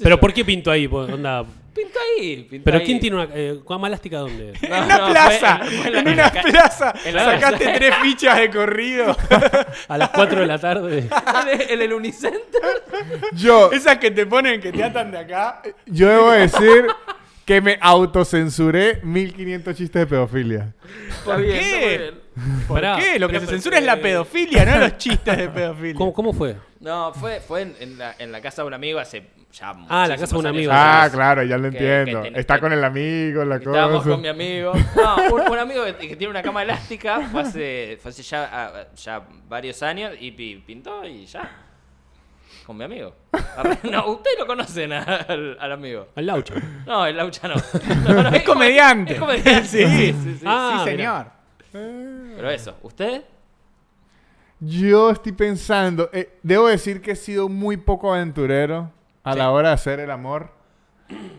[SPEAKER 4] Pero ¿por qué pinto ahí? Po- onda,
[SPEAKER 2] Pinto ahí. pinto
[SPEAKER 4] Pero
[SPEAKER 2] ahí.
[SPEAKER 4] ¿quién tiene una eh, cama elástica dónde?
[SPEAKER 2] No,
[SPEAKER 1] en una
[SPEAKER 2] no, fue-
[SPEAKER 1] plaza,
[SPEAKER 2] fue
[SPEAKER 1] en,
[SPEAKER 2] la-
[SPEAKER 1] una
[SPEAKER 2] ca-
[SPEAKER 1] plaza,
[SPEAKER 2] en la-
[SPEAKER 1] sacaste tres fichas de
[SPEAKER 2] [laughs]
[SPEAKER 1] corrido.
[SPEAKER 4] A las 4 de la tarde.
[SPEAKER 2] en el- [laughs] en el
[SPEAKER 1] [laughs]
[SPEAKER 2] Unicenter.
[SPEAKER 3] Yo,
[SPEAKER 1] Esas que te ponen, que te atan de
[SPEAKER 2] [laughs]
[SPEAKER 1] acá.
[SPEAKER 3] yo debo decir que me autocensuré 1500 chistes de pedofilia.
[SPEAKER 2] Está bien, está muy
[SPEAKER 1] qué?
[SPEAKER 2] bien.
[SPEAKER 1] [laughs] ¿Por
[SPEAKER 4] Pará.
[SPEAKER 1] qué? Lo que
[SPEAKER 2] pero eh,
[SPEAKER 1] se
[SPEAKER 2] porque-
[SPEAKER 1] censura es la pedofilia, no
[SPEAKER 2] [laughs]
[SPEAKER 1] los chistes de pedofilia.
[SPEAKER 4] ¿Cómo, cómo fue?
[SPEAKER 2] No, fue, fue en, en la, en la casa de un amigo hace ya
[SPEAKER 4] Ah, la
[SPEAKER 2] muchísimos
[SPEAKER 4] casa de un
[SPEAKER 2] años
[SPEAKER 4] amigo.
[SPEAKER 2] atrás.
[SPEAKER 3] Ah, claro, ya lo
[SPEAKER 2] Que- que
[SPEAKER 3] entiendo.
[SPEAKER 2] ten-
[SPEAKER 3] Está
[SPEAKER 2] que-
[SPEAKER 3] con el amigo, la
[SPEAKER 2] Estábamos
[SPEAKER 3] cosa.
[SPEAKER 2] con mi amigo. No, un, un amigo que, que tiene una cama elástica fue hace, fue hace ya, ah, ya varios años y pi- pintó y ya. Con mi amigo. Arre- No, ustedes lo conocen al, al amigo.
[SPEAKER 4] Al laucho.
[SPEAKER 2] No, el Laucha no. No, no,
[SPEAKER 1] Es comediante.
[SPEAKER 2] Es comediante.
[SPEAKER 1] Sí,
[SPEAKER 2] sí, sí, sí.
[SPEAKER 4] Ah,
[SPEAKER 1] sí,
[SPEAKER 4] mirá.
[SPEAKER 1] señor.
[SPEAKER 2] Pero eso, ¿usted?
[SPEAKER 3] Yo estoy pensando, eh, debo decir que he sido muy poco aventurero a la hora de hacer el amor.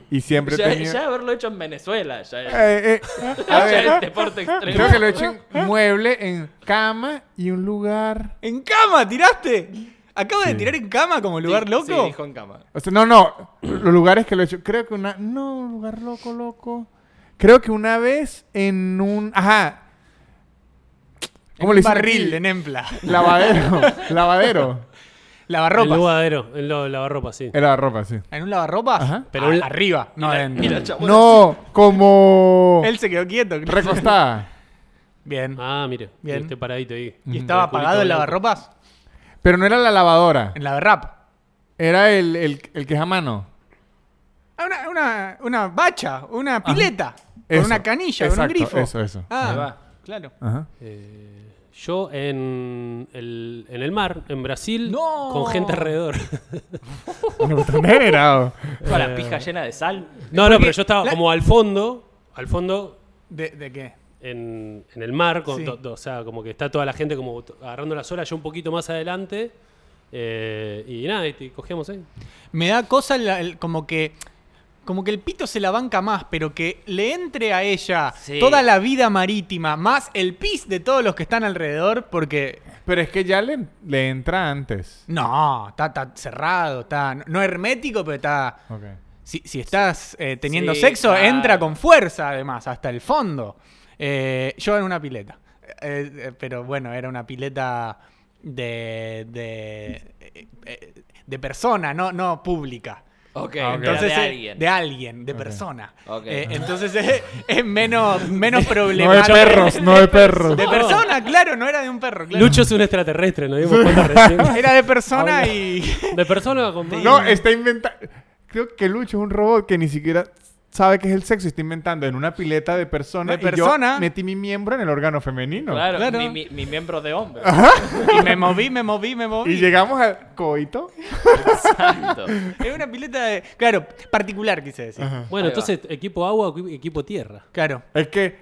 [SPEAKER 3] Y siempre he
[SPEAKER 2] Ya,
[SPEAKER 3] tenido-
[SPEAKER 2] ya haberlo hecho en Venezuela. Ya, es-
[SPEAKER 3] Eh, eh, a
[SPEAKER 2] ya es
[SPEAKER 3] ver,
[SPEAKER 2] deporte
[SPEAKER 3] creo
[SPEAKER 2] extremo.
[SPEAKER 3] que lo he hecho en mueble, en cama y un lugar.
[SPEAKER 1] ¿En cama tiraste? ¿Acabo de tirar en cama como lugar
[SPEAKER 2] Sí,
[SPEAKER 1] loco?
[SPEAKER 2] Sí, dijo en cama.
[SPEAKER 3] O sea, no, no, los lugares que lo he hecho. Creo que una. No, un lugar loco, loco. Creo que una vez en un. Ajá. ¿Cómo
[SPEAKER 1] en un
[SPEAKER 3] le dicen?
[SPEAKER 1] barril
[SPEAKER 3] aquí?
[SPEAKER 1] de Nempla. [laughs]
[SPEAKER 3] Lavadero. [laughs] lavadero.
[SPEAKER 4] El
[SPEAKER 1] Lavarropas.
[SPEAKER 4] lugadero, el lo- lavarropa, sí.
[SPEAKER 3] Era la ropa, sí.
[SPEAKER 1] ¿En un lavarropas?
[SPEAKER 3] Ajá.
[SPEAKER 1] Pero
[SPEAKER 4] Ah,
[SPEAKER 1] el- arriba, no
[SPEAKER 2] Y la
[SPEAKER 1] adentro.
[SPEAKER 2] chabona-
[SPEAKER 3] No, como.
[SPEAKER 1] Él se quedó quieto.
[SPEAKER 3] Recostada.
[SPEAKER 1] Bien.
[SPEAKER 4] Ah, mire.
[SPEAKER 1] Bien.
[SPEAKER 4] Este paradito ahí.
[SPEAKER 3] Mm.
[SPEAKER 1] ¿Y estaba
[SPEAKER 4] Con el culito
[SPEAKER 1] apagado el
[SPEAKER 4] blanco.
[SPEAKER 1] lavarropas?
[SPEAKER 3] [laughs] Pero no era la lavadora.
[SPEAKER 1] En la rap.
[SPEAKER 3] Era el, el, el que es a mano.
[SPEAKER 1] Ah, Una, una, una bacha, una pileta, con
[SPEAKER 3] Eso,
[SPEAKER 1] una canilla, con
[SPEAKER 3] exacto,
[SPEAKER 1] un grifo.
[SPEAKER 3] eso, eso.
[SPEAKER 1] Ah,
[SPEAKER 2] Ahí va.
[SPEAKER 1] claro.
[SPEAKER 3] [laughs] Ajá.
[SPEAKER 4] Eh, yo en el, en el mar, en Brasil,
[SPEAKER 1] No.
[SPEAKER 4] con gente alrededor.
[SPEAKER 3] Bueno, tan degenerado.
[SPEAKER 2] Con la pija llena de sal.
[SPEAKER 4] no, no, pero yo estaba
[SPEAKER 1] la-
[SPEAKER 4] como al fondo, al fondo
[SPEAKER 1] ¿De, de qué?
[SPEAKER 4] en, en el mar, con
[SPEAKER 1] Sí.
[SPEAKER 4] to- to- o sea, como que está toda la gente como to- agarrando las olas, yo un poquito más adelante. eh, y nada, y, y cogíamos ahí.
[SPEAKER 1] Me da cosa la- el- como que. Como que el pito se la banca más, pero que le entre a ella
[SPEAKER 2] Sí.
[SPEAKER 1] toda la vida marítima, más el pis de todos los que están alrededor, porque.
[SPEAKER 3] Pero es que ya le, le entra antes.
[SPEAKER 1] No, está, está cerrado, está. No, no hermético, pero está.
[SPEAKER 3] Ok.
[SPEAKER 1] Si, si estás eh, teniendo
[SPEAKER 2] Sí,
[SPEAKER 1] sexo,
[SPEAKER 2] claro.
[SPEAKER 1] entra con fuerza, además, hasta el fondo. Eh, yo en una pileta. Eh, eh, pero bueno, era una pileta de. de. eh, eh, de persona, no, no pública.
[SPEAKER 2] Ok,
[SPEAKER 3] Ah, ok.
[SPEAKER 2] entonces
[SPEAKER 1] Entonces,
[SPEAKER 2] de
[SPEAKER 1] eh,
[SPEAKER 2] alguien.
[SPEAKER 1] De alguien, de
[SPEAKER 3] Ok.
[SPEAKER 1] persona.
[SPEAKER 2] Ok.
[SPEAKER 1] Eh, entonces eh, es menos, menos
[SPEAKER 3] [laughs] No de
[SPEAKER 1] problemático.
[SPEAKER 3] perros, no de perros.
[SPEAKER 1] De persona, claro, no era de un perro, claro.
[SPEAKER 4] Lucho es un extraterrestre, nos dimos cuenta recién.
[SPEAKER 1] Era de persona y.
[SPEAKER 4] De persona con
[SPEAKER 3] [laughs] No, está inventando. Creo que Lucho es un robot que ni siquiera sabe qué es el sexo y está inventando en una pileta de personas.
[SPEAKER 1] De persona.
[SPEAKER 3] Y yo metí mi miembro en el órgano femenino.
[SPEAKER 2] Claro,
[SPEAKER 1] Claro.
[SPEAKER 2] Mi, mi- mi miembro de hombre.
[SPEAKER 1] Y me moví, me moví, me moví.
[SPEAKER 3] Y llegamos al coito.
[SPEAKER 2] Exacto.
[SPEAKER 1] Es una pileta de. Claro, particular, quise decir.
[SPEAKER 4] Bueno,
[SPEAKER 2] Ahí va.
[SPEAKER 4] entonces, equipo agua, equi- equipo tierra.
[SPEAKER 1] Claro.
[SPEAKER 3] Es que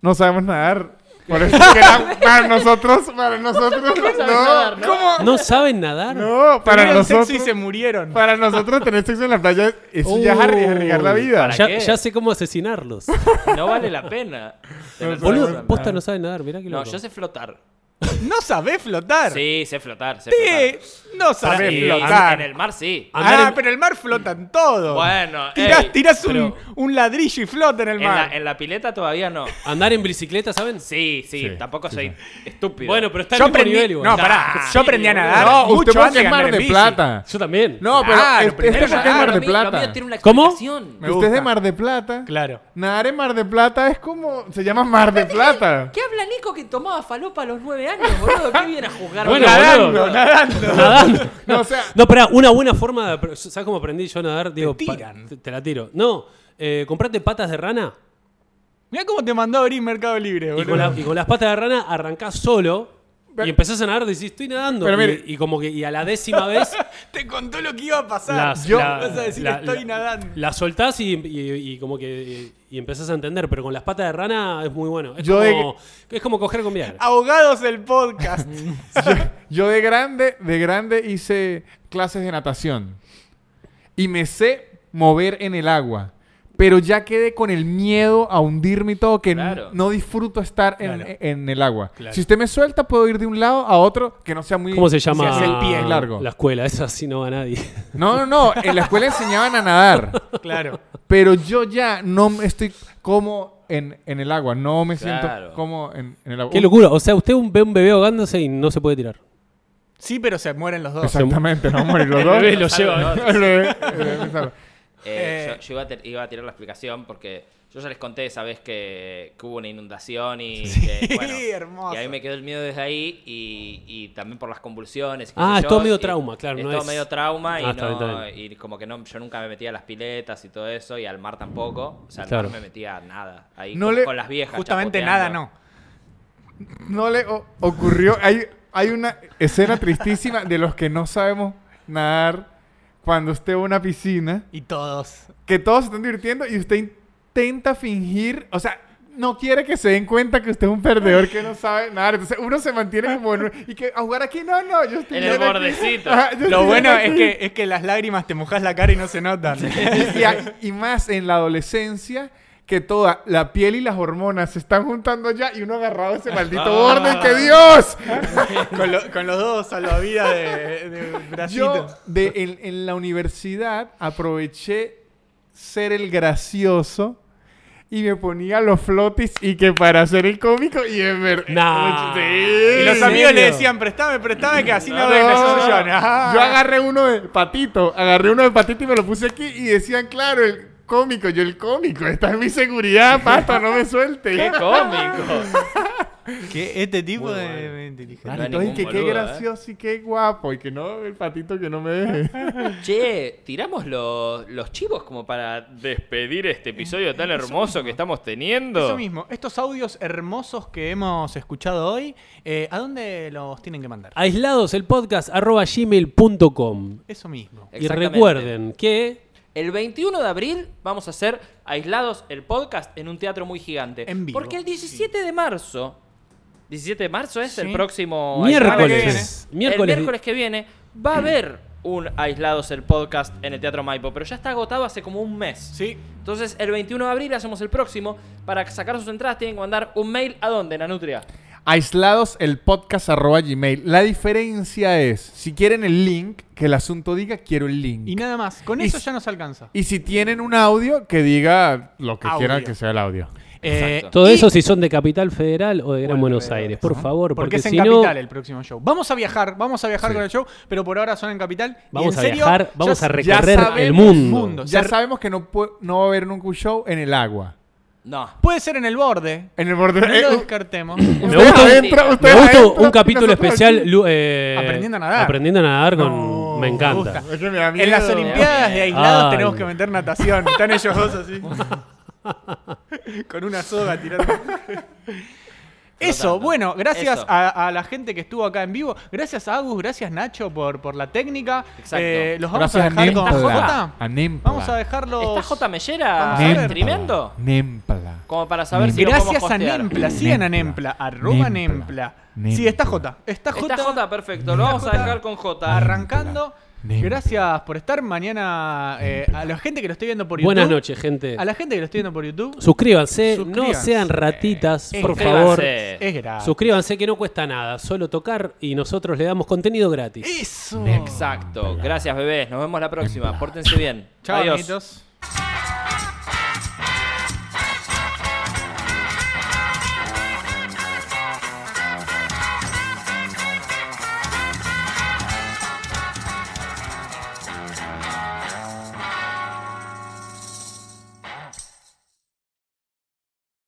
[SPEAKER 3] no sabemos nadar. Por eso es que era para nosotros, para nosotros.
[SPEAKER 2] sabes
[SPEAKER 3] No,
[SPEAKER 2] nadar, no?
[SPEAKER 3] ¿cómo?
[SPEAKER 4] ¿No saben nadar?
[SPEAKER 3] No, para
[SPEAKER 1] Tuvieron
[SPEAKER 3] nosotros.
[SPEAKER 1] sexo y se murieron.
[SPEAKER 3] Para nosotros tener sexo en la playa, eso ya es
[SPEAKER 4] Uy,
[SPEAKER 3] arri- arriesgar la vida.
[SPEAKER 2] para-
[SPEAKER 4] Ya,
[SPEAKER 2] qué?
[SPEAKER 4] ya sé cómo asesinarlos.
[SPEAKER 2] No vale la pena. tener
[SPEAKER 4] Boludo,
[SPEAKER 2] sexo.
[SPEAKER 4] posta no saben nadar, mirá que
[SPEAKER 2] No, yo sé flotar.
[SPEAKER 1] No sabés flotar.
[SPEAKER 2] Sí, sé flotar, sé
[SPEAKER 1] Te-
[SPEAKER 2] flotar.
[SPEAKER 1] No
[SPEAKER 2] Pará,
[SPEAKER 1] sabés
[SPEAKER 2] y
[SPEAKER 1] flotar.
[SPEAKER 2] En el mar sí.
[SPEAKER 4] Andar
[SPEAKER 1] Ah,
[SPEAKER 4] en-
[SPEAKER 1] pero en el mar flotan todos.
[SPEAKER 2] Bueno,
[SPEAKER 1] Tirás,
[SPEAKER 2] ey,
[SPEAKER 1] tirás un,
[SPEAKER 4] pero-
[SPEAKER 1] un ladrillo y flota en el
[SPEAKER 2] En
[SPEAKER 1] mar.
[SPEAKER 2] la, en la pileta todavía no.
[SPEAKER 4] Andar en bicicleta, ¿saben?
[SPEAKER 2] Sí, sí,
[SPEAKER 3] Sí,
[SPEAKER 2] tampoco
[SPEAKER 3] sí,
[SPEAKER 2] soy estúpido.
[SPEAKER 4] Bueno, pero está
[SPEAKER 1] Yo
[SPEAKER 4] en el
[SPEAKER 1] aprendí-
[SPEAKER 4] nivel igual.
[SPEAKER 1] No,
[SPEAKER 4] Nah,
[SPEAKER 1] pará.
[SPEAKER 2] sí,
[SPEAKER 1] yo aprendí a
[SPEAKER 2] boludo.
[SPEAKER 1] nadar.
[SPEAKER 3] No,
[SPEAKER 1] mucho
[SPEAKER 3] usted porque
[SPEAKER 1] antes
[SPEAKER 3] es
[SPEAKER 1] de
[SPEAKER 3] Mar
[SPEAKER 1] andar en
[SPEAKER 3] de
[SPEAKER 1] bici.
[SPEAKER 3] Plata.
[SPEAKER 4] Yo también.
[SPEAKER 3] No, pero
[SPEAKER 1] Claro,
[SPEAKER 3] este, este
[SPEAKER 1] primero
[SPEAKER 3] es
[SPEAKER 1] nadar,
[SPEAKER 3] Mar de
[SPEAKER 2] lo mío- lo mío
[SPEAKER 3] Plata.
[SPEAKER 2] tiene una
[SPEAKER 4] ¿Cómo?
[SPEAKER 2] explicación.
[SPEAKER 1] Me
[SPEAKER 3] Usted es de
[SPEAKER 1] gusta.
[SPEAKER 3] Mar de Plata.
[SPEAKER 1] Claro.
[SPEAKER 3] Nadar en Mar de Plata es como. Se llama Mar de Plata.
[SPEAKER 2] ¿Qué habla Nico que tomaba falopa a los nueve años, boludo? ¿Qué viene a juzgar?
[SPEAKER 4] Bueno,
[SPEAKER 1] nadando,
[SPEAKER 4] boludo.
[SPEAKER 1] nadando.
[SPEAKER 4] Nadando.
[SPEAKER 3] No, o sea,
[SPEAKER 4] No, pará, una buena forma de. apro- ¿Sabes cómo aprendí yo a nadar? Digo, pa-
[SPEAKER 1] tiran.
[SPEAKER 4] te, te la tiro. No, eh, comprate patas de rana
[SPEAKER 1] Mirá cómo te mandó a abrir Mercado Libre,
[SPEAKER 4] y
[SPEAKER 1] boludo.
[SPEAKER 4] con, la- y con las patas de rana arrancás solo
[SPEAKER 3] Pero-
[SPEAKER 4] y empezás a nadar. Decís, estoy nadando.
[SPEAKER 3] Pero
[SPEAKER 4] Y-
[SPEAKER 3] mire-
[SPEAKER 4] y, como que y a la décima vez
[SPEAKER 1] Te contó lo que iba a pasar.
[SPEAKER 4] las,
[SPEAKER 3] yo-
[SPEAKER 4] la,
[SPEAKER 1] Vas a decir,
[SPEAKER 4] la-
[SPEAKER 1] estoy
[SPEAKER 4] la-
[SPEAKER 1] nadando.
[SPEAKER 4] la soltás y, y- y como que. Y, y empezás a entender, pero con las patas de rana es muy bueno. Es,
[SPEAKER 3] Yo de-
[SPEAKER 4] como, es como coger con Viagra.
[SPEAKER 1] Ah, Ahogados el podcast.
[SPEAKER 3] Yo de grande, de grande hice clases de natación. Y me sé mover en el agua. pero ya quedé con el miedo a hundirme y todo, que n-
[SPEAKER 2] Claro.
[SPEAKER 3] no disfruto estar en,
[SPEAKER 1] Claro.
[SPEAKER 3] en el agua.
[SPEAKER 1] Claro.
[SPEAKER 3] Si usted me suelta, puedo ir de un lado a otro que no sea muy...
[SPEAKER 4] ¿Cómo se llama?
[SPEAKER 1] hace el pie
[SPEAKER 3] largo.
[SPEAKER 4] La escuela, esa sí no va nadie.
[SPEAKER 3] No, no, no. En la escuela enseñaban a nadar.
[SPEAKER 1] Claro.
[SPEAKER 3] Pero yo ya no me estoy como en, en el agua. No me
[SPEAKER 2] Claro.
[SPEAKER 3] siento como en, en el agua.
[SPEAKER 4] Qué locura. O sea, usted un- ve un bebé ahogándose y no se puede tirar.
[SPEAKER 1] Sí, pero se mueren los dos.
[SPEAKER 3] Exactamente, no vamos a morir los
[SPEAKER 2] El
[SPEAKER 3] dos.
[SPEAKER 2] bebé lo lleva.
[SPEAKER 3] El bebé, el bebé me salva.
[SPEAKER 2] Eh,
[SPEAKER 1] Eh,
[SPEAKER 2] yo yo iba, a te- iba a tirar la explicación porque yo ya les conté esa vez que, que hubo una inundación y
[SPEAKER 4] [laughs]
[SPEAKER 2] que, bueno,
[SPEAKER 1] hermoso.
[SPEAKER 2] y a mí me quedó el miedo desde ahí y, y también por las convulsiones. y qué
[SPEAKER 4] Ah,
[SPEAKER 2] sé
[SPEAKER 4] es
[SPEAKER 2] yo,
[SPEAKER 4] todo medio
[SPEAKER 2] y-
[SPEAKER 4] trauma, claro,
[SPEAKER 2] Es
[SPEAKER 4] no
[SPEAKER 2] todo
[SPEAKER 4] es-
[SPEAKER 2] medio trauma y,
[SPEAKER 4] Ah, está
[SPEAKER 2] no-
[SPEAKER 4] bien, está bien.
[SPEAKER 2] y como que no, yo nunca me metía a las piletas y todo eso y al mar tampoco. O sea, al
[SPEAKER 4] Claro.
[SPEAKER 2] mar me metía a nada. Ahí
[SPEAKER 3] No
[SPEAKER 2] con,
[SPEAKER 3] le-
[SPEAKER 2] con las viejas.
[SPEAKER 1] Justamente
[SPEAKER 2] chapoteando.
[SPEAKER 1] nada, no.
[SPEAKER 3] No le o- ocurrió. Hay, hay una escena tristísima de los que no sabemos nadar cuando usted va a una piscina.
[SPEAKER 1] Y todos.
[SPEAKER 3] que todos se están divirtiendo y usted intenta fingir, o sea, no quiere que se den cuenta que usted es un perdedor que no sabe nada. Entonces uno se mantiene como en un- y que a jugar aquí no, no, yo estoy
[SPEAKER 2] En el
[SPEAKER 3] bien aquí.
[SPEAKER 2] bordecito.
[SPEAKER 3] Ajá, yo
[SPEAKER 1] Lo [laughs]
[SPEAKER 3] estoy
[SPEAKER 1] bueno
[SPEAKER 3] bien
[SPEAKER 1] es
[SPEAKER 3] aquí.
[SPEAKER 1] que, es que las lágrimas te mojas la cara y no se notan.
[SPEAKER 3] y, y a- y más en la adolescencia que toda la piel y las hormonas se están juntando ya y uno agarrado a ese
[SPEAKER 2] Ah.
[SPEAKER 3] maldito borde y que Dios.
[SPEAKER 1] [laughs] con, lo- con los dos salvavidas de, de
[SPEAKER 3] Yo
[SPEAKER 1] bracitos.
[SPEAKER 3] de, en, en la universidad aproveché ser el gracioso y me ponía los flotis y que para ser el cómico y eh, en verdad...
[SPEAKER 4] Nah.
[SPEAKER 1] Y los
[SPEAKER 4] ¿En
[SPEAKER 1] amigos le
[SPEAKER 4] serio?
[SPEAKER 1] decían, prestame, prestame, que así no,
[SPEAKER 3] No,
[SPEAKER 1] ven, eso
[SPEAKER 3] no,
[SPEAKER 1] soy
[SPEAKER 3] no.
[SPEAKER 1] yo. Ajá.
[SPEAKER 3] Yo agarré uno de patito, agarré uno de patito y me lo puse aquí y decían, claro, el cómico, yo el cómico, esta es mi seguridad, pata, no me
[SPEAKER 2] ¡Qué
[SPEAKER 3] suelte.
[SPEAKER 2] cómico!
[SPEAKER 1] Que este tipo
[SPEAKER 2] Muy
[SPEAKER 1] de,
[SPEAKER 2] bueno.
[SPEAKER 1] de inteligente.
[SPEAKER 2] Claro. No hay
[SPEAKER 3] Entonces, que
[SPEAKER 2] ningún
[SPEAKER 3] qué
[SPEAKER 2] boludo,
[SPEAKER 3] gracioso y qué guapo y que no, el patito que no me deje.
[SPEAKER 2] Che, tiramos los, los chivos como para despedir este episodio
[SPEAKER 4] [laughs]
[SPEAKER 2] tan hermoso que estamos teniendo.
[SPEAKER 1] Eso mismo, estos audios hermosos que hemos escuchado hoy, eh, ¿a dónde los tienen que mandar?
[SPEAKER 4] Aislados, el podcast arroba gmail.com.
[SPEAKER 1] Eso mismo.
[SPEAKER 4] Y
[SPEAKER 2] Exactamente.
[SPEAKER 4] recuerden que
[SPEAKER 2] El 21 de abril vamos a hacer aislados el podcast en un teatro muy gigante.
[SPEAKER 1] En vivo,
[SPEAKER 2] Porque el 17 de marzo. 17 de marzo es el
[SPEAKER 1] Sí.
[SPEAKER 2] próximo
[SPEAKER 4] miércoles.
[SPEAKER 2] El miércoles.
[SPEAKER 4] Miércoles.
[SPEAKER 2] que viene va a haber un aislados el podcast en el Teatro Maipo, pero ya está agotado hace como un mes.
[SPEAKER 1] Sí,
[SPEAKER 2] Entonces, el 21 de abril hacemos el próximo. Para sacar sus entradas tienen que mandar un mail a dónde, Nanutria.
[SPEAKER 3] aislados el podcast arroba gmail. La diferencia es, si quieren el link, que el asunto diga quiero el link.
[SPEAKER 1] y
[SPEAKER 3] Y,
[SPEAKER 1] nada más. Con
[SPEAKER 3] Y
[SPEAKER 1] eso
[SPEAKER 3] si-
[SPEAKER 1] ya nos alcanza.
[SPEAKER 3] si tienen un audio, que diga lo que
[SPEAKER 1] Audio.
[SPEAKER 3] quieran que sea el audio.
[SPEAKER 1] Eh,
[SPEAKER 2] Exacto.
[SPEAKER 4] Todo
[SPEAKER 1] y-
[SPEAKER 4] eso si son de Capital Federal o de Gran
[SPEAKER 1] Bueno,
[SPEAKER 4] Buenos
[SPEAKER 1] pero-
[SPEAKER 4] Aires, por favor,
[SPEAKER 1] Porque,
[SPEAKER 4] porque,
[SPEAKER 1] es en
[SPEAKER 4] si no
[SPEAKER 1] Capital el próximo show. Vamos a viajar, vamos a viajar con el show, pero por ahora son en Capital. Y
[SPEAKER 4] vamos
[SPEAKER 1] en
[SPEAKER 4] a
[SPEAKER 1] serio,
[SPEAKER 4] viajar,
[SPEAKER 1] ya
[SPEAKER 4] vamos a
[SPEAKER 1] s-
[SPEAKER 3] ya
[SPEAKER 4] recorrer el
[SPEAKER 3] sabemos-
[SPEAKER 4] mundo.
[SPEAKER 1] mundo.
[SPEAKER 3] Ya
[SPEAKER 1] Se-
[SPEAKER 3] sabemos que no, pu- no va a haber nunca un show en el agua.
[SPEAKER 2] No.
[SPEAKER 1] Puede ser en el borde. uh,
[SPEAKER 3] En el borde.
[SPEAKER 1] No
[SPEAKER 3] eh,
[SPEAKER 1] lo
[SPEAKER 3] u-
[SPEAKER 1] [coughs] descartemos.
[SPEAKER 4] Me
[SPEAKER 3] ustedes
[SPEAKER 4] gusta un-
[SPEAKER 3] adentro,
[SPEAKER 4] Me
[SPEAKER 3] ustedes
[SPEAKER 4] gustó
[SPEAKER 3] adentro,
[SPEAKER 4] un capítulo
[SPEAKER 3] nosotros
[SPEAKER 4] especial.
[SPEAKER 3] aquí.
[SPEAKER 4] Lu- eh,
[SPEAKER 1] Aprendiendo a nadar.
[SPEAKER 4] Aprendiendo a nadar con.
[SPEAKER 1] No,
[SPEAKER 4] me encanta.
[SPEAKER 1] me gusta.
[SPEAKER 3] Es que me da miedo.
[SPEAKER 1] En las Olimpiadas de aislados
[SPEAKER 4] Ay.
[SPEAKER 1] tenemos que meter natación. Están ellos dos [laughs] así. Con una soga tirando. Eso,
[SPEAKER 2] Flotando.
[SPEAKER 1] bueno, gracias
[SPEAKER 2] Eso.
[SPEAKER 1] a, a la gente que estuvo acá en vivo. Gracias a Agus, gracias Nacho por, por la técnica.
[SPEAKER 2] Exacto.
[SPEAKER 1] Eh, los vamos
[SPEAKER 3] Gracias a
[SPEAKER 1] a dejar con
[SPEAKER 3] Nempla.
[SPEAKER 1] Jota.
[SPEAKER 3] A Nempla.
[SPEAKER 1] Vamos a dejarlo.
[SPEAKER 2] ¿Está J. Mellera
[SPEAKER 1] Vamos a ver.
[SPEAKER 2] tremendo?
[SPEAKER 3] Nempla.
[SPEAKER 2] Como para saber si lo podemos
[SPEAKER 1] Gracias a
[SPEAKER 2] postear.
[SPEAKER 1] Nempla, sigan a
[SPEAKER 3] Nempla.
[SPEAKER 1] Nempla, arroba
[SPEAKER 3] Nempla.
[SPEAKER 1] Nempla.
[SPEAKER 3] Nempla.
[SPEAKER 1] Sí, está J. Está J.
[SPEAKER 2] Está J, perfecto. Lo vamos a dejar con J.
[SPEAKER 1] Arrancando.
[SPEAKER 3] Nempla.
[SPEAKER 1] Gracias por estar. Mañana eh, a la gente que lo esté viendo por YouTube.
[SPEAKER 4] Buenas noches, gente.
[SPEAKER 1] A la gente que lo esté viendo por YouTube.
[SPEAKER 4] Suscríbanse, no
[SPEAKER 1] Suscríbanse.
[SPEAKER 4] sean ratitas, por
[SPEAKER 2] Suscríbanse.
[SPEAKER 4] favor.
[SPEAKER 1] Es gratis.
[SPEAKER 4] Suscríbanse que no cuesta nada, solo tocar y nosotros le damos contenido gratis.
[SPEAKER 1] Eso.
[SPEAKER 2] Exacto. Gracias, bebés. Nos vemos la próxima. Pórtense bien.
[SPEAKER 1] Chao,
[SPEAKER 2] Adiós.
[SPEAKER 1] amiguitos.